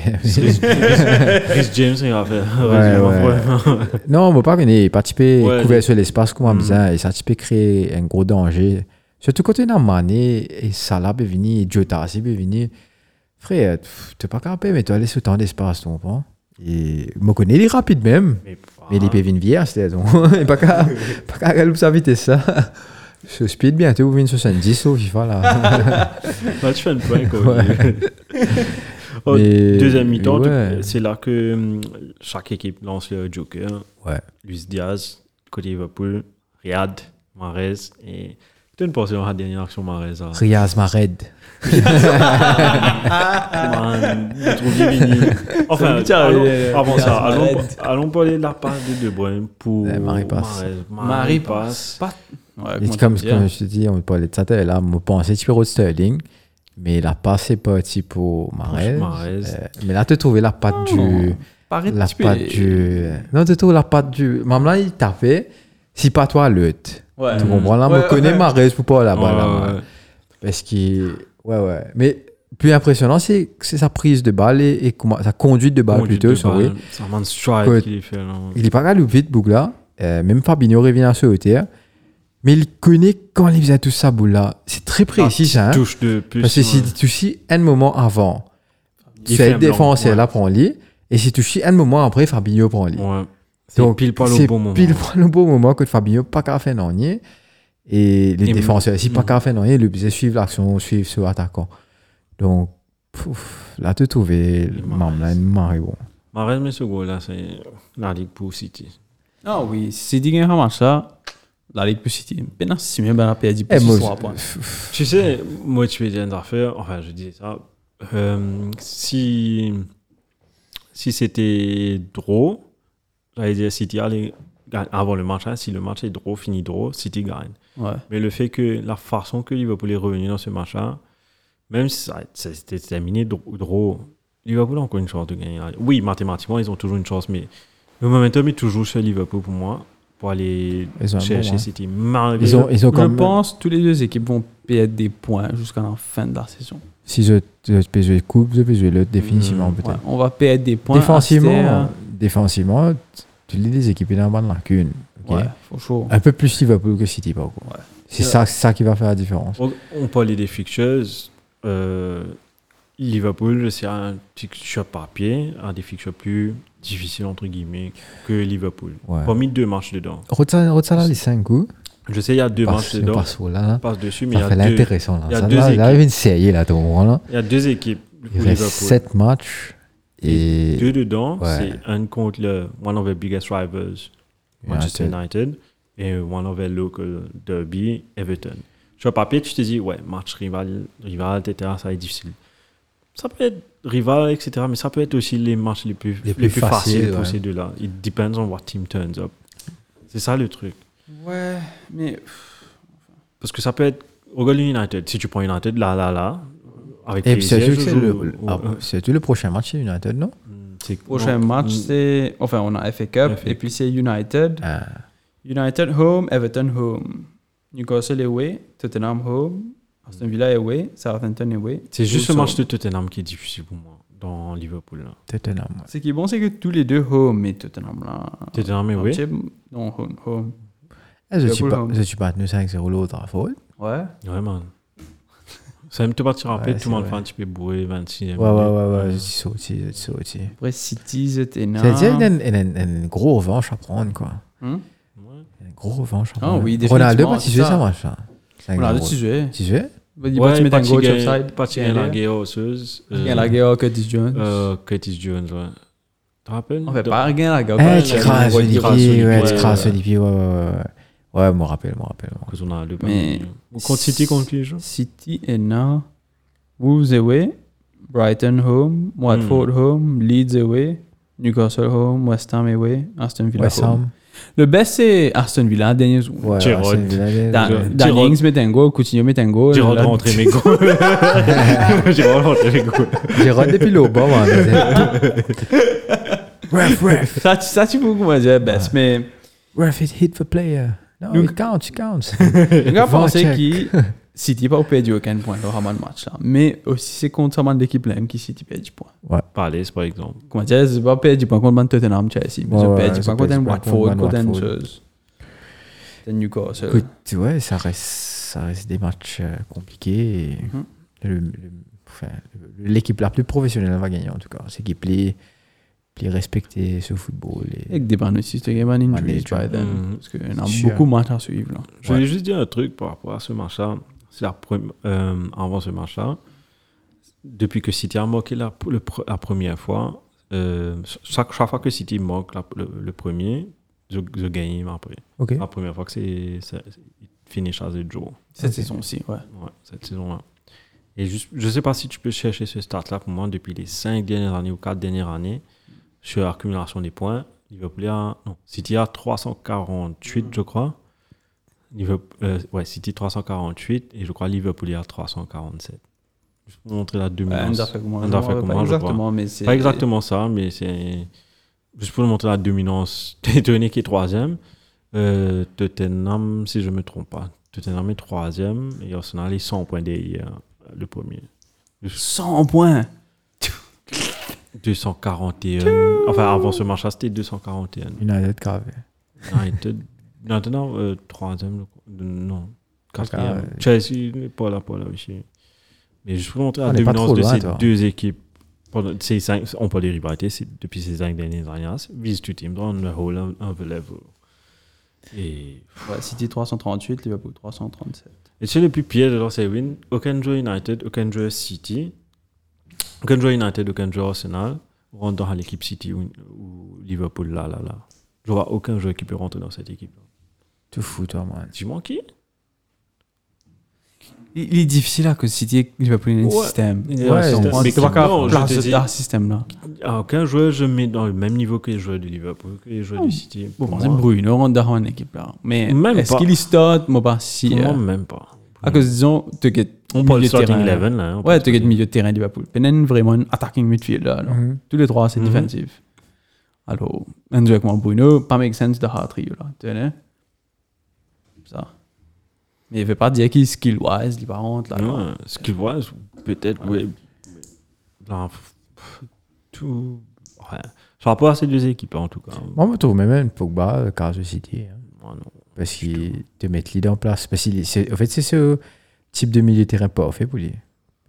S1: Chris James, il a fait. Heureusement,
S2: ouais. Non, on ne peut pas venir participer,
S1: Ouais, Mm.
S2: couvert
S1: j'ai-
S2: sur l'espace comme on dit ça, et ça tu peux créer un gros danger. Surtout quand tu es dans Mané, et Salah peut venir, et Jota aussi peut venir. Frère, tu pas capable, mais tu aller sur tant d'espace, tu comprends Et je me connais, il est rapide même,
S1: Mais
S2: mais il est pévin vierge, c'est donc. *laughs* Il pas qu'à
S1: *laughs*
S2: pas qu'à regarder sa vitesse, ça. Ce speed, bientôt, vous venez 70 au FIFA, là.
S1: Bah, tu fais une pointe, quoi. *laughs* Oh,
S2: Mais-
S1: Deuxième mi-temps,
S2: mais
S1: tu-
S2: ouais.
S1: c'est là que hum, chaque équipe lance le Joker.
S2: Ouais.
S1: Luis Diaz, côté Liverpool, Riyad, Mahrez et. Tu ne pensais pas à la dernière action Mahrez. hein. là.
S2: Riaz Mared.
S1: Ah, Man, je trouve bien fini.
S2: *laughs*
S1: Enfin,
S4: Salut, ciao,
S1: allons-
S4: euh,
S1: avant
S4: Lucas
S1: ça, allons,
S4: Moret.
S1: allons parler de la passe de De Bruyne pour
S2: Euh, Marie passe.
S1: Mahrez. Marie
S4: Marie
S1: passe.
S4: Pas... Ouais,
S2: Et
S4: comment
S2: comme,
S4: dire
S2: comme je te dis, on parlait de ça, t'as- là, on pensait tu de Sterling, mais la passe est partie pour Marais.
S1: Mahrez.
S2: mais là, tu trouvé la patte du.
S4: Paraît
S2: La
S4: tu es-
S2: patte du. Non, tu trouves la patte du. Maman, là, il tapait. Si pas toi, l'autre.
S4: Ouais.
S2: Tu comprends? Là, on
S4: Ouais, ouais.
S2: connaît Marais pour pas
S1: Ouais,
S2: là-bas. Ah, bah, là,
S1: ouais, ouais.
S2: Parce qu'il. Ouais, ouais. Mais plus impressionnant, c'est c'est sa prise de balle et, et comment- sa conduite de balle
S1: Conduite
S2: Bah, plutôt,
S1: de
S2: sorry.
S1: balle. C'est vraiment un stride
S2: Que-
S1: qu'il fait. là.
S2: Il est pas allé vite, Bougla. Euh, même Fabinho revient à ce hauteur. Mais il connaît quand il faisait tout ça, Bougla. C'est
S1: Ah,
S2: très précis, ça. hein.
S1: Touche de plus.
S2: Parce que si
S1: ouais.
S2: tu touches un moment avant,
S1: euh, Il fait
S2: cette
S1: un
S2: défense,
S1: blanc, ouais.
S2: là, prend lit. Et si tu touches un moment après, Fabinho prend lit.
S1: Ouais. C'est
S2: Donc,
S1: pile pas le
S2: c'est
S1: bon moment.
S2: Pile pas le bon moment que Fabinho pas qu'à faire n'en Et les
S1: Et
S2: défenseurs, si pas
S1: mm.
S2: qu'à faire n'en le but, suivre l'action, suivre ce attaquant. Donc, pouf, là, tu trouvé,
S1: Il marche.
S2: Mamlan, marre bon.
S1: Mahrez, Bah, mais ce goal là, c'est la ligue pour City.
S4: Ah oui, si tu gagnes un match là, la Ligue Plus City, ben si bien ben a perdu
S2: Eh,
S4: plus
S2: moi,
S4: 3 points.
S1: Tu sais, moi, tu es bien d'affaires. Enfin, je disais ça. Euh, si si c'était draw, j'allais dire City allait gagne- avant le match. hein, si le match est draw, fini draw, City gagne.
S4: Ouais.
S1: Mais le fait que la façon que Liverpool est revenu dans ce match-là, même si ça ça- c'était terminé dr- draw, Liverpool a encore une chance de gagner. la- Oui, mathématiquement, ils ont toujours une chance, mais le momentum est toujours chez Liverpool pour moi, pour aller
S2: Ils ont un bon,
S1: chercher
S2: hein.
S1: City. Malgré
S2: Ils ont, ils ont
S4: Je
S2: quand même-
S4: pense que toutes les deux équipes vont perdre des points jusqu'à la fin de la saison.
S2: Si je, je peux jouer coupe, je peux jouer l'autre définitivement,
S1: Mm,
S2: peut-être.
S4: Ouais, on va perdre des points.
S2: Défensivement, euh,
S1: hein.
S4: Aster,
S2: défensivement, tu les des équipes dans la bonne lacune. ok?
S4: euh, Ouais, faut chaud.
S2: Un peu plus Liverpool que City, par contre.
S4: Ouais.
S2: C'est ça, c'est ça qui va faire la différence.
S1: On, on parlait des fixtures. Euh, Liverpool, c'est un fixture papier, un des fixtures plus difficiles, entre guillemets, que Liverpool.
S2: Ouais.
S1: Pas mis deux matchs dedans.
S2: Rotsala, les 5 coups.
S1: Je sais, il y a deux matchs
S2: Passe,
S1: dedans.
S2: passe au là. là.
S1: Passe dessus, mais il y
S2: hein. Ça
S1: a
S2: fait
S1: deux-
S2: l'intéressant là.
S1: il y a
S2: Ça,
S1: deux
S2: là, là, il y a
S1: équipes.
S2: une série là, ton moment là.
S1: il y a deux équipes.
S2: Il
S1: pour
S2: reste
S1: Liverpool.
S2: 7 matchs et.
S1: deux dedans,
S2: Ouais.
S1: c'est un contre le one of the biggest rivals, Manchester
S2: United.
S1: United, et one of the local derby, Everton. Sur papier, tu te dis, ouais, match rival, rival, etc., ça va être difficile. Ça peut être rival, etc., mais ça peut être aussi les matchs les plus,
S2: Les
S1: les
S2: plus
S1: plus
S2: faciles,
S1: faciles pour
S2: ouais.
S1: ces deux-là. It depends on what team turns up. C'est ça le truc.
S4: Ouais, mais
S1: Parce que ça peut être regarde le United. Si tu prends United, là, là, là, avec
S2: Et puis,
S1: plaisir,
S2: c'est sûr
S1: je
S2: que c'est
S1: joue
S2: le,
S1: au-
S2: ah,
S1: au-
S2: c'est le prochain match, c'est United, non
S1: euh, c'est-
S4: prochain
S1: non,
S4: match,
S1: mm,
S4: c'est. Enfin, on a FA Cup,
S1: FA.
S4: et puis c'est United.
S2: Ah.
S4: United home, Everton home. Newcastle away, Tottenham home, Aston Villa away, Southampton away.
S1: C'est juste
S4: Tout
S1: le
S4: ça.
S1: match de Tottenham qui est difficile pour moi dans Liverpool.
S4: Ah,
S1: Là.
S2: Tottenham. ouais.
S4: Ce qui est bon, c'est que tous les deux home, mais Tottenham là.
S1: Tottenham, mais oui.
S4: Chip, Non, home, home.
S2: Ah, Je suis
S4: Liverpool,
S2: pas,
S4: hein.
S2: je suis pas tenu 5-0 l'autre à faute.
S4: Ouais.
S1: Ouais, man. Ça me te partir un peu,
S2: Ouais,
S1: tout le monde
S2: c'est
S1: fait un petit peu bourré, 26
S2: Ouais, ouais, ouais, ouais, je suis sauté, je suis sauté.
S4: Après, City, Tottenham.
S2: C'est dire une, une, une, une gros revanche à prendre, quoi.
S4: Hein?
S2: Une grosse revanche à
S4: Ah
S2: prendre.
S4: oui,
S2: Ronaldo,
S4: définitivement,
S2: pas si
S4: c'est
S2: joué
S4: ça.
S2: ça, match, ça.
S4: Voilà, tu joues.
S2: Tu jouais
S4: Il va te mettre un
S1: parti
S4: goal
S1: gain-
S4: offside.
S1: parti gain la guerre osseuse.
S4: Il gagne la guerre, Curtis Jones.
S1: euh, Curtis Jones, ouais. Tu te rappelles
S4: On fait
S1: Dans-
S4: pas un gain la guerre.
S2: Eh,
S1: ouais,
S2: tu
S1: la-
S2: crasses
S1: ouais,
S2: Olivier,
S1: crasse Olivier,
S2: ouais, tu
S1: ouais,
S2: crasses
S1: ouais.
S2: Olivier, ouais, ouais, ouais. Ouais, je me rappelle, je me rappelle.
S1: Parce qu'on a le
S4: Mais-
S1: Ou contre City, contre qui ils jouent
S4: City et now Wolves away, Brighton home, Watford
S1: Hmm.
S4: home, Leeds away, Newcastle home, West Ham away, Aston Villa
S2: West
S4: home.
S2: Ham.
S4: Le best c'est Aston Villa, Daniels.
S2: Ouais,
S1: Giroud.
S2: Arsène Wenger.
S4: Dan-
S1: Ouais.
S4: Dannings met un goal, Coutinho met un goal.
S1: J'ai
S4: Là-
S1: rentré mes goûts. *laughs* J'ai rentré mes goûts.
S2: Giroud depuis le bas,
S4: *laughs*
S2: moi. Ref, ref,
S4: Ça, tu- ça, tu peux comment dire best, mais
S2: ref, it hit the player. No,
S4: Nous-
S2: it counts, it counts.
S4: *laughs* on va penser
S2: check.
S4: que City pas perdu aucun point dans le match là. Mais aussi, c'est contre vraiment l'équipe là même qui City perd du point.
S1: Palace, par exemple.
S4: Comment dire, c'est pas perdu point contre Man Tottenham, Chelsea, mais
S2: Ouais,
S4: c'est
S2: ouais,
S4: perdu
S2: c'est
S4: point contre
S2: perdu
S4: un
S2: point contre
S4: Watford,
S2: Man
S4: contre un
S2: Watford.
S4: chose. Contre Newcastle.
S1: Euh,
S2: Écoute, ouais, ça reste, ça reste des matchs euh, compliqués. et
S4: Mhm.
S2: le- le- enfin, le- L'équipe la plus professionnelle va gagner, en tout cas. C'est qui plie, plie respecter ce football. Et...
S4: Avec des bannes aussi, c'était game and injuries
S2: Manager.
S4: by then.
S1: Mhm.
S4: Parce qu'il y en a
S2: Sûr.
S4: beaucoup de matchs à suivre. Là.
S1: Je voulais juste dire un truc par rapport à ce match-là. C'est la première, euh, avant ce match-là, depuis que City a marqué la, le pre- la première fois, euh, chaque, chaque fois que City manque la- le, le premier, je, je gagne après.
S2: Ok.
S1: La première fois que c'est c'est- c'est- il finish à zéro draw.
S4: Cette
S2: Ok.
S4: saison-ci, ouais.
S1: Ouais, cette saison-là. Et juste, je sais pas si tu peux chercher ce start-là pour moi depuis les 5 dernières années ou 4 dernières années sur l'accumulation des points. Liverpool a, non, City a 348, je crois. Liverpool, euh, ouais, City 348 et je crois Liverpool a 347. Juste pour montrer la
S4: Euh,
S1: dominance.
S4: Enza fait comment
S1: Enza
S4: je m'en
S1: fait
S4: rappelle
S1: comment,
S4: pas
S1: je crois.
S4: exactement, mais c'est.
S1: pas exactement ça, mais c'est juste pour montrer la dominance. *laughs* Tony qui est troisième. Euh, Tottenham, si je me trompe pas. Tottenham est troisième et Arsenal est 100 points derrière le premier.
S4: 100 points
S1: 241. Enfin, avant ce match-là, c'était 241.
S2: United, grave.
S1: United, maintenant, euh, troisième, je- non, quatrième.
S2: euh,
S1: Chelsea n'est pas là, pas là aussi. Mais je voulais montrer
S2: On
S1: la
S2: n'est pas
S1: dominance
S2: trop
S1: de
S2: loin,
S1: ces
S2: toi.
S1: deux équipes. Pendant ces cinq, on peut les rivalités c'est- depuis ces cinq dernières années. c'est These two teams on the whole of- of the level. Et,
S4: Ouais, City 338, Liverpool 337.
S1: et c'est le plus pire de leur win. Aucun joueur United, aucun joueur City, aucun joueur United, aucun joueur Arsenal rentre dans l'équipe City ou, ou Liverpool là, là, là. Je vois aucun joueur qui peut rentrer dans cette équipe.
S2: Tout fou, toi, man.
S1: Tu manques qui
S4: Il, il est difficile là que City et Liverpool aient un
S1: Ouais.
S4: système.
S1: Il y a
S2: Ouais,
S1: un système.
S2: on-
S1: Mais
S4: C'est pas
S1: qui- non,
S4: qu'à
S1: je
S4: place
S1: te
S4: de
S1: dis,
S4: ce système là.
S1: à aucun joueur je mets dans le même niveau que les joueurs du Liverpool, que les joueurs du City.
S4: Bon,
S1: Pour
S4: c'est
S1: moi,
S4: Bruno rentre dans une équipe là. Mais
S1: Même
S4: est-ce
S1: pas.
S4: qu'il est start Moi, pas si.
S1: pour moi,
S4: euh,
S1: même pas.
S4: À cause, disons, tu get
S1: on parle
S4: milieu
S1: de
S4: de
S1: starting
S4: terrain.
S1: 11 là. hein, on
S4: Ouais,
S1: parle
S4: tu
S1: de-
S4: get milieu de terrain Liverpool. Penen vraiment un attacking midfield là. alors.
S2: Mhm.
S4: Tous les trois, c'est
S1: Mhm.
S4: défensif. Alors, un joueur comme Bruno, pas make sense de hard trio là. Tu connais Ça. Mais il veut pas dire qu'il est skill wise, il va rentrer là. non.
S1: Ouais, ce qu'il voit, c'est peut-être, oui. Là, pff, pff, tout. Ouais. Je rapport à ces deux équipes, hein, en tout cas.
S2: Ah, Moi, je me trouve même Pogba, euh, Carlos City. hein.
S1: Moi, non.
S2: Parce qu'il te met lead en place. Parce qu'il c'est- en fait, c'est ce type de milieu de terrain pas fait pour lui.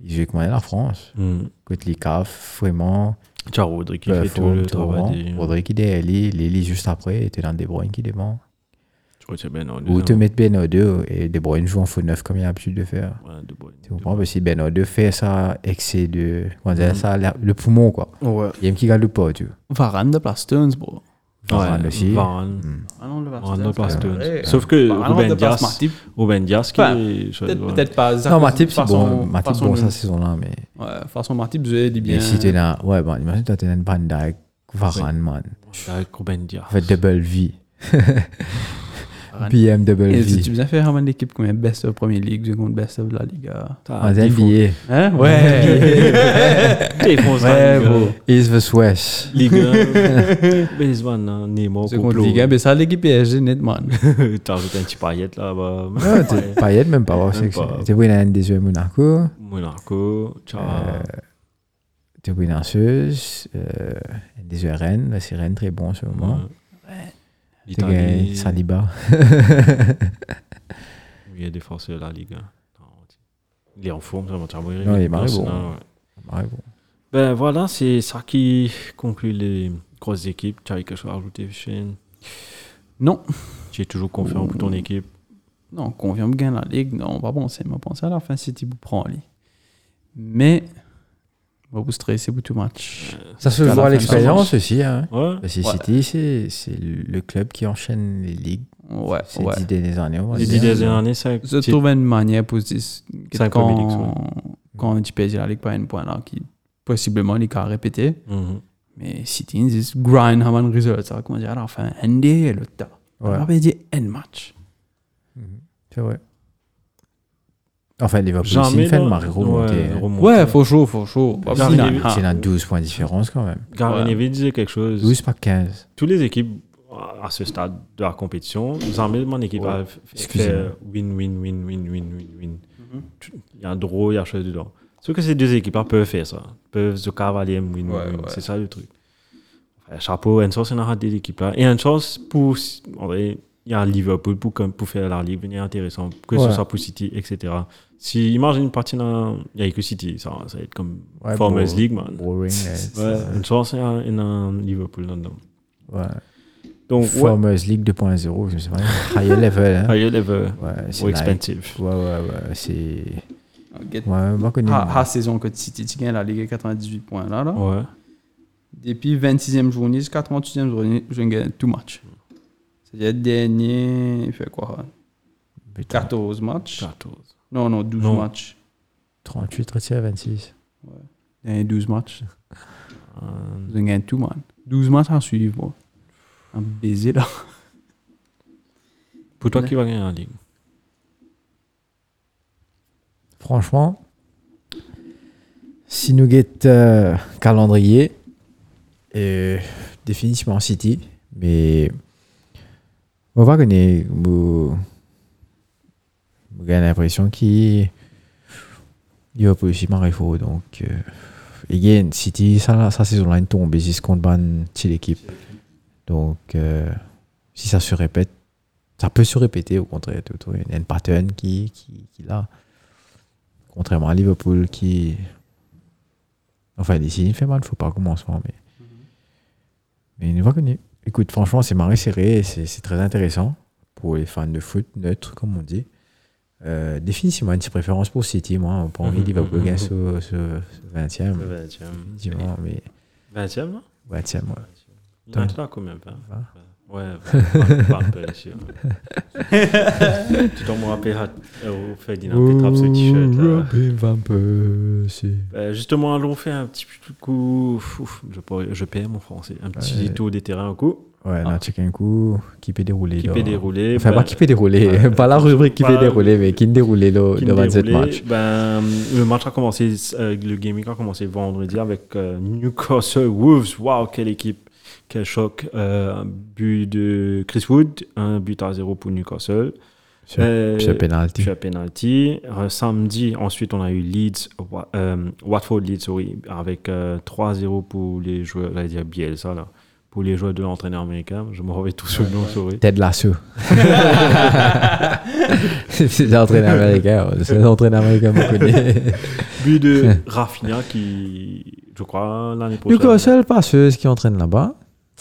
S2: Il joue avec moi la France.
S1: Hmm.
S2: Côté les CAF, vraiment.
S1: Tu as Rodri qui
S2: Bah,
S1: fait
S2: faut-
S1: tout le
S2: faut
S1: travail.
S2: vraiment.
S1: des-
S2: Rodri qui est allé, Lily juste après, était l'un des Bruyne qui est devant.
S1: George et Beno.
S2: Ou te mettre Beno 2 et De Bruyne joue en faux neuf comme il a l'habitude de faire. Tu
S1: Mm.
S2: comprends Parce que Beno 2 fait ça, excès de. Comment dire ça la- Le poumon, quoi.
S1: Ouais.
S2: Il y a un qui gagne le pot, tu vois.
S4: Varane de place Stones, bro. Ah
S2: Varane aussi.
S1: Varane.
S4: Varane de
S1: Varane
S4: Stones.
S1: place Stones.
S4: Ouais.
S1: Sauf que
S4: Varane
S1: Ruben
S4: de place
S1: Dias.
S4: Matip.
S1: Ruben Dias qui.
S4: Enfin,
S1: est- je-
S4: Peut-être
S1: ouais.
S4: peut-être pas. Zach-
S2: Non, Matip, c'est
S4: façon-
S2: bon. Matip,
S4: façon
S2: bon,
S4: de-
S2: ça, saison-là, mais.
S4: Ouais, façon Matip, je dis bien.
S2: Et si t'es là. Ouais, bon, imagine, toi, t'es là, Van Dyke, Varane, man.
S1: Je suis avec Ruben Dias.
S2: En fait, double vie. BM double
S4: Et si
S2: vie.
S4: tu bien faire avant l'équipe comme un best of Premier League, second best of la Ligue.
S1: T'as-
S2: En
S1: il faut-
S2: NBA.
S4: Hein? *laughs* Ouais!
S1: T'es foncé dans
S4: Ouais,
S1: la Ligue
S4: bro.
S2: East vs West.
S1: *laughs* Ligue
S2: *laughs*
S1: 1. Benzman, hein, Nemo,
S4: Second
S1: Complot.
S4: Ligue, hein, ben ça, l'équipe PSG, net, man.
S1: *laughs* T'as ajouté un petit bah. paillette là-bas.
S2: Non, t'es- Payet, même pas. oh,
S1: Même
S2: T'es
S1: pas.
S2: pris dans un des yeux à Monaco.
S1: *laughs* Monaco, ciao.
S2: Euh, T'es pris dans Suisse. euh, Un des yeux à Rennes. Là, c'est Rennes, très bon en ce moment. T'es gagné
S1: Mm. L'Italie. *laughs*
S2: Saliba.
S1: Il est défenseur de la Ligue 1. Il est en forme, ça va te rabouiller.
S2: Non, il est marré,
S1: sinon,
S2: bon.
S1: hein, ouais.
S2: Ouais, bon.
S1: Ben voilà, c'est ça qui conclut les grosses équipes. Tu as quelque chose à ajouter, Shane
S4: Non,
S1: Tu es toujours confiant pour ton équipe.
S4: non, confirme gagne la Ligue. Non, pas bon, c'est ma pensée à la fin, City vous prend, allez. Mais, on va vous stresser pour tout match.
S2: Ça se
S4: Jusqu'à la
S2: voit
S4: fin
S2: à
S4: de
S2: l'expérience
S4: la
S2: aussi. Hein.
S1: Ouais.
S2: Parce que
S4: Ouais.
S2: City, c'est- c'est le club qui enchaîne les ligues
S4: Ouais,
S2: ces
S4: ouais.
S2: dix dernières années. on va
S1: Les
S2: dire.
S1: dix dernières années, ça.
S4: Je trouve une manière pour dire que
S1: Cinq
S4: quand,
S1: Premier League,
S4: quand tu pèses la Ligue par un point là, qui possiblement n'est qu'à répéter.
S1: Mhm.
S4: Mais City, ils grind how many results. Ça va comment dire à la fin, un day, le ben, tas. On
S2: Ouais. Mhm.
S4: va pas dire un match.
S2: C'est vrai. Enfin, Liverpool,
S1: Jamais
S2: c'est une fin de
S1: dans-
S2: marée remontée.
S1: Ouais,
S2: hein.
S1: remontée.
S4: Ouais, faut chaud, faut chaud.
S1: Bah,
S4: Sinon,
S1: Garnier-
S4: ah,
S2: C'est dans 12 points de différence quand même.
S1: Gary
S4: Ouais.
S1: Neville disait quelque chose.
S2: 12 par 15.
S1: Toutes les équipes à ce stade de la compétition, jamais mon équipe a f- fait euh,
S2: Excusez-moi. Mm-hmm.
S1: win, win, win, win, win, win, win. Tu- Il y a un draw, il y a chose dedans. Sauf que ces deux équipes-là peuvent faire ça. Peuvent se cavalier, win, win,
S4: Ouais,
S1: win.
S4: ouais.
S1: C'est ça le truc. Enfin, chapeau, Ensos, on a raté l'équipe-là. Et une chance pour. en vrai, il y a Liverpool pour, comme- pour faire la Ligue venir intéressant, que ce
S2: Ouais.
S1: soit pour City, etc. Si, imagine une partie dans. Il n'y a que City, ça, ça va être comme
S2: Ouais,
S1: Farmers
S2: bon.
S1: League, man. *laughs*
S2: Boring. euh,
S1: Ouais, une chance, il y a il y a un Liverpool là-dedans.
S2: ouais.
S1: Donc, ouais.
S2: Farmers League 2.0, je sais pas. Higher level. Hein.
S1: Higher level,
S2: Ouais, c'est
S1: more
S2: like-
S1: expensive.
S2: Ouais, ouais, ouais. C'est.
S4: get-
S2: Ouais, moi, connu.
S4: ah, ah, saison que City, tu gagnes la Ligue à 98 points là. là.
S1: Ouais.
S4: Depuis 26e journée jusqu'à 38e journée, je gagne tout match. C'est-à-dire, dernier, il fait quoi hein?
S2: Putain,
S4: 14 matchs.
S1: 14.
S4: Non, non, 12
S1: Non.
S4: matchs.
S2: 38, 37, 26.
S4: Dernier 12 matchs.
S1: Euh,
S4: Je gagne tout, man. 12 matchs en suivre, moi. Un baiser là.
S1: pour toi, qui va gagner la ligue
S2: Franchement, si nous guette euh, calendrier, euh, définitivement City, mais on va gagner. Vous avez l'impression qu'il il va pas aussi marrer faux. Donc, euh, again, City, ça, ça saison-là, une tombée, c'est ce qu'on demande chez l'équipe. Donc, euh, si ça se répète, ça peut se répéter au contraire. tout- tout. Il y a une pattern qui, qui, qui l'a. Contrairement à Liverpool qui. Enfin, ici, il fait mal, faut pas commencer, mais. Mais il nous va connu. Écoute, franchement, c'est marré serré, et c'est c'est très intéressant pour les fans de foot, neutre, comme on dit. Euh, définitivement, une petite préférence pour City, moi, pour envie
S1: Mhm,
S2: Liverpool
S1: mhm,
S2: gagne
S1: mhm.
S2: ce, ce- ce 20e.
S1: 20e.
S2: Effectivement, mais
S1: 20e, non
S2: ouais, tiens, moi.
S1: Il y en a là, combien pas
S2: Vingt.
S1: Ouais, vingt, vingt, vingt, ici, *laughs* ouais. Tout le monde rappelle à euh, au Ferdinand Petrap ce t-shirt. là. Euh, justement, allons faire un petit coup. Ouf, je, pourrais- je perds mon français. Un petit
S2: Ouais.
S1: tour des terrains au coup.
S2: Ouais,
S1: Ah.
S2: non, check un coup, qui peut dérouler.
S1: Qui
S2: là.
S1: peut dérouler
S2: Enfin,
S1: ben,
S2: pas qui peut dérouler,
S1: euh,
S2: *laughs* pas la rubrique qui
S1: pas-
S2: peut dérouler, mais qui ne déroulait le,
S1: qui ne
S2: le 27
S1: déroulait.
S2: match.
S1: Ben, le match a commencé, euh, le gaming a commencé vendredi avec euh, Newcastle Wolves. Waouh, quelle équipe, quel choc. Euh, un but de Chris Wood, un but à zéro pour Newcastle.
S2: Sur-
S1: Euh,
S2: Puis le penalty.
S1: puis un penalty. Euh, samedi, ensuite, on a eu Leeds, Wa- euh, Watford Leeds, sorry, avec euh, 3-0 pour les joueurs, j'allais dire Bielsa, là, pour les joueurs de l'entraîneur américain. Je me remets tout sur le nom, sorry. *laughs*
S2: Ted Lasso. *laughs* c'est l'entraîneur américain. ouais. C'est l'entraîneur américain
S1: *laughs*
S2: qu'on connaît.
S1: But de
S2: *laughs*
S1: Rafinha qui, je crois, l'année prochaine.
S2: Newcastle, passeuse qui entraîne là-bas.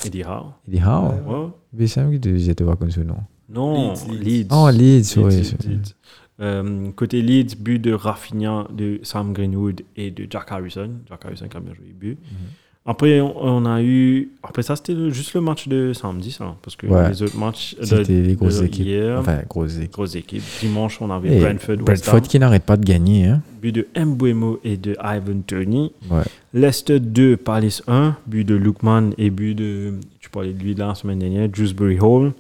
S1: Eddie Howe.
S2: Il dit, ah,
S1: Ouais.
S2: mais c'est un qui te disait, tu vois comme ce nom.
S1: Non,
S4: Leeds, Leeds.
S1: Leeds.
S2: Oh, Leeds, oui.
S1: Leeds, Leeds. Euh, côté Leeds, but de Rafinha, de Sam Greenwood et de Jack Harrison. Jack Harrison qui a bien joué le but.
S2: Mhm.
S1: Après, on, on a eu. Après ça, c'était le- juste le match de samedi, ça. Parce que
S2: Ouais.
S1: les autres matchs. euh, de-
S2: C'était les grosses
S1: de
S2: équipes.
S1: hier,
S2: Enfin, grosses équipes.
S1: grosses équipes. Dimanche, on avait
S2: Et
S1: Brentford. West
S2: Brentford
S1: Ham.
S2: qui n'arrête pas de gagner. Hein.
S1: But de Mbuemo et de Ivan Tony.
S2: Ouais.
S1: Leicester 2, Palace 1. But de Lukman et but de. Tu parlais de lui la semaine dernière, Dewsbury Hall.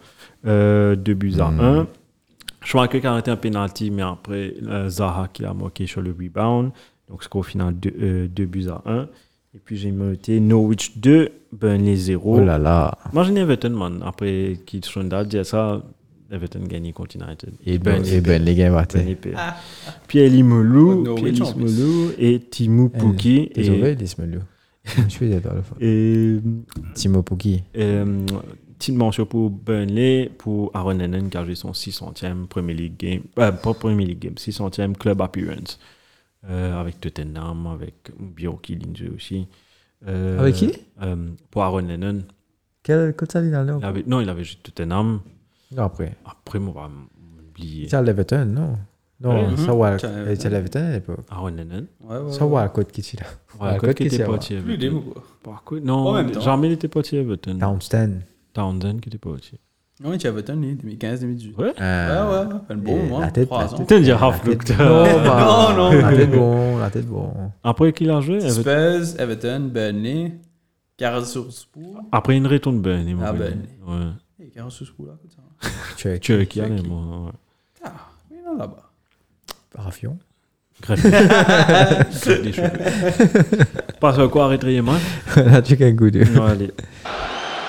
S1: Euh, 2 buts à
S2: Mhm.
S1: 1. Schmeichel qui a arrêté un penalty, mais après euh, Zaha qui l'a marqué sur le rebound. Donc, score final 2 buts à 1. Et puis j'ai noté Norwich 2, Burnley 0.
S2: Oh là là.
S1: Moi, j'ai Everton, man. Après qu'il Sonda dit ça, Everton gagne contre United.
S2: Et ben, et ben les gars, va
S1: Burnley perd. Pierre Moulou,
S4: Oh, no,
S1: Pierre
S4: which one?
S1: Moulou et Timou
S2: Eh,
S1: Pouki. Et,
S2: Désolé, Lismelou. Je suis d'accord. le fois.
S1: et
S2: Timo Pukki.
S1: euh, petite mention pour Burnley, pour Aaron Lennon qui a joué son 600e Premier League Game, euh, pas Premier League Game, 600e Club Appearance. Euh, avec Tottenham, avec Bjorki Lindsay aussi. Euh,
S2: Avec qui
S1: euh, Pour Aaron Lennon.
S2: Quel côté il a là
S1: Il avait- non, il avait joué Tottenham.
S2: Non, après.
S1: Après, on va oublier.
S2: C'est à Leverton, non Non,
S4: Ouais.
S2: ça va.
S4: Tiens,
S2: C'est à Leverton à l'époque.
S1: Aaron Lennon.
S2: Ça va, le côté qui est là.
S1: Ouais,
S2: Côte
S1: Côte qui
S2: qui
S1: était
S2: s'est
S1: pas
S2: avoir.
S1: chez
S4: Plus
S1: Everton.
S4: des mots, quoi.
S1: Par contre,
S4: En
S1: non,
S4: même temps.
S1: jamais il était pas chez Everton.
S2: Townsend.
S1: Townsend qui était pas chez.
S4: Ouais, tu avais donné 2015, 2018.
S1: Ouais.
S2: Euh,
S4: ouais, ouais. Fait le
S2: et
S4: bon, moi.
S2: la tête,
S4: trois
S2: la
S4: ans.
S2: tête.
S1: Putain, il dit half
S2: la
S1: looked.
S2: tête- Non, bah,
S4: Non, non.
S2: La tête bon, la tête bon.
S1: Après qu'il a joué, Everton-
S4: Spurs, Everton, Burnley, Carrasur-Spoor.
S1: après une retourne Burnley. mon
S4: Ah,
S1: Burnley. Ouais.
S4: Hey, Carrasur-Spoor, Eh, là, putain.
S2: Check.
S1: Tu es qui
S4: Chucky.
S1: allait, moi. ouais.
S4: Ah, il est là-bas.
S2: Rafion.
S1: Grave. Grave *laughs* des cheveux. Passe à quoi arrêter les matchs
S2: Là, tu as un goût de.
S1: Non, allez.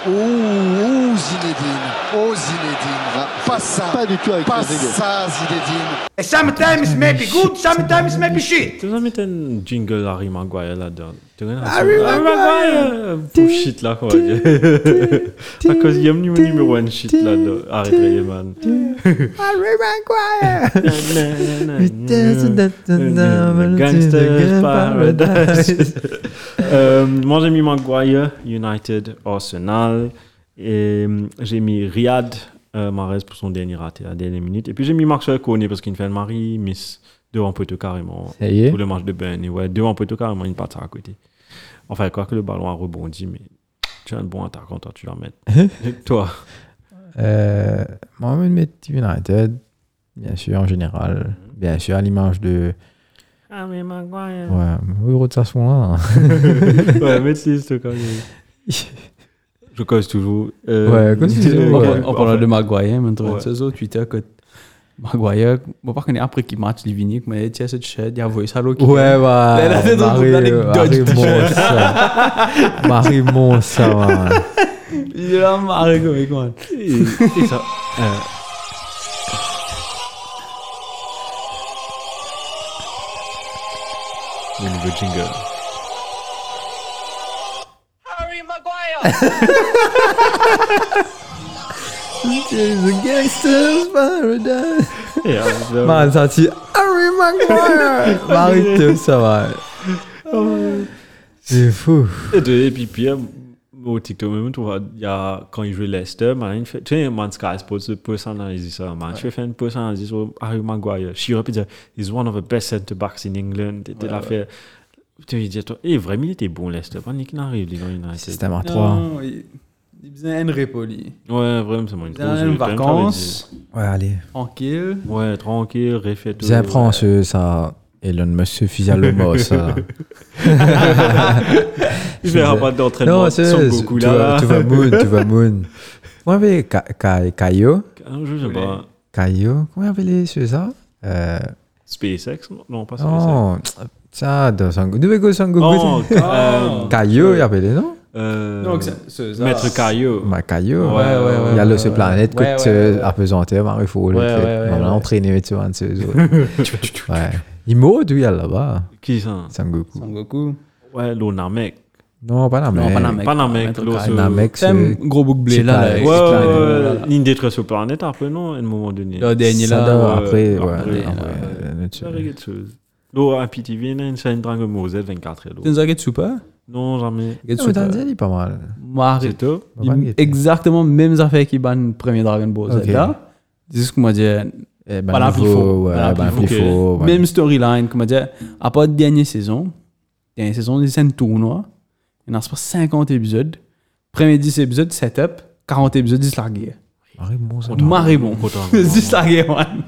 S6: Oh, oh, Zinedine. Oh, Zinedine. va- Pas ça. Ah, Pas du tout avec Pas ça, Zinedine.
S7: Sometimes may be good, sometimes may be shit.
S1: Tu vas mettre un jingle Harry Maguire là-dedans. Tu connais Harry Maguire Pour shit là, quoi. *laughs* À cause il y a mon numéro 1 shit là-dedans. Arrête les man. *laughs*
S2: Harry
S1: Putain,
S2: Maguire!
S1: Gangsters Paradise. *laughs* Euh, moi, j'ai mis Maguire, United, Arsenal. Et euh, j'ai mis Riyad euh, Mahrez pour son dernier raté à la dernière minute. Et puis j'ai mis Maxwell Cornet parce qu'il fait un mari, miss devant poteau carrément.
S2: Ça y est.
S1: Pour le match de Burnley, ouais, devant poteau carrément, une patte à côté. Enfin, quoi que le ballon a rebondi, mais tu as un bon attaquant, toi, tu la
S2: *laughs*
S1: mets. Et toi,
S2: Euh, Mohamed Met United, bien sûr, en général. Bien sûr, à l'image de. Harry Maguire. Ouais, euro de Sassuolo. hein.
S1: ouais, mais c'est ce quand
S2: *laughs*
S1: Je cause toujours. euh,
S2: *laughs* Ouais, cause toujours,
S1: *laughs*
S4: On
S2: Ouais.
S4: par- On parle de Maguire, maintenant.
S1: Ouais.
S4: C'est ça, Twitter, que Maguire, moi, par contre, après qu'il match, il vient, mais tiens, cette chaîne, il a envoyé ça à l'autre.
S2: *laughs* *laughs* Ouais, bah.
S4: Mais la tête au bout de l'anecdote,
S2: Marie
S4: je te jure.
S2: Monsa. *laughs* Marie hein. Monsa, man.
S4: Il est là,
S1: Ah,
S4: marré comme un con.
S1: Et, et ça. euh, Le nouveau jingle.
S7: Harry Maguire!
S2: The Gangsters Paradise.
S1: Et, *laughs* euh,
S2: Man, ça dit Harry *laughs* Maguire. Marie, t'es où, ça va. C'est fou.
S1: et de- et puis pire, au TikTok même, tu vois, il y a, quand il jouait Leicester, man, il fait, tu sais, man, Sky Sports, le personnalise ça, man. Tu fais une personnalise sur Harry Maguire. Je aurait pu dire, he's one of the best center backs in England. T'étais là, fait. Tu lui dis, toi, eh, vraiment, il était bon, Leicester. Man, il n'arrive, les gars, United.
S2: Système à 3.
S4: Non, il il faisait un repoli.
S1: Ouais, vraiment, c'est moi, une
S4: Il faisait une
S1: grosse-
S4: vacances,
S2: Ouais, allez.
S4: tranquille.
S1: Ouais, tranquille, refais tout.
S2: J'ai appris ce, ça. Elon Musk suffit à l'homme, *laughs* ça.
S1: Il verra pas d'entraînement.
S2: Non,
S1: Son
S2: c'est
S1: Goku
S2: tu, vas-
S1: là.
S2: tu
S1: *laughs*
S2: vas Moon, tu vas Moon. *laughs* Comment avait Caillot
S1: Un jeu, je sais pas.
S2: Caillot Comment appelait ce ça euh,
S1: SpaceX non, Non, pas SpaceX.
S2: Non, ça, dans son goût. Devait go son
S1: Non,
S2: *laughs* goût.
S1: euh,
S2: Caillot, il appelait, non
S1: euh,
S4: Donc, c'est- c'est ça. Ah.
S1: Maître Caillot.
S2: Ma Caillot.
S1: Ouais, ouais, ouais,
S2: Il y a
S4: ouais,
S2: le
S4: ouais,
S2: ce planète
S4: ouais,
S2: que
S4: ouais, ouais,
S2: tu
S4: ouais.
S2: appesantais, mais il faut le
S4: Ouais, ouais,
S2: fait.
S4: ouais,
S2: On l'a
S4: ouais.
S2: entraîné, tu vois, ce Ouais. Il meurt d'où il y a là-bas
S1: Qui ça
S2: Son
S4: Son
S2: goût.
S4: Goku.
S1: Ouais, Lonamek.
S2: Non, pas la
S4: Non,
S2: mec.
S4: pas Namek.
S1: Panamek,
S4: Maître
S1: l'eau,
S4: Caillot.
S1: ce-
S2: Namek,
S4: C'est un
S2: c'est.
S4: gros bouc blé
S2: c'est
S4: là.
S2: pas-
S4: là,
S1: Ouais,
S4: avec
S1: ouais,
S4: ce plan,
S1: ouais.
S4: là.
S1: Il détruit sur planète après, non, à un moment donné.
S4: Le dernier
S2: ça doit,
S4: là.
S1: euh,
S2: Après, ouais.
S1: après,
S2: après,
S4: euh,
S2: euh,
S1: C'est
S2: nature.
S1: quelque chose. L'eau à PTV, il y a une chaîne Dragon Ball Z 24 et l'eau.
S4: Tu nous as Getsupa
S1: Non, jamais.
S2: Non, mais Danzel, il est pas mal.
S4: Mario.
S1: C'est top.
S2: Pas mal, il est-
S4: Exactement, mêmes affaires qui ban premier Dragon Ball Z
S2: Ok.
S4: là. C'est ce qu'on va dire.
S2: Eh ben,
S4: Voilà,
S2: nouveau,
S4: puis il faut.
S2: ouais,
S4: Voilà,
S2: ben,
S4: puis il
S2: puis il
S1: faut.
S2: faut, ouais.
S4: Même storyline, comme on dit, à part de dernière saison, dernière saison, ils scènes tournoi, il en a pas 50 épisodes. Premier 10 épisodes, setup, 40 épisodes, 10 largués.
S2: Maribon, ça.
S4: Marré bon. *laughs*
S1: Autant.
S4: 10 largués, man.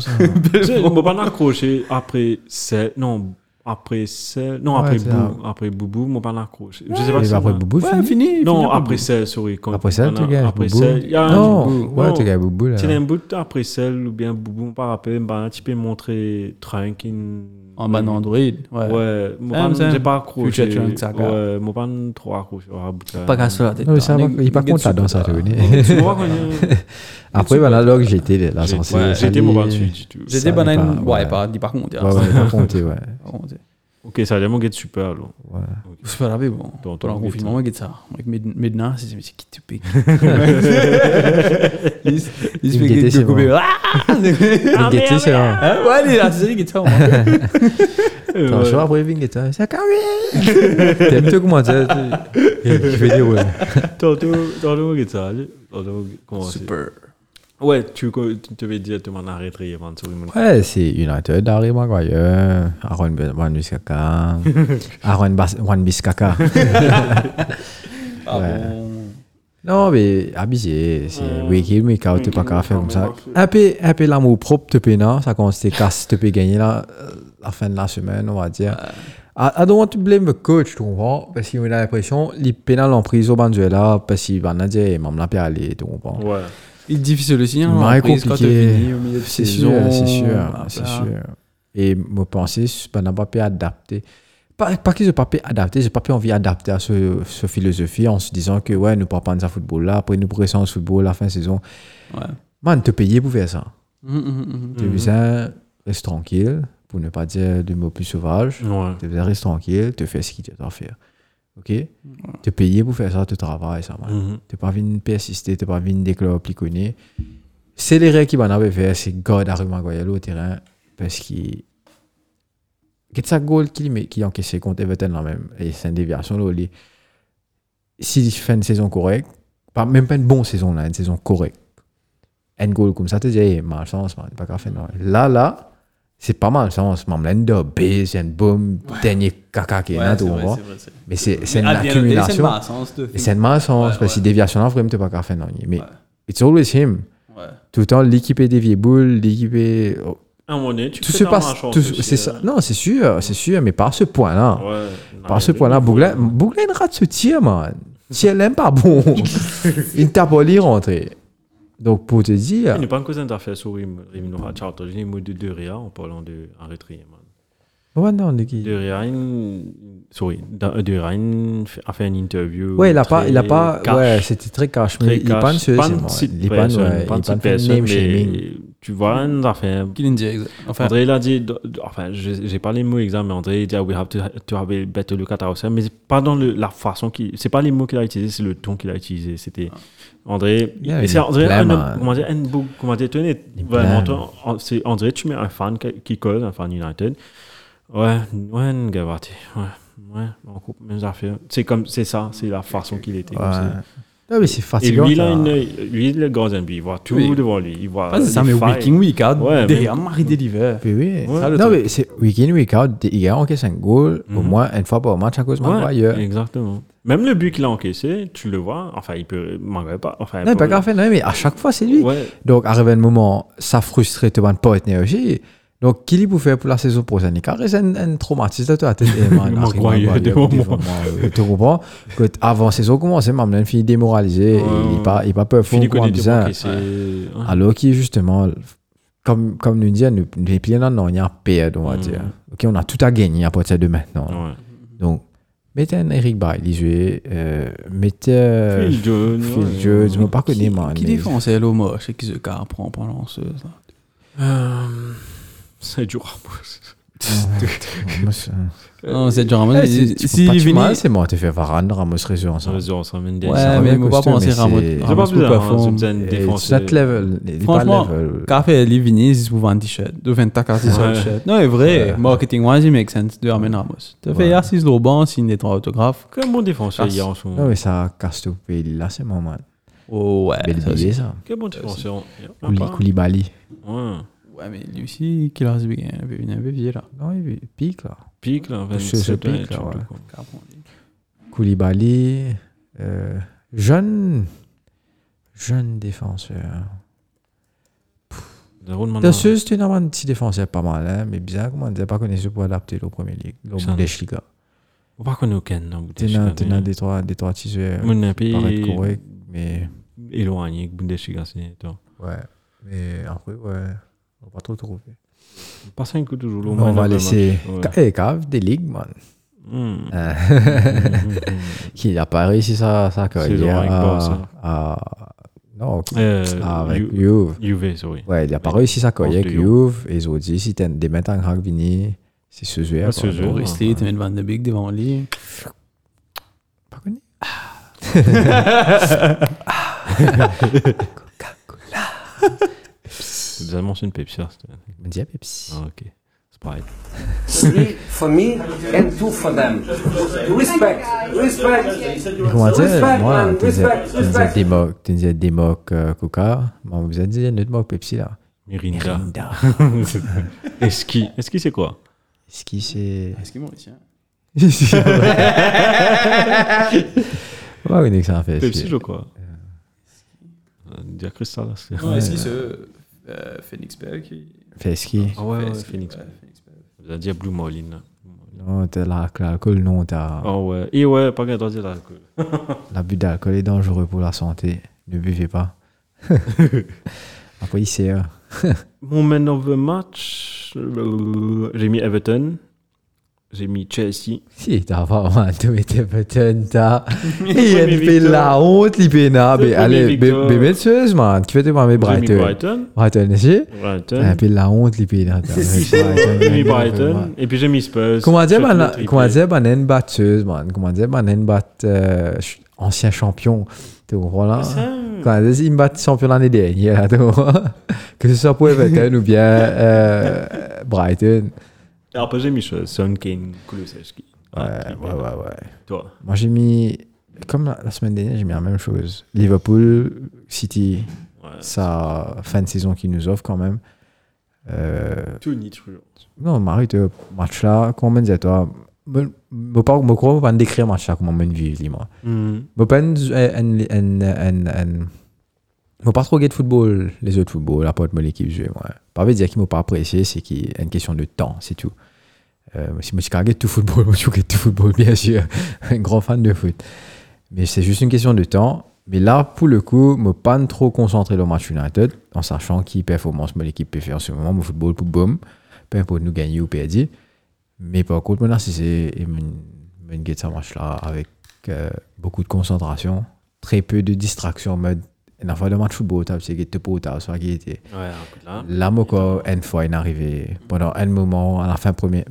S1: *laughs*
S2: ça.
S1: Tu sais, On peut pas l'accrocher après celle. Non, après celle. Non,
S2: Ouais,
S1: après
S2: c'est
S1: Bou. Après Boubou, on peut pas l'accrocher. Je sais pas
S2: Et
S1: si.
S2: après
S1: on a-
S2: Boubou,
S4: Ouais,
S2: fini.
S4: fini. fini,
S1: Non,
S4: pas
S1: après
S4: bon.
S1: celle, sorry. quand-
S2: Après
S1: quand
S2: ça,
S1: on
S2: tu
S1: a-
S2: gagnes.
S1: Après
S2: Boubou.
S1: celle. il y a un
S2: Non,
S1: Boubou.
S2: ouais,
S1: Non.
S2: tu gagnes Boubou, là.
S1: Tu as un bout après celle ou bien Boubou, on peut rappeler, bah, tu peux montrer Trunk in.
S4: En ban Android. Ouais.
S1: Ouais, mon
S4: Sam,
S1: pan,
S4: Sam.
S1: j'ai pas accroché.
S4: Future Trunk Saga.
S1: Ouais, mon pan trop accroché.
S4: Pas qu'à sur la tête. hein.
S2: Non, mais ça,
S4: là.
S2: va- il est pas
S4: Get
S2: contre là-dedans, ça,
S4: super.
S2: tu
S4: *laughs*
S1: Tu
S2: connais. *laughs*
S1: vois, quand il y a-
S2: Après, voilà, là, que j'étais là,
S1: J'ai-
S2: censé.
S1: ouais,
S2: ça
S1: J'étais mon
S2: allait-
S1: ban dessus. tu vois.
S4: J'ai
S2: Ça,
S4: des bananes.
S2: pas-
S4: Ouais,
S2: ouais.
S4: pas, dis par contre.
S2: Ouais, ouais, pas
S4: *laughs*
S2: compté, ouais.
S1: Ah, Ok, ça allait mon get super, alors.
S4: C'est pas grave, bon.
S1: Dans- dans
S4: Pendant
S1: le
S4: le confinement, on ça. Avec Mid- Midna, c'est mais c'est qui te
S2: *laughs*
S4: pique Il se il se
S2: me guettait,
S4: fait guetter
S2: c'est
S4: de couper.
S2: bon.
S4: Ah Ah,
S2: Vingetta,
S4: merde,
S2: c'est
S4: merde.
S2: *laughs*
S4: Ah, Ouais, il est là, c'est lui qui était en moi.
S2: Attends, je vais après Vingetta. C'est T'aimes tout comment ça tu- Je vais dire, ouais.
S1: Tantôt, tantôt, mon get ça. allez. Tantôt, comment c'est
S4: Super.
S1: Ouais, tu tu devais dire, tu m'en arrêterais, il y a pas de souris, mon-
S2: Ouais, c'est United, Harry Maguire, Aaron B- Wan Bissaka, Aaron Bas- Wan Bissaka.
S4: Ah
S2: Ouais.
S4: bon
S2: Non, mais abusé, c'est week in, week out, t'es pas qu'à faire comme ça.
S1: week in,
S2: Un peu, un peu l'amour propre, t'es payé, non, ça commence, t'es casse, t'es payé gagner la, la fin de la semaine, on va dire. I, I don't want to blame the coach, tu comprends? Parce qu'on a l'impression, il pénal en prison, Banzuela, parce qu'il va dire, il m'a l'appelé aller, tu comprends?
S1: Ouais.
S4: Il est difficile aussi, hein.
S2: Il m'aurait
S4: après, quand
S2: compliqué.
S4: t'as fini au milieu de
S2: C'est sûr,
S4: saison,
S2: c'est
S4: bla,
S2: sûr, c'est
S4: bla.
S2: sûr. Et me penser, je n'ai pas pu adapter. Pas, pas que je n'ai pas pu adapter, je n'ai pas pu envie d'adapter à ce, ce philosophie en se disant que ouais, nous ne pas de football là, après nous pourrissons au football la fin de saison.
S4: Ouais.
S2: Man, te payer pour faire ça.
S4: Mhm, mhm, mhm.
S2: Tu veux ça, reste tranquille, pour ne pas dire de mots plus sauvages.
S1: Ouais.
S2: Tu veux ça, reste tranquille, te fais ce qu'il te doit faire. Ok Te payer pour faire ça, te travailles, ça, man.
S1: Mhm.
S2: T'es pas venu persister, t'es pas venu déclarer plus connu. C'est les règles qui m'en avaient fait, c'est God Harry Maguire au terrain, parce qu'il. Qu'est-ce que ça, goal qu'il met, qui encaissé contre Everton là même, et c'est une déviation là, au lit. S'il fait une saison correcte, pas, même pas une bonne saison là, une saison correcte, un goal comme ça, tu dis, hey, malchance, man, pas qu'à faire, non. Là, là, c'est pas malchance, man, l'un de base, un boom, dernier caca qui est
S4: Ouais,
S2: là,
S4: c'est
S2: tu
S4: vrai,
S2: vois.
S4: c'est vrai, c'est vrai.
S2: Mais c'est c'est une
S4: Ah, bien noté, C'est une
S2: accumulation.
S4: malchance, de
S2: Et c'est de ma sens,
S4: Ouais,
S2: parce que
S4: ouais.
S2: déviation là, vraiment, t'es pas qu'à faire non. Mais
S4: Ouais.
S2: it's always him.
S4: Ouais.
S2: Tout le temps, l'équipe est déviée boule, l'équipe est. oh,
S1: À un moment donné, tu
S2: Tout
S1: fais
S2: se
S1: ta
S2: passe.
S1: marche en
S2: tout-
S1: société,
S2: c'est ça.
S1: hein.
S2: Non, c'est sûr, c'est sûr, mais par ce point-là.
S1: Ouais.
S2: Par ce point-là,
S1: euh,
S2: Bouglin Bouglin rate ce tir, man. Tir l'aime
S1: *laughs*
S2: pas bon. Il tape au lit rentré. Donc, pour te dire.
S1: Il n'est pas une cause d'affaires sur Rim. Rim Nora Charter. J'ai mot de Ria en parlant de arrêterie, man.
S2: Ouais, non, de qui
S1: De Ria, une- sorry, da- de Ria une- a fait une interview.
S2: Ouais, il a pas. Il a
S1: très
S2: pas
S1: cash,
S2: ouais, c'était très cash.
S1: très
S2: Mais il
S1: cash.
S2: panne ce.
S1: Pas
S2: c'est
S1: une
S2: moi.
S1: petite
S2: Il panne,
S1: personne,
S2: ouais.
S1: pas une
S2: Il panne
S1: petite personne,
S2: name shaming.
S1: mais Tu vois, une affaire.
S4: Killing Jay, exact. Enfin,
S1: André, il a dit, do- do- enfin, je- j'ai pas les mots exacts, mais André, il dit, ah, we have to, to have a better look at ourselves, mais c'est pas dans le- la façon qui, c'est pas les mots qu'il a utilisés, c'est le ton qu'il a utilisé. C'était, André,
S2: Ah. Il y a
S1: et c'est
S2: une
S1: André,
S2: blame,
S1: un homme-
S2: hein.
S1: comment dire, un beau- comment dire, tenez,
S2: blame.
S1: vraiment, toi, en- c'est André, tu mets un fan qui- qui cause, un fan United. Ouais, ouais, Ngavati, ouais, ouais, on coupe même affaires. C'est comme, c'est ça, c'est la façon qu'il était. comme
S2: Ouais.
S1: ça.
S2: Ah, mais c'est
S1: Et
S2: fatigant.
S1: lui, il a
S2: ça.
S1: une œil- lui, il est gardien, il voit tout
S4: Oui.
S1: devant lui, il voit.
S4: pas c'est ça,
S1: les
S4: mais
S1: failles.
S4: Waking Week, hein,
S1: Ouais,
S4: derrière Marie Deliver.
S2: Oui, oui.
S1: Ouais.
S2: non, mais c'est week in, week out, des- il y a encaissé un goal au
S1: Mhm.
S2: moins une fois par match à cause de
S1: Ouais,
S2: Maguire.
S1: Exactement. Même le but qu'il a encaissé, tu le vois. Enfin, il peut. Maguire pas. Enfin,
S2: Non,
S1: peut-
S2: pas grave, non, mais à chaque fois, c'est lui.
S1: Ouais.
S2: Donc, arrivé un moment, ça frustrait tout le monde pas être énergie. Donc, qu'il pouvait faire pour la saison prochaine Car c'est un, un traumatisme de toi.
S1: Maguire, devant moi.
S2: Tu comprends que t- Avant la saison commence, même une fille démoralisée,
S1: Ouais,
S2: il
S1: ouais.
S2: n'est pas, il est pas peur,
S1: Philippe
S2: fou,
S1: Codé était
S2: bizarre.
S1: encaissé. Ouais.
S2: Alors qu'il justement, comme, comme nous disons, nous, les clients, on y a perdu, on va
S1: Mhm.
S2: dire. Ok, on a tout à gagner à partir de maintenant.
S1: Ouais.
S2: Donc, mettez un Eric Bailly jouer, euh, mettez euh,
S1: Phil Jones.
S2: Phil
S1: ouais.
S2: Jones, je ne pas
S4: Qui-
S2: connais, moi.
S4: Qui
S2: mais-
S4: défend c'est l'homme C'est qui ce gars prend pas lanceuse là
S1: Euh, C'est dur à poser.
S4: *laughs*
S2: Ramos, euh,
S4: Non, c'est genre vraiment.
S2: eh,
S4: Si
S2: c'est-
S4: il
S2: tu peux pas tuer
S4: venait-
S2: mal, c'est mort, t'es fait Varane, Ramos, Réseau ensemble.
S1: Ils ont ensemble une
S4: Ouais,
S1: défense.
S2: vrai
S4: mais on va pas
S2: costume,
S4: penser
S2: mais
S4: Ramos.
S2: c'est-
S1: C'est pas
S4: Ramos
S1: bizarre. hein,
S4: performe.
S1: c'est une défense.
S2: C'est level, il est pas
S4: euh, Franchement,
S2: level.
S4: Café et Vini, ils vous vendent t-shirt. Ils vendent ta carte sur
S1: Ouais.
S4: le t-shirt. Non, c'est vrai. Marketing wise, il make sense de Armin Ramos. Tu fais assis au banc, signe des trois autographes.
S2: Ah,
S1: Comme bon défenseur
S4: Casse.
S1: hier en ce
S2: Non,
S1: moment.
S2: mais ça casse tout. pays, là, c'est mon man.
S4: Oh, ouais.
S2: Belle
S4: ça aussi. Ah,
S2: idée, ça.
S1: Quelle bonne défension.
S2: Kouli, Koulibaly.
S1: Ouais.
S4: Ouais, mais lui aussi, qu'il a résumé, il avait une AVV là.
S2: Non, il Ah pique, là.
S1: Pique, là.
S2: Ce- ce
S1: 27,
S2: pique, là,
S1: ouais.
S2: ouais.
S4: Carrément.
S2: Koulibaly, euh, jeune, jeune défenseur.
S1: Zéro demande.
S2: Tassus, c'est un petit défenseur pas mal, hein, mais bizarre comment on ne pas connu pour adapter au Premier League, au
S1: Putain.
S2: Bundesliga.
S1: On va connaître aucun, non, vous
S2: T'es un
S1: déchirez.
S2: des trois, des trois tissus euh,
S1: Mon appui
S2: paraît
S1: est
S2: correct, mais
S1: éloigné que Bundesliga, c'est toi.
S2: ouais, mais après, ouais, on va pas trop trouver.
S1: Pas cinq coups toujours. au
S2: On,
S1: moins dans
S2: va
S1: le
S2: laisser
S1: match. Ouais.
S2: Ca- eh, cave des ligues, man.
S1: Hmm.
S2: Hein.
S1: Mhm.
S2: Qui n'a pas réussi sa, sa
S1: loin
S2: carrière
S1: que
S2: à-
S1: bon, ça.
S2: à- non,
S1: *laughs*
S2: Ah,
S1: Euh,
S2: avec
S1: Ju-
S2: Juve.
S1: Juve, sorry.
S2: Ouais, il a pas réussi sa carrière
S1: de
S2: avec
S1: Juve.
S2: Juve. Et ils ont dit, si t'as des maintenant en Vini, c'est ce jeu.
S1: Ah, ce jeu.
S4: Pour rester, tu mets Van de Beek devant lui.
S2: Pas connu.
S1: C'est déjà mentionné Pepsi. ça, c'était-
S2: Me dit, ah, Pepsi.
S1: Ah, ok. C'est pareil.
S8: Three for me and two for them. Respect, respect.
S2: Mais Comment dire,
S8: Respect,
S2: moi,
S8: man,
S2: tu disais-
S8: respect,
S2: tu disais
S8: respect.
S2: des mocs, tu disais des mocs euh, Coca. Moi, on vous a dit, notre moc Pepsi, là.
S1: Mirinda.
S2: Linda.
S1: *laughs* Est-ce qui Est-ce qui c'est quoi
S2: Est-ce qu'il c'est.
S4: Est-ce qu'ils m'ont ici hein
S2: *laughs* Ouais, on est que ça en fait.
S1: Pepsi,
S2: c'est-
S1: je crois. Euh, Dire Crystal, là, c'est.
S4: Est-ce qu'ils se. euh, Phoenix Berg
S2: Fait ce qui.
S1: Ah ouais, ouais, Phoenix.
S4: Berg.
S1: Vous avez dit Blue Marlin, là.
S2: Non, t'as la- l'alcool, non, t'as.
S1: Ah ouais. Et ouais, pas qu'à dire là. quoi.
S2: L'abus d'alcool est dangereux pour la santé. Ne
S1: *laughs*
S2: buvez pas. Après, il sait. hein.
S1: Mon man of the match, euh, j'ai mis Everton, j'ai mis Chelsea.
S2: Si, t'as vraiment tout été
S1: *laughs*
S2: peut-être, t'as. Il
S1: Premier
S2: fait
S1: victoire.
S2: la honte, il fait na.
S1: Premier
S2: mais Allez,
S1: victoire.
S2: mais messieurs, man. Tu fais tes mes
S1: J'ai mis
S2: Brighton.
S1: Brighton.
S2: Brighton, ici.
S1: Brighton.
S2: Il fait la honte, il fait na.
S1: *laughs* J'ai
S2: Brighton.
S1: mis Brighton. Et puis j'ai mis Spurs.
S2: Comment dire,
S1: Surtout
S2: man,
S1: le
S2: la-
S1: triplé.
S2: comment dire, man, une batteuse, man. Comment dire, man, une batte, euh, ch- ancien champion. Tu comprends là?
S1: Ah.
S2: hein? Comment dire, il me bat champion l'année dernière, *laughs* là, tu comprends? Que ce soit pour Everton ou bien, euh, Brighton.
S1: Et Après j'ai mis Sh- Son Kane, Kulusevski. Ah,
S2: Ouais, ouais, ouais.
S1: Toi.
S2: Moi, j'ai mis, comme la, la semaine dernière, j'ai mis la même chose. Liverpool, City,
S1: Ouais.
S2: sa fin de saison qu'ils nous offre quand même. Euh,
S1: Tony toujours.
S2: Non, Marie, tu vois, match là, comment on dit à toi Je ne crois pas décrire match là, comment on vit, dis-moi.
S1: Hmm.
S2: Je pas pas trop gay de football, les autres football, la porte, l'équipe jouer, moi. Pas veut dire qu'ils m'ont pas apprécié, c'est qu'il y a une question de temps, c'est tout. Euh, si je suis carré de tout football, *laughs* je suis carré de tout football, bien sûr. *laughs* un grand fan de foot. Mais c'est juste une question de temps. Mais là, pour le coup, je pas trop concentré le match United, en sachant qui performance mon équipe peut faire en ce moment, mon football pour boum, peu importe nous gagner ou perdre. Mais par contre, maintenant, si c'est je get ce match-là avec euh, beaucoup de concentration, très peu de distraction en mode, une fois de match football, t'as- c'est que t'es pas au table, soit qu'il était.
S1: Ouais, un peu là.
S2: Là, moi, quoi, une fois, il est arrivé pendant un moment, à la fin, premier,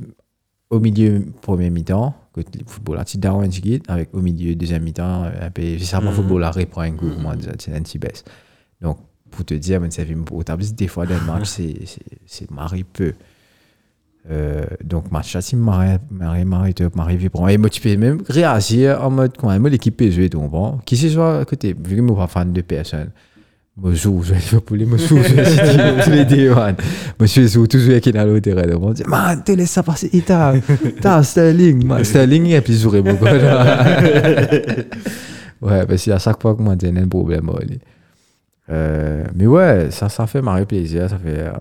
S2: au milieu, premier mi-temps, que le football a down and guide, avec au milieu, deuxième mi-temps, euh, un peu, c'est ça, mon football a reprend un coup, comment dire, c'est un petit baisse. Donc, pour te dire, mais ça fait pour ta des fois, dans le match, c'est- c'est- c'est marré peu. Euh, donc, match, ça, c'est marré, marré, marré, top, marré, vibrant. Et moi, tu peux même réagir en mode, quand même, l'équipe peut jouer, tu comprends? Qui ce soit à côté, vu que moi, pas fan de personne. Moi, je joue, je vais Liverpool, moi, je joue, je vais City, tous les deux, man. Moi, je joue, tous les qui dans le terrain. Donc, On dit, man, tu laisses ça passer, et t'as, t'as Sterling, *laughs* man. Sterling, il a plus joué beaucoup. *laughs* Ouais, parce qu'à chaque fois que moi, j'ai un problème, moi, allez. Euh, mais ouais, ça, ça fait marrer plaisir, ça fait, euh,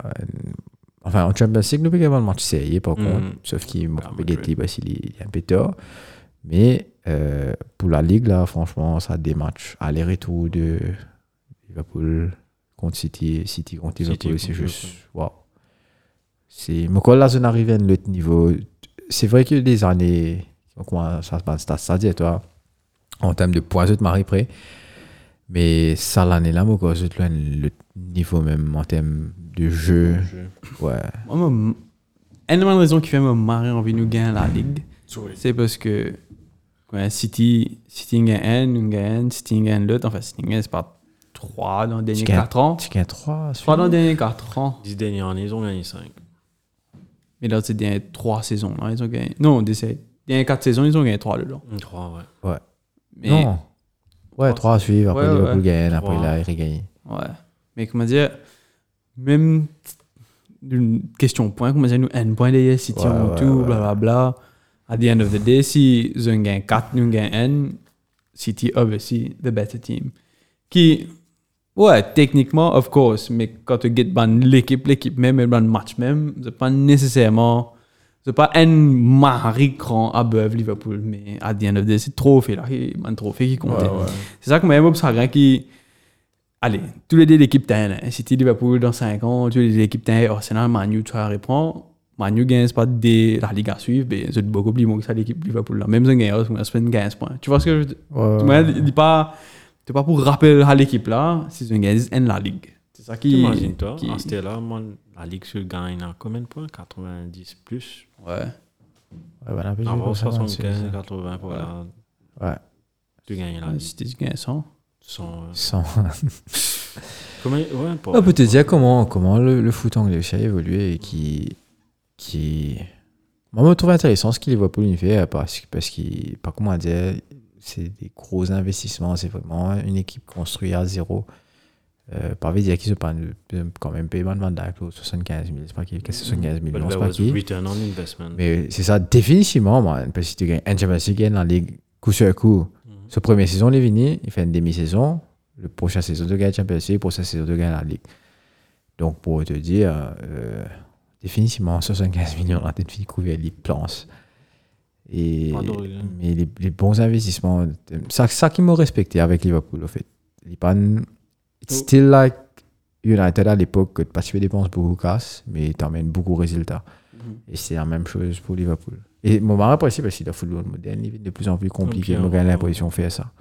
S2: enfin, en Champions League, nous, on peut gagner un match sérieux, par
S1: Mhm.
S2: contre, sauf qu'il m'a
S1: Ah, Madrid.
S2: gâté parce qu'il est il est un peu tard. Mais, euh, pour la Ligue, là, franchement, ça a des matchs aller-retour de Liverpool contre City, City contre
S1: City
S2: Liverpool,
S1: contre
S2: c'est juste.
S1: Liverpool.
S2: Waouh. C'est. Mais quand là, on arrive à un autre niveau, c'est vrai que les années. Comment ça se passe, ça, ça dit, toi, en termes de points de marie près. Mais ça, l'année-là, moi, quand je te le niveau même en termes de jeu. Ouais.
S4: Moi, me- une des raisons qui fait me marrer envie de nous gagner la ligue, c'est parce que quand City, City gagne un, nous gagne un, City gagne l'autre. Enfin, City gagne, c'est pas 3 dans les derniers
S2: Chicken.
S4: 4 ans.
S2: Tu gagnes 3.
S4: 3 dans les derniers 4 ans.
S1: 10 dernières années, ils ont gagné 5.
S4: Mais là, c'est dernières 3 saisons. Là, ils ont
S1: Hmm.
S4: gagné. Non, des les dernières 4 saisons, ils ont gagné 3 dedans.
S1: Trois, ouais.
S4: Mais,
S2: Non. Ouais, trois à suivre. Après,
S4: Ouais,
S2: Liverpool
S4: ouais.
S2: gagne, après,
S1: Trois.
S2: il a regagné.
S4: Ouais. Mais comment dire, même une question point, comment dire, nous, un point d'ailleurs, si tu
S2: Ouais,
S4: en
S2: ouais,
S4: tout,
S2: ouais.
S4: blablabla. At the end of the day, si nous gagne 4, nous gagne 1, City, obviously, the better team. Qui, ouais, techniquement, of course, mais quand tu get ban l'équipe, l'équipe même, et ban match même, c'est pas nécessairement, c'est pas un mari grand above Liverpool, mais at the end of the day, c'est trophée là, qui- un trophée qui compte. C'est ça que moi, Bob Sagan qui. Allez, tous les deux l'équipe t'as un, hein. City, Liverpool dans 5 ans, tous les deux l'équipe t'as un, Arsenal, Manu, tu vas répondre. Manu gagne pas des la Ligue à suivre, mais c'est beaucoup plus bon que ça l'équipe Liverpool là. Même si on gagne, on se fait 15 points. Tu vois ce que je veux dire? Tu vois, il dit pas. T'es pas pour rappeler à l'équipe là, si on gagne, c'est la Ligue. C'est ça qui.
S1: Imagine-toi,
S4: qui-
S1: à ce là man, la Ligue se gagne à combien de points 90 plus
S4: Ouais.
S2: Ouais, ben, un peu, j'ai
S1: Avant
S2: pas ça, c'est-
S1: 75, 80 pour la-
S2: Ouais.
S1: Tu gagnes la
S4: Ah,
S1: Ligue.
S4: City, tu gagnes 100.
S1: Sans, euh,
S2: Sans-
S1: Combien Ouais, pour-
S2: On peut te dire comment, comment le, le foot anglais aussi a évolué et qui. qui... Moi, je trouve intéressant ce qu'il voit pour l'univers parce, parce qu'il, par comment dire, c'est des gros investissements, c'est vraiment une équipe construite à zéro. Euh, par veut dire qu'ils se prennent quand même paiement de Van Dijk, 75 000, c'est pas qui, qu'est-ce que 75
S1: But
S2: millions, c'est
S1: there
S2: pas
S1: was
S2: qui.
S1: Bah, return on investment.
S2: Mais c'est ça, définitivement, man. Parce que si tu gagnes un Champions League, tu gagnes la Ligue coup sur coup.
S1: Mm.
S2: Ce premier saison, il est fini, il fait une demi-saison. Le prochain saison, tu gagnes Champions League, prochain saison, tu gagnes la Ligue. Donc, pour te dire, euh, définitivement, 75 millions, la tête fini couvert, les plans. Et,
S1: Pas drôle, hein.
S2: mais les, les bons investissements, ça, ça qui m'a respecté avec Liverpool, au fait. Il est pas une- It's
S1: Oh.
S2: still like United à l'époque, que tu dépenses beaucoup casse, mais t'emmènes beaucoup de résultats.
S1: Mhm.
S2: Et c'est la même chose pour Liverpool. Et mon mari apprécie parce que le football moderne il est de plus en plus compliqué.
S1: Et puis,
S2: Moi, j'ai
S1: on-
S2: l'impression de faire ça.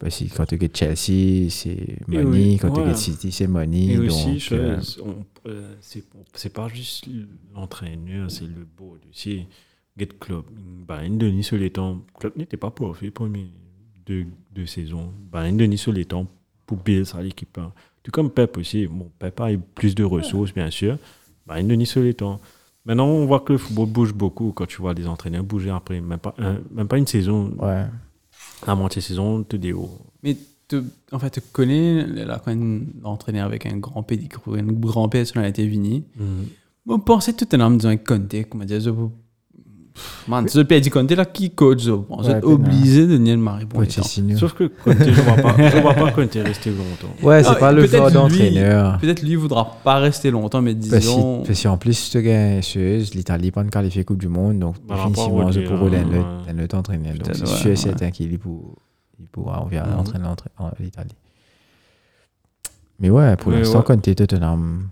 S2: Parce que quand tu gagnes Chelsea, c'est
S1: Et
S2: money.
S1: oui,
S2: quand tu
S1: ouais.
S2: gagnes City, c'est money.
S1: Et
S2: donc,
S1: aussi, je-
S2: euh,
S1: on- euh, c'est c'est pas juste l'entraîneur, c'est le board aussi. Get Club, Bayern de Nice sur les temps. Club n'était pas profit premier deux, deux saisons. Bayern de Nice sur les temps pour Bills à l'équipe. hein. Tout comme Pep aussi. Bon, Pep a eu plus de ressources, bien sûr. Bayern de Nice sur les temps. Maintenant, on voit que le football bouge beaucoup quand tu vois des entraîneurs bouger après. Même pas, un- même pas une saison.
S2: ouais.
S1: À moitié saison, te dis oh,
S4: Mais tu- en fait, tu connais, là, quand l'entraîneur avec un grand pédigrou, un grand personnalité Vini.
S1: Mm.
S4: Bon, pensez tout un homme disant Conte, comment dire, je vous. Pff, Man, c'est le pays du Conte là qui coach, je pense. Vous
S2: Ouais,
S4: êtes
S2: puis,
S4: obligé de nier le mari pour
S2: Ouais,
S4: les temps.
S2: Pochettino.
S1: Sauf que Conte, je vois pas, je vois pas Conte rester longtemps.
S2: Ouais, c'est
S4: Ah,
S2: pas le
S4: peut-être
S2: genre
S4: lui-
S2: d'entraîneur.
S4: Peut-être lui, il voudra pas rester longtemps, mais
S2: Parce que
S4: disons.
S2: parce que en plus, tu gagnes Suez, l'Italie n'est pas qualifiée Coupe du Monde. Donc,
S1: Par rapport
S2: définitivement,
S1: au
S2: je
S1: Guérin,
S2: pourrais
S1: ouais.
S2: l'autre entraîneur. Donc,
S4: Peut-être,
S2: c'est
S4: ouais,
S2: sûr et
S4: ouais.
S2: certain qu'il est pour- il pourra
S4: Mhm.
S2: entraîner entraîner l'entra- en- l'Italie. Mais ouais, pour
S1: Mais
S2: l'instant,
S1: ouais.
S2: quand tu es Tottenham.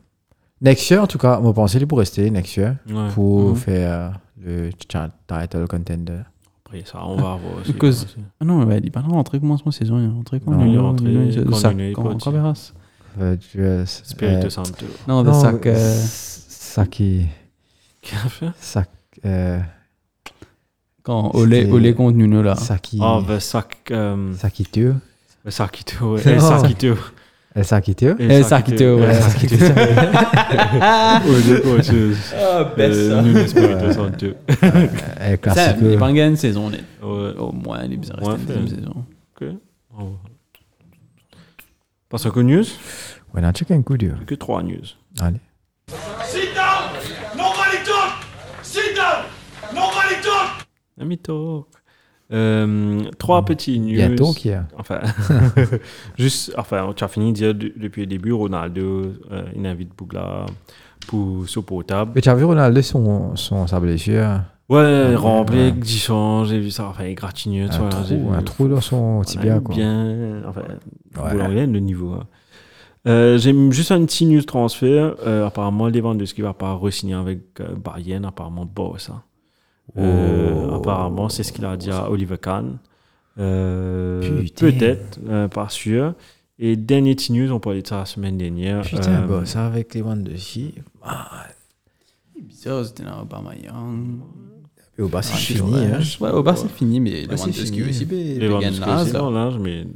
S2: Next year, en tout cas, moi, je pense qu'il est pour rester next year
S1: Ouais.
S2: pour
S4: Mhm.
S2: faire euh, le cha- title contender.
S1: Après ça, on va voir. aussi.
S4: Cause- Ah non, mais il est pas rentré comment son saison Il est rentré comment
S2: Non,
S1: il est rentré quand
S4: sac.
S1: il est
S4: Quand
S1: parti.
S4: quand Verras
S2: Euh, tu es-
S1: Spirit
S2: euh,
S1: Santo.
S4: Non, le
S2: non,
S4: sac. euh,
S2: Saki. Sak- euh,
S4: Quand Olé
S2: c'était-
S4: Olé contre Nuno là.
S2: Saki.
S1: Oh, the Sak. Um,
S2: Sakitio.
S1: the Sakito. ouais.
S2: Non.
S1: Eh, Sakito.
S2: Euh, Sakitio.
S4: Eh, Sakito, ouais.
S1: Eh, Sakito. Ouais, Oh, je crois que c'est-
S4: Ah,
S1: euh, Nuno Espirito Santo.
S2: Euh,
S4: Ça,
S2: classique.
S4: il va gagner une saison, net.
S1: Ouais.
S4: Au moins, il est bien resté
S1: Ouais,
S4: une deuxième
S1: fait.
S4: saison.
S1: Oh. Parce que news,
S2: Ouais, non, check un coup dur.
S1: que 3 news.
S2: Allez.
S7: Sit down! Nobody talk! Sit down! Nobody talk!
S1: Let me talk. Euh, trois petits news.
S2: Bientôt qui a.
S1: Enfin,
S2: *laughs*
S1: *laughs* juste, enfin, tu as fini de dire de- depuis le début, Ronaldo, euh, il invite Bougla pour ce potable.
S2: Mais tu as vu Ronaldo son, son sa blessure
S1: Ouais, rempli,
S2: ouais.
S1: avec Dijon, j'ai vu ça, enfin, égratigné,
S2: un, trou, un trou dans son tibia quoi.
S1: Bien, enfin,
S2: Ouais.
S1: pour l'anglais, le niveau. hein. Euh, j'ai juste un petit news transfert. Euh, apparemment, Lewandowski va pas re-signer avec euh, Bayern, apparemment, boss. hein. Euh,
S2: Oh.
S1: apparemment, c'est ce qu'il a dit à Oliver Kahn. Euh,
S2: Putain.
S1: Peut-être, euh, pas sûr. Et dernier petit news, on parlait de ça la semaine dernière.
S2: Putain,
S1: Euh,
S2: bon, ça avec les bandes de chi.
S4: Bizarre, c'était un Aubameyang.
S2: Et au bas, c'est
S4: Ah,
S2: fini.
S4: ouais.
S2: Hein.
S4: Ouais, au bas, c'est fini, mais
S2: Bah, c'est
S4: Lewandowski
S2: fini.
S4: aussi.
S1: Lewandowski
S4: Lewandowski
S1: aussi dans l'âge, mais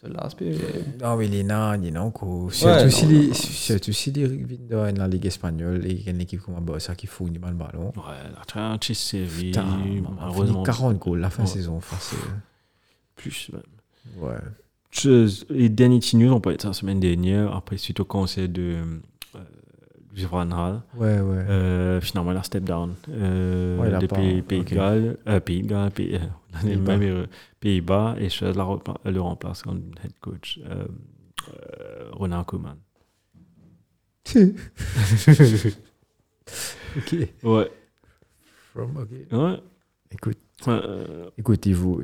S4: Celui-là, c'est.
S2: Non, mais il est là, il est là encore. Surtout si
S4: non,
S2: les- surtout si les vient dans la Ligue espagnole et il y a une équipe comme Bossa qui fournit mal le ballon.
S1: ouais, la Trache série,
S2: Putain, on a fini
S1: malheureusement,
S2: 40 goals la fin de
S1: Ouais.
S2: saison. enfin, c'est-
S1: plus. même.
S2: Ouais.
S1: je- les derniers petits news, on parlait de ça la semaine dernière, après suite au conseil de euh, Louis Van Gaal.
S2: Ouais, ouais.
S1: Euh, finalement, la step down euh,
S2: Ouais, il a
S1: de
S2: pas-
S1: Pays, Pays
S2: ok.
S1: de Galles, euh, Pays de Galles, Pays- euh, on a les
S2: Pays-Bas.
S1: mêmes erreurs. Pays-Bas, et Schez la repa- euh, le remplace comme head coach, euh, euh, Ronald Koeman.
S2: Euh. *laughs* Ok.
S1: Ouais,
S2: ok.
S1: ouais,
S2: Écoute,
S1: euh,
S2: écoute, il vous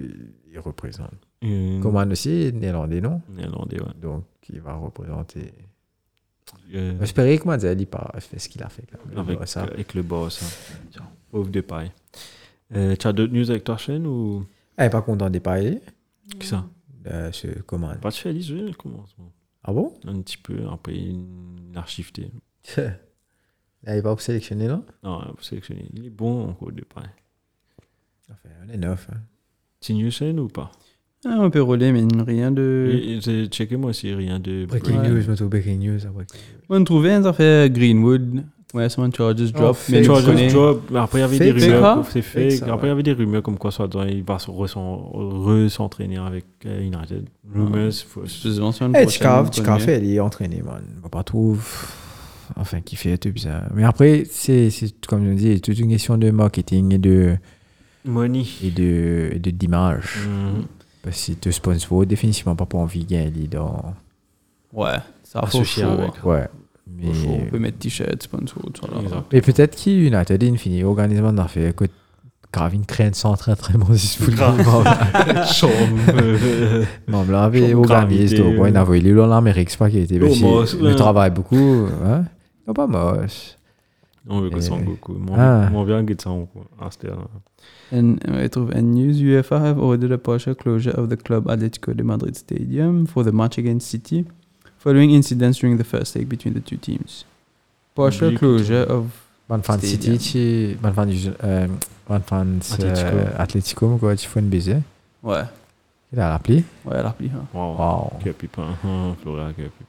S2: il représente.
S1: une-
S2: Coman aussi, néerlandais, non
S1: Néerlandais, ouais.
S2: Donc, il va représenter.
S1: Euh,
S2: J'espérais que Manzel, il pas fait ce qu'il a fait. quand même.
S1: avec,
S4: euh,
S1: euh,
S2: ça.
S1: avec le boss. hein. Pauvre de paille. Euh, tu as d'autres news avec ta chaîne ou
S2: Eh, pas content de parler,
S1: qui ça
S2: euh, ce Coman.
S1: Pas de fait, je vais commencer.
S2: Ah bon
S1: Un petit peu, après une archiveté.
S2: Il n'est pas sélectionné, non
S1: Non, vous sélectionnez. Il est bon encore de paille.
S2: Enfin, on est neuf. hein.
S1: C'est une news chaîne ou pas
S4: Ah, un peu relais, mais rien de.
S1: Et- et J'ai checké moi si rien de.
S2: Euh, Breaking
S4: Ouais.
S2: news, je me trouve breaking news. après.
S4: On trouvait une affaire Greenwood. Ouais, someone charges drop.
S2: fake.
S4: mais
S1: Mais
S4: nous
S1: Chargers
S4: connaît.
S1: drop, mais après il y avait des
S2: Fake, c'est
S1: rumeurs.
S4: quoi
S1: C'est fake.
S2: Fake, ça,
S1: Après il y avait des rumeurs comme quoi soit dans- il va se recen- re-s'entraîner avec euh, United. Rumors, fausses.
S4: Je te mentionne
S2: Eh,
S4: prochaine,
S2: Tchikav,
S4: nous connaît.
S2: Tchikav, il est entraîné, man. On va pas trop. Enfin, qui fait tout bizarre. Mais après, c'est, c'est, comme je dis, c'est toute une question de marketing et de,
S1: Money.
S2: et de, et de
S4: Mm.
S2: d'image.
S1: Mhm.
S2: Parce que si tu sponsors, définitivement pas pas envie de gagner dans.
S4: Ouais, ça a
S1: Associé avec.
S2: Ouais.
S4: Au hein. chaud, on
S2: Mais,
S4: peut mettre t-shirt, sponsor, tout ça.
S2: *laughs*
S1: Exact.
S2: mais peut-être qu'il United Infini, organisme d'affaires, écoute, grave une crainte sans très très bon si football. Non, mais
S1: *laughs*
S2: là,
S1: Genre de
S2: mais au Grammys,
S1: gravité,
S2: donc, bon, il
S1: euh.
S2: a volé l'eau en Amérique, c'est pas qu'il était.
S1: Oh, moche,
S2: Il
S1: ouais.
S2: travaille beaucoup, hein. Non, pas moche.
S1: *laughs* On veut
S2: Eh.
S1: que ça beaucoup.
S2: Ah.
S1: Mon bien que ça en quoi. Ah, c'était là.
S4: And uh, it of and news UEFA have ordered a partial closure of the club Atletico de Madrid stadium for the match against City, following incidents during the first leg between the two teams. Partial
S1: Oublie
S4: closure of
S2: Man fan
S4: Stadium.
S2: City, tu. Man fan. euh, Man fan.
S1: Atletico.
S2: euh, Atletico, mais quoi, tu fais une baiser.
S4: ouais
S2: Il a rappelé.
S4: ouais la pli, hein.
S1: Waouh.
S2: Waouh.
S1: Que pipa. *laughs* Hum, Flora, que pipa.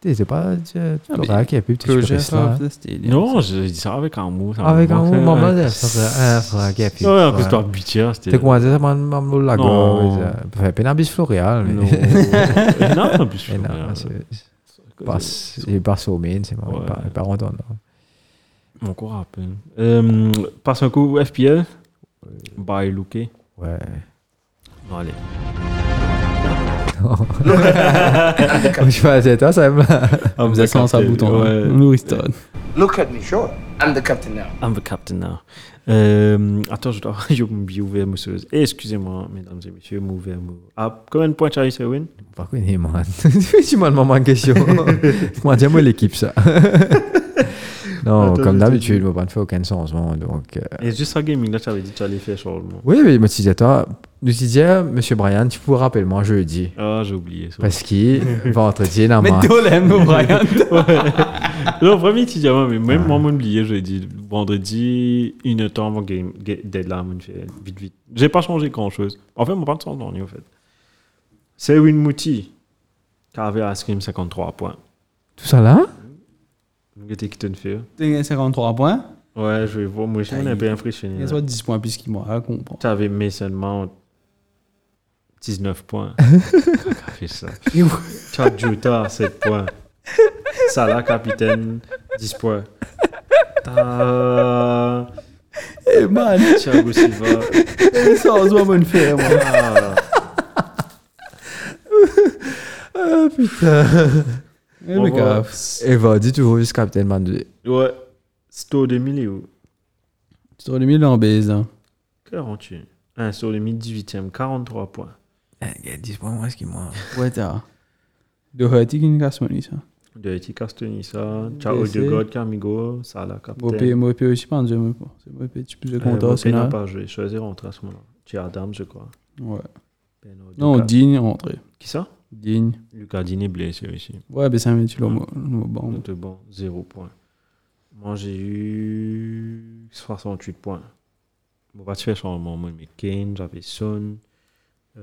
S2: Tu sais pas. Tu
S4: Ah, mais-
S2: as qui a pu, tu peux
S4: Closure
S2: rester là.
S4: of the stadium.
S1: Non, je dis ça avec amour. ça
S2: Avec
S1: me
S2: un
S1: manque,
S2: moment,
S1: hein.
S2: man, ça serait un qui a pu.
S1: Ouais, en plus, toi, Butcher, hein, c'était.
S2: Tu commences à man man l'eau lagon.
S1: Non.
S2: Enfin, Penabis Floréal,
S1: Non.
S2: *laughs*
S1: *laughs*
S2: mais.
S1: Non, en plus, je
S2: Mais non,
S1: trouve,
S2: c'est-
S1: euh,
S2: passe- Il passe au main, c'est
S1: Ouais.
S2: moi. Il part en temps, non.
S1: Mon corps rappelle. Euh, passe un coup, FPL. Bye, Luke.
S2: Ouais.
S1: Bon, allez.
S2: Comme tu faisais toi, ça me *laughs*
S1: Ah,
S4: comme ça sans sa bouton hein.
S1: Ouais.
S4: nous restore
S8: Look at me, sure. I'm the captain now.
S1: I'm the captain now. Euh, attends, je dois. *laughs* J'ai ouvert mon seuse. Eh, Excusez-moi, mesdames et messieurs, mon ouvert mon. Ah, combien de points tu as eu, Sewin
S2: Pas connu, *laughs* man. tu m'as demandé
S1: *laughs*
S2: une question. Comment dire, moi, l'équipe, ça Non,
S1: Attends,
S2: comme
S1: je te
S2: d'habitude,
S1: dis.
S2: moi, pas ne fait aucun sens, man, donc... euh,
S1: Et juste en gaming, là, tu avais dit que tu allais faire changement.
S2: Oui, mais moi, tu disais, toi, nous tu disais, monsieur Brian, tu peux rappeler moi jeudi.
S1: Ah, j'ai oublié ça. *laughs*
S2: Parce qu'il va entretenir la
S4: mais
S2: main.
S4: Dolem Brian
S1: Non, premier petit diamant, ah mais même moi, mon oublié, je l'ai dit vendredi, une heure avant game, ga- deadline, on fait vite, vite. J'ai pas changé grand chose. En fait, mon pas de sens en fait. C'est Win Mouti, qui avait à Scream 53 points.
S2: Tout ça là
S1: Il était qui te le fait.
S4: T'as 53 points
S1: Ouais, je vais voir, moi, je suis un peu
S4: il y
S1: impressionné.
S4: a
S1: là.
S4: soit 10 points plus qu'il m'a comprends
S1: Tu avais mis seulement 19 points. Qui a fait ça Chad Juta, 7 points. Salah, capitaine, 10 points. T'as.
S4: eh man
S1: Thiago Silva.
S4: ça en soit bonne fête moi
S1: Ah.
S4: Ah, eh mais
S1: Bravo.
S4: grave
S2: Et va, dis toujours jusqu'à Captain Man 2.
S1: Ouais. Sto 2000 et où
S4: tu te remets là en baise hein.
S1: 41. Un sur le 18e, 43 points.
S2: Il y a 10 points, Eh, moi, ce qui moi.
S4: ouais t'as de Hurti qui nous casse mon lit, ça
S1: De Eti hein. Castonissa, Ciao
S4: Blessé.
S1: de God, Camigo, Salah,
S4: Mopé,
S1: Capitaine.
S4: Mopé aussi, pas en jeu, mais bon, c'est Mopé, tu peux jouer contre
S1: Euh, Mopé n'a
S4: Arsenal.
S1: pas joué. Choisir entre à ce moment-là. Tu Adams, je crois.
S4: Ouais.
S1: Ben Odegaard.
S4: Non, digne, rentré.
S1: Qui ça
S4: Digne.
S1: Lucas Digne est blessé aussi.
S4: Ouais, ben ça me tu l'as
S1: Ouais.
S4: moi- moi, bon.
S1: Donc, bon, 0 points. Moi, j'ai eu 68 points. Bon, va te faire changement. Moi, mais Kane, j'avais Son.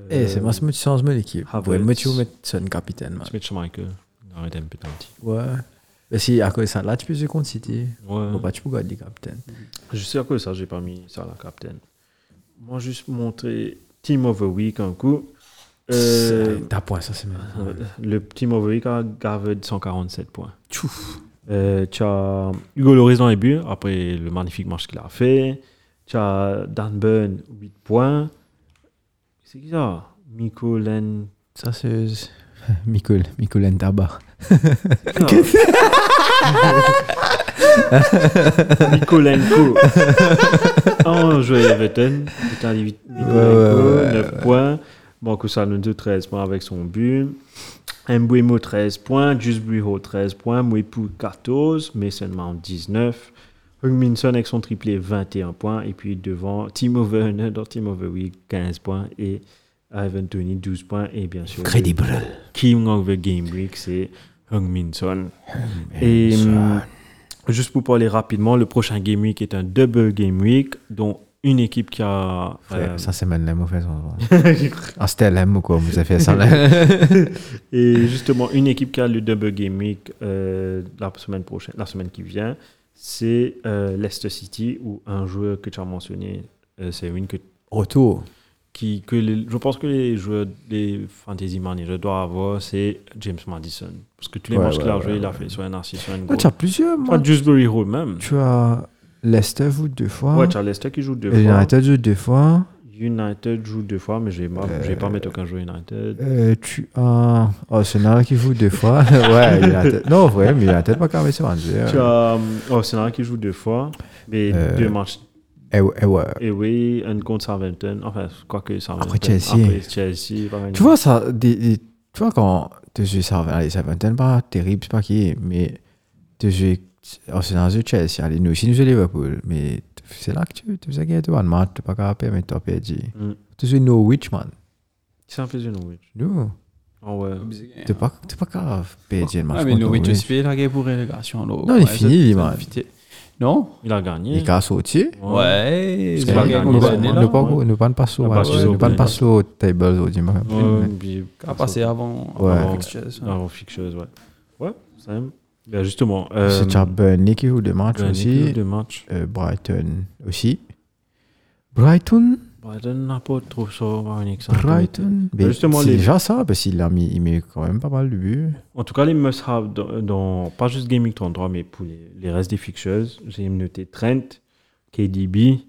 S2: Eh, c'est moi, c'est moi, tu changes moi l'équipe.
S1: Euh, Havertz.
S2: Ouais, moi, tu veux mettre son capitaine, man.
S1: Smith Schmeichel. Arrête un peu petit.
S2: Ouais. Mais si, à cause de ça, là, tu peux jouer contre City.
S1: Ouais.
S2: Bon, bah, tu peux garder les capitaines.
S1: Je sais à quoi ça, j'ai pas mis ça à la capitaine. Moi, juste montrer Team of the Week un coup. Euh,
S2: T'as point, ça c'est
S1: ouais. Euh, le petit Maverick a Garvard 147 points.
S4: Tchouf.
S1: Euh, tu as Hugo Loris dans les buts, après le magnifique match qu'il a fait. Tu as Dan Burn, 8 points. C'est qui ça Miko Len.
S2: Ça c'est. *laughs* Mikol, Mikolen Tabar. *laughs*
S1: Miko Lenko. *laughs* oh, joué à Everton. Putain, les huit- Miko
S2: Ouais,
S1: Lenko,
S2: ouais, ouais,
S1: 9 points. Banco Salundo, 13 points avec son but. Mbuemo, 13 points. Jusbriho, 13 points. Mwepu, 14. Mason Mount, 19. Hugminson avec son triplé, 21 points. Et puis devant Timo Werner, dans Timo Werner, 15 points. Et Ivan Tony, 12 points. Et bien sûr,
S2: Crédible.
S1: King of the Game Week, c'est Hung Son. Et hum, juste pour parler rapidement, le prochain Game Week est un double Game Week, dont une équipe qui a. euh,
S2: Ça c'est même la mauvaise endroit.
S1: *laughs*
S2: Ah, c'était la mou quoi, vous avez fait ça là.
S1: et justement, une équipe qui a le double Game Week euh, la, semaine prochaine, la semaine qui vient, c'est euh, Leicester City, où un joueur que tu as mentionné, euh, c'est une que
S2: Retour.
S1: qui, que les- je pense que les joueurs, les fantasy managers doivent avoir, c'est James Madison. Parce que tous les
S2: Ouais,
S1: matchs qu'il a
S2: ouais,
S1: joué,
S2: ouais,
S1: il a
S2: ouais.
S1: fait soit un artiste, soit un
S2: Ah,
S1: gros.
S2: tu as plusieurs,
S1: Toi,
S2: moi.
S1: Dewsbury Hall même.
S2: Tu as Leicester vous deux fois.
S1: Ouais, tu as Leicester qui joue deux
S2: Et
S1: fois.
S2: United joue deux fois.
S1: United joue deux fois, mais je vais pas- je vais pas mettre aucun joueur United.
S2: Euh, tu as Arsenal qui joue deux fois. *laughs* ouais, il a la tête- Non, ouais, mais il a la tête pas carré hein, sur un jeu.
S1: Tu as hum, Arsenal qui joue deux fois, mais
S2: Euh,
S1: deux matchs.
S2: Eh ouais, eh ouais.
S1: Et oui, un contre Southampton, enfin, quoi que Southampton.
S2: Après Chelsea.
S1: Après Chelsea. pas mal.
S2: Tu vois, ça, des, des- tu vois, quand tu joues ça, allez, ça vingtaine, pas terrible, c'est pas qui, mais oh, tu joues Arsenal, tu Chelsea, allez, nous aussi, nous jouons Liverpool, mais c'est là que tu, tu faisais gagner, tu vois, le match, tu pas capable, mais tu as perdu.
S1: Mm.
S2: Tu joues Norwich, man.
S1: Qui s'en faisait Norwich
S2: Nous,
S1: Oh ouais.
S2: tu pas, t'es pas capable de perdre le match.
S4: Ah, mais
S2: contre
S4: Norwich se fait larguer pour relégation.
S2: Non, il est fini, lui, man.
S4: Non
S1: Il a gagné.
S2: Il est sorti.
S4: Ouais.
S1: C'est
S2: Nous
S1: pas
S2: pas
S1: gagné,
S2: nous
S1: c'est
S2: pas-
S1: là,
S2: nous pas-
S1: ouais.
S2: nous pas passer au
S1: Ah,
S2: match,
S4: parce qu'ils
S2: nous
S4: ont
S2: pas
S4: perdu.
S2: passer au table au dimanche.
S1: Ouais, puis-
S4: Qu'à passer avant. hein.
S2: Ouais.
S4: avant
S1: Ouais.
S4: Fixtures, ouais.
S1: Avant Fixtures, ouais. Ouais, Sam. Ben justement. euh,
S2: C'est déjà Burnley qui joue deux matchs
S1: Burnley qui joue
S2: aussi.
S1: Deux matchs.
S2: Euh, Brighton aussi. Brighton
S1: Brighton n'a pas trop ça. Warwick, ça.
S2: Brighton Mais
S1: Ben, Justement,
S2: C'est
S1: les-
S2: déjà ça, parce qu'il a mis, il met quand même pas mal de buts.
S1: En tout cas, les must-have, dans, dans- pas juste Gaming 33, mais pour les, les restes des fixtures, j'ai noté Trent, KDB,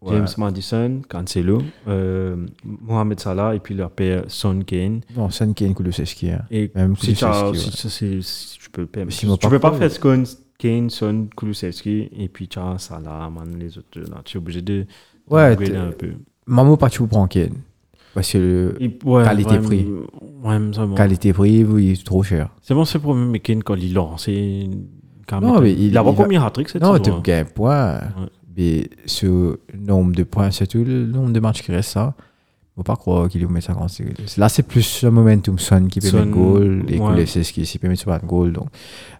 S2: Ouais.
S1: James Madison, Cancelo, euh, Mohamed Salah et puis leur père Son Kane.
S2: Non, Sun Kane, Kulusevski. hein.
S1: Et
S2: Même
S1: si, t'as-
S2: Kulusevski,
S1: si-
S2: ouais.
S1: si- si- si tu peux, le permettre.
S2: S'ils vont
S1: tu
S2: pas
S1: peux pas
S2: prendre.
S1: faire Son, Kane, Son, Kulusevski et puis tu as Salah, man, les autres. euh, Là, tu es obligé de
S2: Ouais,
S1: d'upgrader
S2: t'es-
S1: un peu.
S2: Maman, pas tu prends Kane. Parce que le
S1: Et- ouais,
S2: Qualité-prix.
S1: ouais, ouais, c'est bon.
S2: qualité-prix, oui, il est trop cher.
S1: C'est bon, c'est le problème, mais Kane, quand il lance, c'est.
S2: Non, mais il-
S1: il a pas
S2: il va-
S1: combien de hat-tricks cette
S2: Non, tu
S1: saison, hein
S2: gagnes point.
S1: Ouais.
S2: Mais ce nombre de points, c'est tout le nombre de matchs qui reste ça. Faut pas croire qu'il vous met 50. c'est- Là, c'est plus le momentum Son qui peut
S1: Son,
S2: mettre goal et
S1: ouais.
S2: Kulusevski qui peut mettre sur un goal. Donc,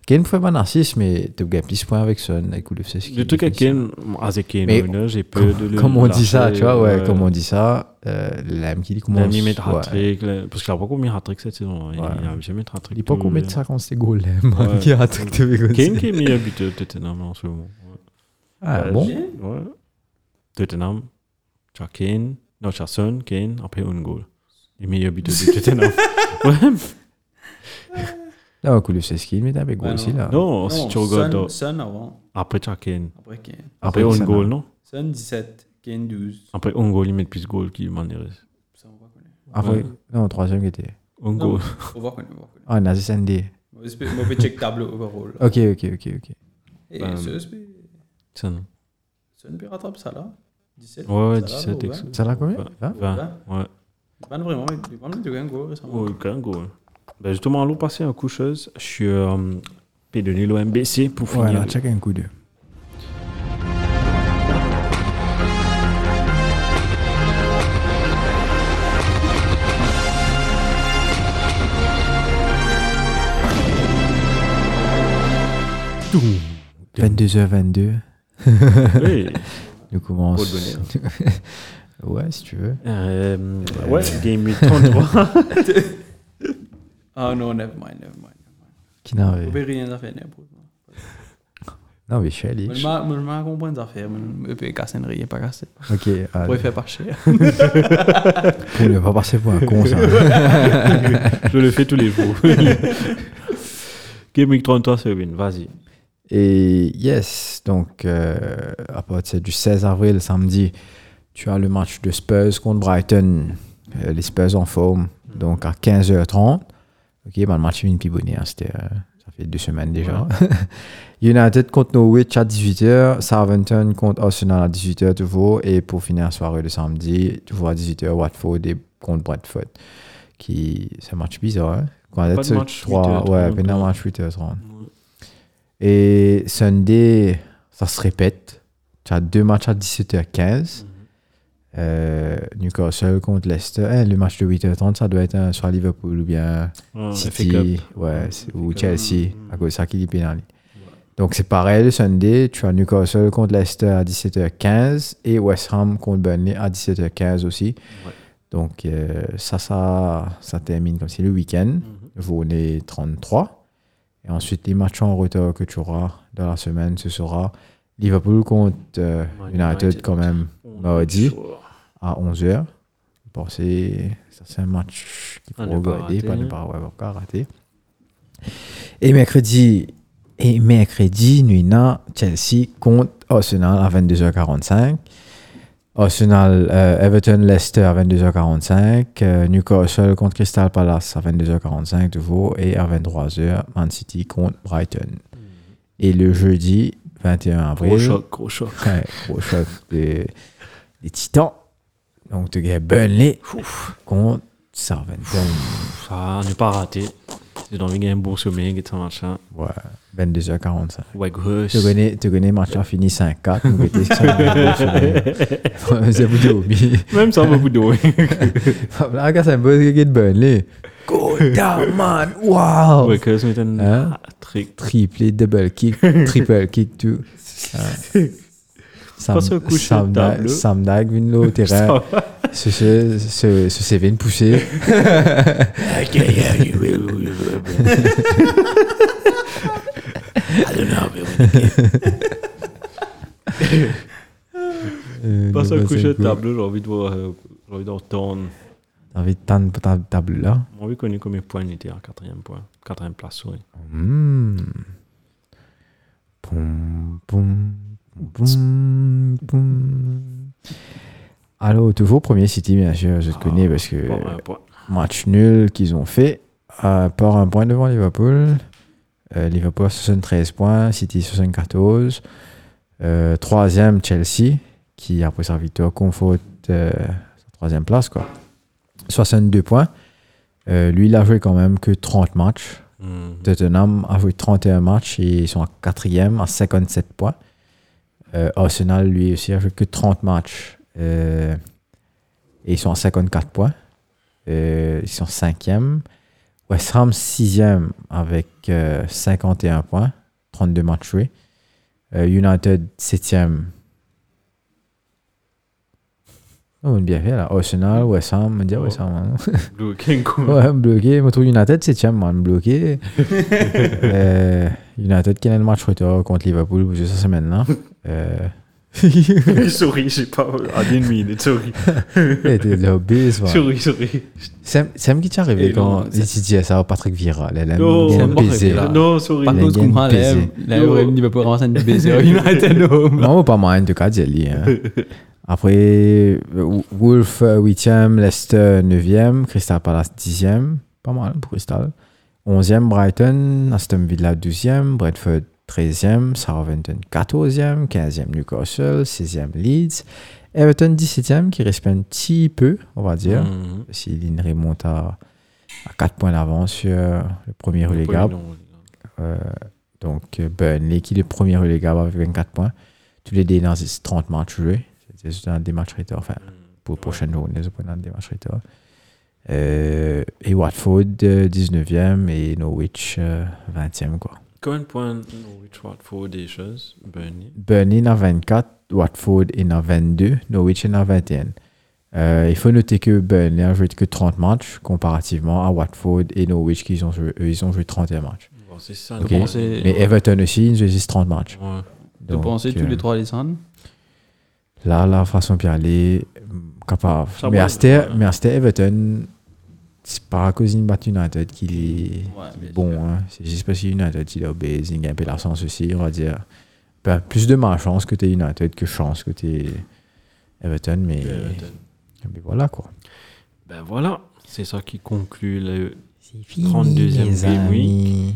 S2: Kane fait un assist, mais tu gagnes plus de points avec Son et Kulusevski.
S1: Le truc avec
S2: Kane
S1: Kane, avec Kane
S2: Mais
S1: Owner, j'ai peur de
S2: comme,
S1: le.
S2: comme on dit ça,
S1: lâcher,
S2: tu vois, ouais,
S1: euh,
S2: comme on dit ça, euh, l'âme qui dit comment
S1: L'ami met
S2: ouais.
S1: hat-trick, le- parce qu'il a pas combien de hat-trick cette saison. hein,
S2: Ouais.
S1: Il a jamais de hat-trick.
S2: Il dit pas
S1: tout-
S2: qu'on met 50 c'est goal, man,
S1: Euh, Ouais.
S2: qui a un truc de
S1: Kane
S2: Vegas. *laughs*
S1: qui est meilleur buteur de Tottenham en ce moment. Ouais.
S2: Ah
S1: Euh,
S2: bon
S1: Ouais. Tottenham, tu as Kane, non, tu as Son, Kane, après un goal. Les meilleurs buteurs de Tottenham. ouais.
S2: Non, Kulusevski, il met avec goal
S4: Ouais,
S2: aussi,
S4: non.
S2: là.
S1: Non, si tu
S4: Son-
S1: regardes. euh,
S4: Son avant.
S1: Après, tu as Kane.
S4: Après Kane.
S1: Après
S2: Après,
S1: un
S2: ça,
S1: goal,
S2: non.
S1: non
S4: Son 17. Kane 12.
S1: Après un goal, il met plus goal qu'il Maneres.
S4: Ça, on va connaître.
S2: Après,
S1: Ouais.
S2: non, troisième qui était.
S1: Un *laughs*
S4: Non,
S1: goal.
S4: On va connaître. on va connaître.
S2: Ah, Nazis ND.
S4: Mauvais spé- Mauvais check tableau overall. là.
S2: Ok, ok, ok, ok.
S4: Et
S1: Euh, Ben,
S4: ce spé-
S1: Son.
S4: Son peut rattraper ça là. 17.
S1: Ouais, ouais,
S4: ça là,
S1: 17,
S4: ou
S1: ex-
S4: 20.
S2: Ça l'a combien
S1: Ouais.
S2: Hein
S1: Vingt, Ouais.
S4: Il parle vraiment, il parle de Gango récemment.
S1: Aucun goal. Ben justement, allons passer en coucheuse sur euh, Pedonilo MBC pour finir.
S2: Voilà, check un coup d'œil.
S1: Toum.
S2: 22h22,
S1: *laughs* Oui.
S2: *laughs* nous
S1: Trop de
S2: commence. *laughs* ouais, si tu veux.
S1: Euh, ouais, Game Week 33.
S4: Ah non, never mind, never mind.
S2: Qui n'a
S4: On peut rien à faire, n'importe quoi.
S2: Non, mais Shelly.
S4: Je m'en comprends des affaires. mais- Et puis, cassenerie, il est pas cassé.
S2: Ok.
S4: On
S2: allez.
S4: pourrait faire marcher.
S2: Pour ne pas passer pour un con,
S4: *laughs*
S2: ça.
S1: *laughs* Je le fais tous les jours. Game Week 33, c'est win, vas-y.
S2: Et yes, donc euh, à partir du 16 avril, samedi, tu as le match de Spurs contre Brighton. Euh, les Spurs en forme,
S1: Mm.
S2: donc à 15h30. Ok, ben, le match est une pibonnée, hein, c'était, euh, ça fait deux semaines déjà. *laughs* United contre Norwich à 18h, Southampton contre Arsenal à 18h toujours, et pour finir la soirée de samedi, toujours à 18h, Watford et contre Bradford. Qui, c'est un match bizarre, hein. Quand
S1: Pas
S2: on
S1: de
S2: est sur
S1: match
S2: trois-
S1: 8h30,
S2: ouais, pas
S1: hein.
S2: un match 8h30. Et Sunday, ça se répète. Tu as deux matchs à 17h15. Euh, Newcastle contre Leicester. Eh, le match de 8h30, ça doit être un- soit Liverpool ou bien
S1: Ah, FA Cup.
S2: City ouais, c'est- ou
S1: Cup.
S2: Chelsea. À cause de ça qu'il y pénalty. Donc c'est pareil le Sunday. Tu as Newcastle contre Leicester à 17h15 et West Ham contre Burnley à 17h15 aussi. Donc euh, ça, ça, ça termine comme c'est le
S1: Mhm.
S2: week-end, journée 33. Et ensuite, les matchs en retard que tu auras dans la semaine, ce sera Liverpool contre euh,
S1: Ouais,
S2: United,
S1: United.
S2: quand même
S1: On
S2: mardi
S1: est chaud.
S2: à 11h. Bon, c'est ça, c'est un match qu'il faut
S1: À ne pas
S2: regarder, pas
S1: rater.
S2: ne pas ouais, pas rater. Et mercredi, et mercredi, Nuina, Chelsea contre Arsenal à 22h45. Arsenal, euh, Everton, Leicester à 22h45. euh, Newcastle contre Crystal Palace à 22h45 toujours. Et à 23h, Man City contre Brighton.
S1: Hmm.
S2: Et le jeudi 21 avril.
S1: Gros choc, gros choc.
S2: Ouais, gros choc des, des Titans. Donc, tu gagnes Burnley contre Southampton.
S1: Ça, Ah, n'est pas raté. J'ai envie de gagner un bon sommeil, et un machin.
S2: Ouais, 22h45.
S1: Weghurst.
S2: Tu connais, tu connais, match a fini 5-4. nous, côté, ça, on est- C'est vous deux,
S1: Même ça, beaucoup *laughs* de
S2: Là, quand ça me pose, de Burnley. Go down, man! Wow!
S1: Weghurst met un
S2: Hein?
S1: trick.
S2: Triplé, double kick, triple kick, tout. Ouais. Sam,
S1: Pas se coucher
S2: Sam,
S1: table.
S2: Dag- Sam Dag, vient là au terrain.
S1: *laughs*
S2: Ce, ce, ce, ce CV une poussée. Euh,
S1: Pas ça
S2: Newcastle
S1: coucher de
S2: Group.
S1: table, j'ai envie de voir, euh, j'ai envie d'entendre.
S2: T'as envie de tendre pour ta table là.
S1: J'ai envie de connaître combien de points il était à quatrième point. Quatrième place, oui.
S2: Hmm. Poum, poum, poum, poum. Alors, toujours premier City, bien sûr, je te connais parce que
S1: Bon, un point.
S2: match nul qu'ils ont fait, à part un point devant Liverpool. Euh, Liverpool 73 points, City 74. Euh, troisième Chelsea, qui après sa victoire conforte euh, sa troisième place, quoi. 62 points. Euh, lui, il a joué quand même que 30 matchs.
S1: Mhm.
S2: Tottenham a joué 31 matchs et ils sont en quatrième à 57 points. Euh, Arsenal, lui aussi, a joué que 30 matchs euh, et ils sont à 54 points. Euh, ils sont cinquième. West Ham, sixième avec euh, 51 points, 32 matchs joués. Euh, United, septième. Oh, on est bien fait là. Arsenal, West Ham, on dit West Ham. hein.
S1: Blue King, quoi.
S2: *laughs*
S1: *laughs*
S2: Ouais, bloqué. Moi, je trouve United, c'est tiens, moi, bloqué. euh, United qui a le match retour contre Liverpool, parce que ça, c'est maintenant.
S1: *laughs*
S2: Euh, *laughs*
S1: sorry, j'ai pas. Ah, I didn't mean it, sorry.
S2: et t'es là, obèse, voilà.
S1: Sorry, sorry.
S2: Sam, Sam qui t'est arrivé
S1: Et
S2: quand
S1: non, Oh,
S2: il disait ça au Patrick Vieira. là, là,
S1: Non,
S2: il a
S4: c'est bon,
S2: baisé, là.
S4: Vieira.
S1: Non, sorry.
S4: Par
S2: Il a
S4: contre, je
S2: gagné
S4: comprends,
S2: une
S4: la
S2: baiser.
S4: la Euro ne va pas vraiment une
S1: *laughs*
S4: baiser. United Home.
S2: Non, pas mal, en tout cas, Jelly. hein. *laughs* Après, euh, Wolf 8e, Leicester 9e, Crystal Palace 10e. Pas mal pour Crystal. 11e, Brighton, Aston Villa 12e, Bradford 13e, Southampton 14e, 15e, Newcastle, 16e, Leeds. Everton 17e qui reste un petit peu, on va dire.
S1: Mhm.
S2: S'il y a une remonte à, 4 points d'avance sur le premier relégable. Euh, donc euh, Burnley qui est le premier relégable avec 24 points. Tous les dés dans les 30 matchs joués. C'est juste un des matchs retard. Enfin,
S4: Hmm.
S2: pour la prochaine journée, c'est pas un des matchs retard. Euh, et Watford, euh, 19e, et Norwich, euh, 20e. Quoi.
S1: Combien de points Norwich Watford des choses Burnley.
S2: Burnley en a 24, Watford en a 22, Norwich en a 21. Euh, il faut noter que Burnley a joué que 30 matchs comparativement à Watford et Norwich qui ils ont joué, eux, ils ont joué 31 matchs.
S1: Bon, c'est ça.
S2: Ok.
S1: le bon, c'est-
S2: Mais Everton aussi, ils ont joué 30 matchs.
S1: Ouais.
S4: de
S2: Donc,
S4: penser tous
S2: euh,
S4: les trois descendre.
S2: Là, la façon d'y aller, capable.
S1: Ça
S2: Mais
S1: va,
S2: à c'était mais à c'était Everton, c'est pas à cause d'une batte United qu'il est
S4: Ouais, bien
S2: bon. hein. C'est juste parce que United, il a obéi, il a un peu la chance aussi, on va dire. Ben, plus de malchance que t'es United que chance que t'es Everton, mais, mais voilà quoi.
S1: Ben voilà, c'est ça qui conclut le
S2: C'est
S1: fini, 32e les game week.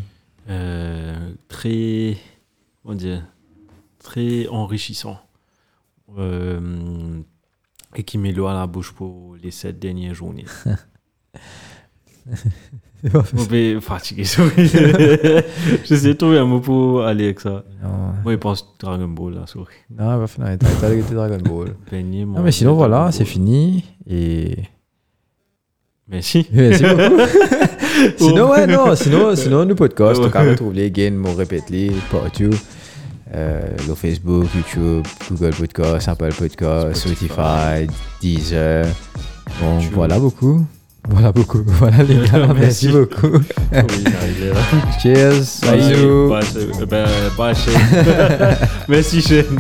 S1: euh, très, on dirait, très enrichissant. Euh, et qui met l'eau à la bouche pour les sept dernières
S2: *laughs*
S1: journées. Vous pouvez fatiguer ça. *laughs* J'essaie de trouver un mot pour aller avec ça.
S2: Non,
S1: Moi, je pense Dragon Ball, la souris.
S2: non, bah, non, t'as t'as regretté Dragon
S1: *laughs*
S2: Ball.
S1: Peigné,
S2: Non, mais sinon,
S1: Dragon
S2: voilà,
S1: Ball.
S2: c'est fini. Et.
S1: Merci.
S2: *laughs* Merci
S1: *laughs*
S2: beaucoup. sinon, ouais,
S1: Oh.
S2: non, sinon, sinon, nous podcast, on peut trouver les gains, on répète les partout. Euh, le Facebook, YouTube, Google Podcast, Apple Podcast, Spotify, Deezer. Bon,
S1: YouTube.
S2: voilà beaucoup. Voilà beaucoup. *laughs* Voilà les gars,
S1: *laughs*
S2: merci,
S1: Merci.
S2: beaucoup.
S1: Oui, arrivé là. euh,
S2: Cheers. Bisous.
S1: ben,
S2: *laughs*
S1: Bye, Shane. Bye, Shane. Merci, Shane.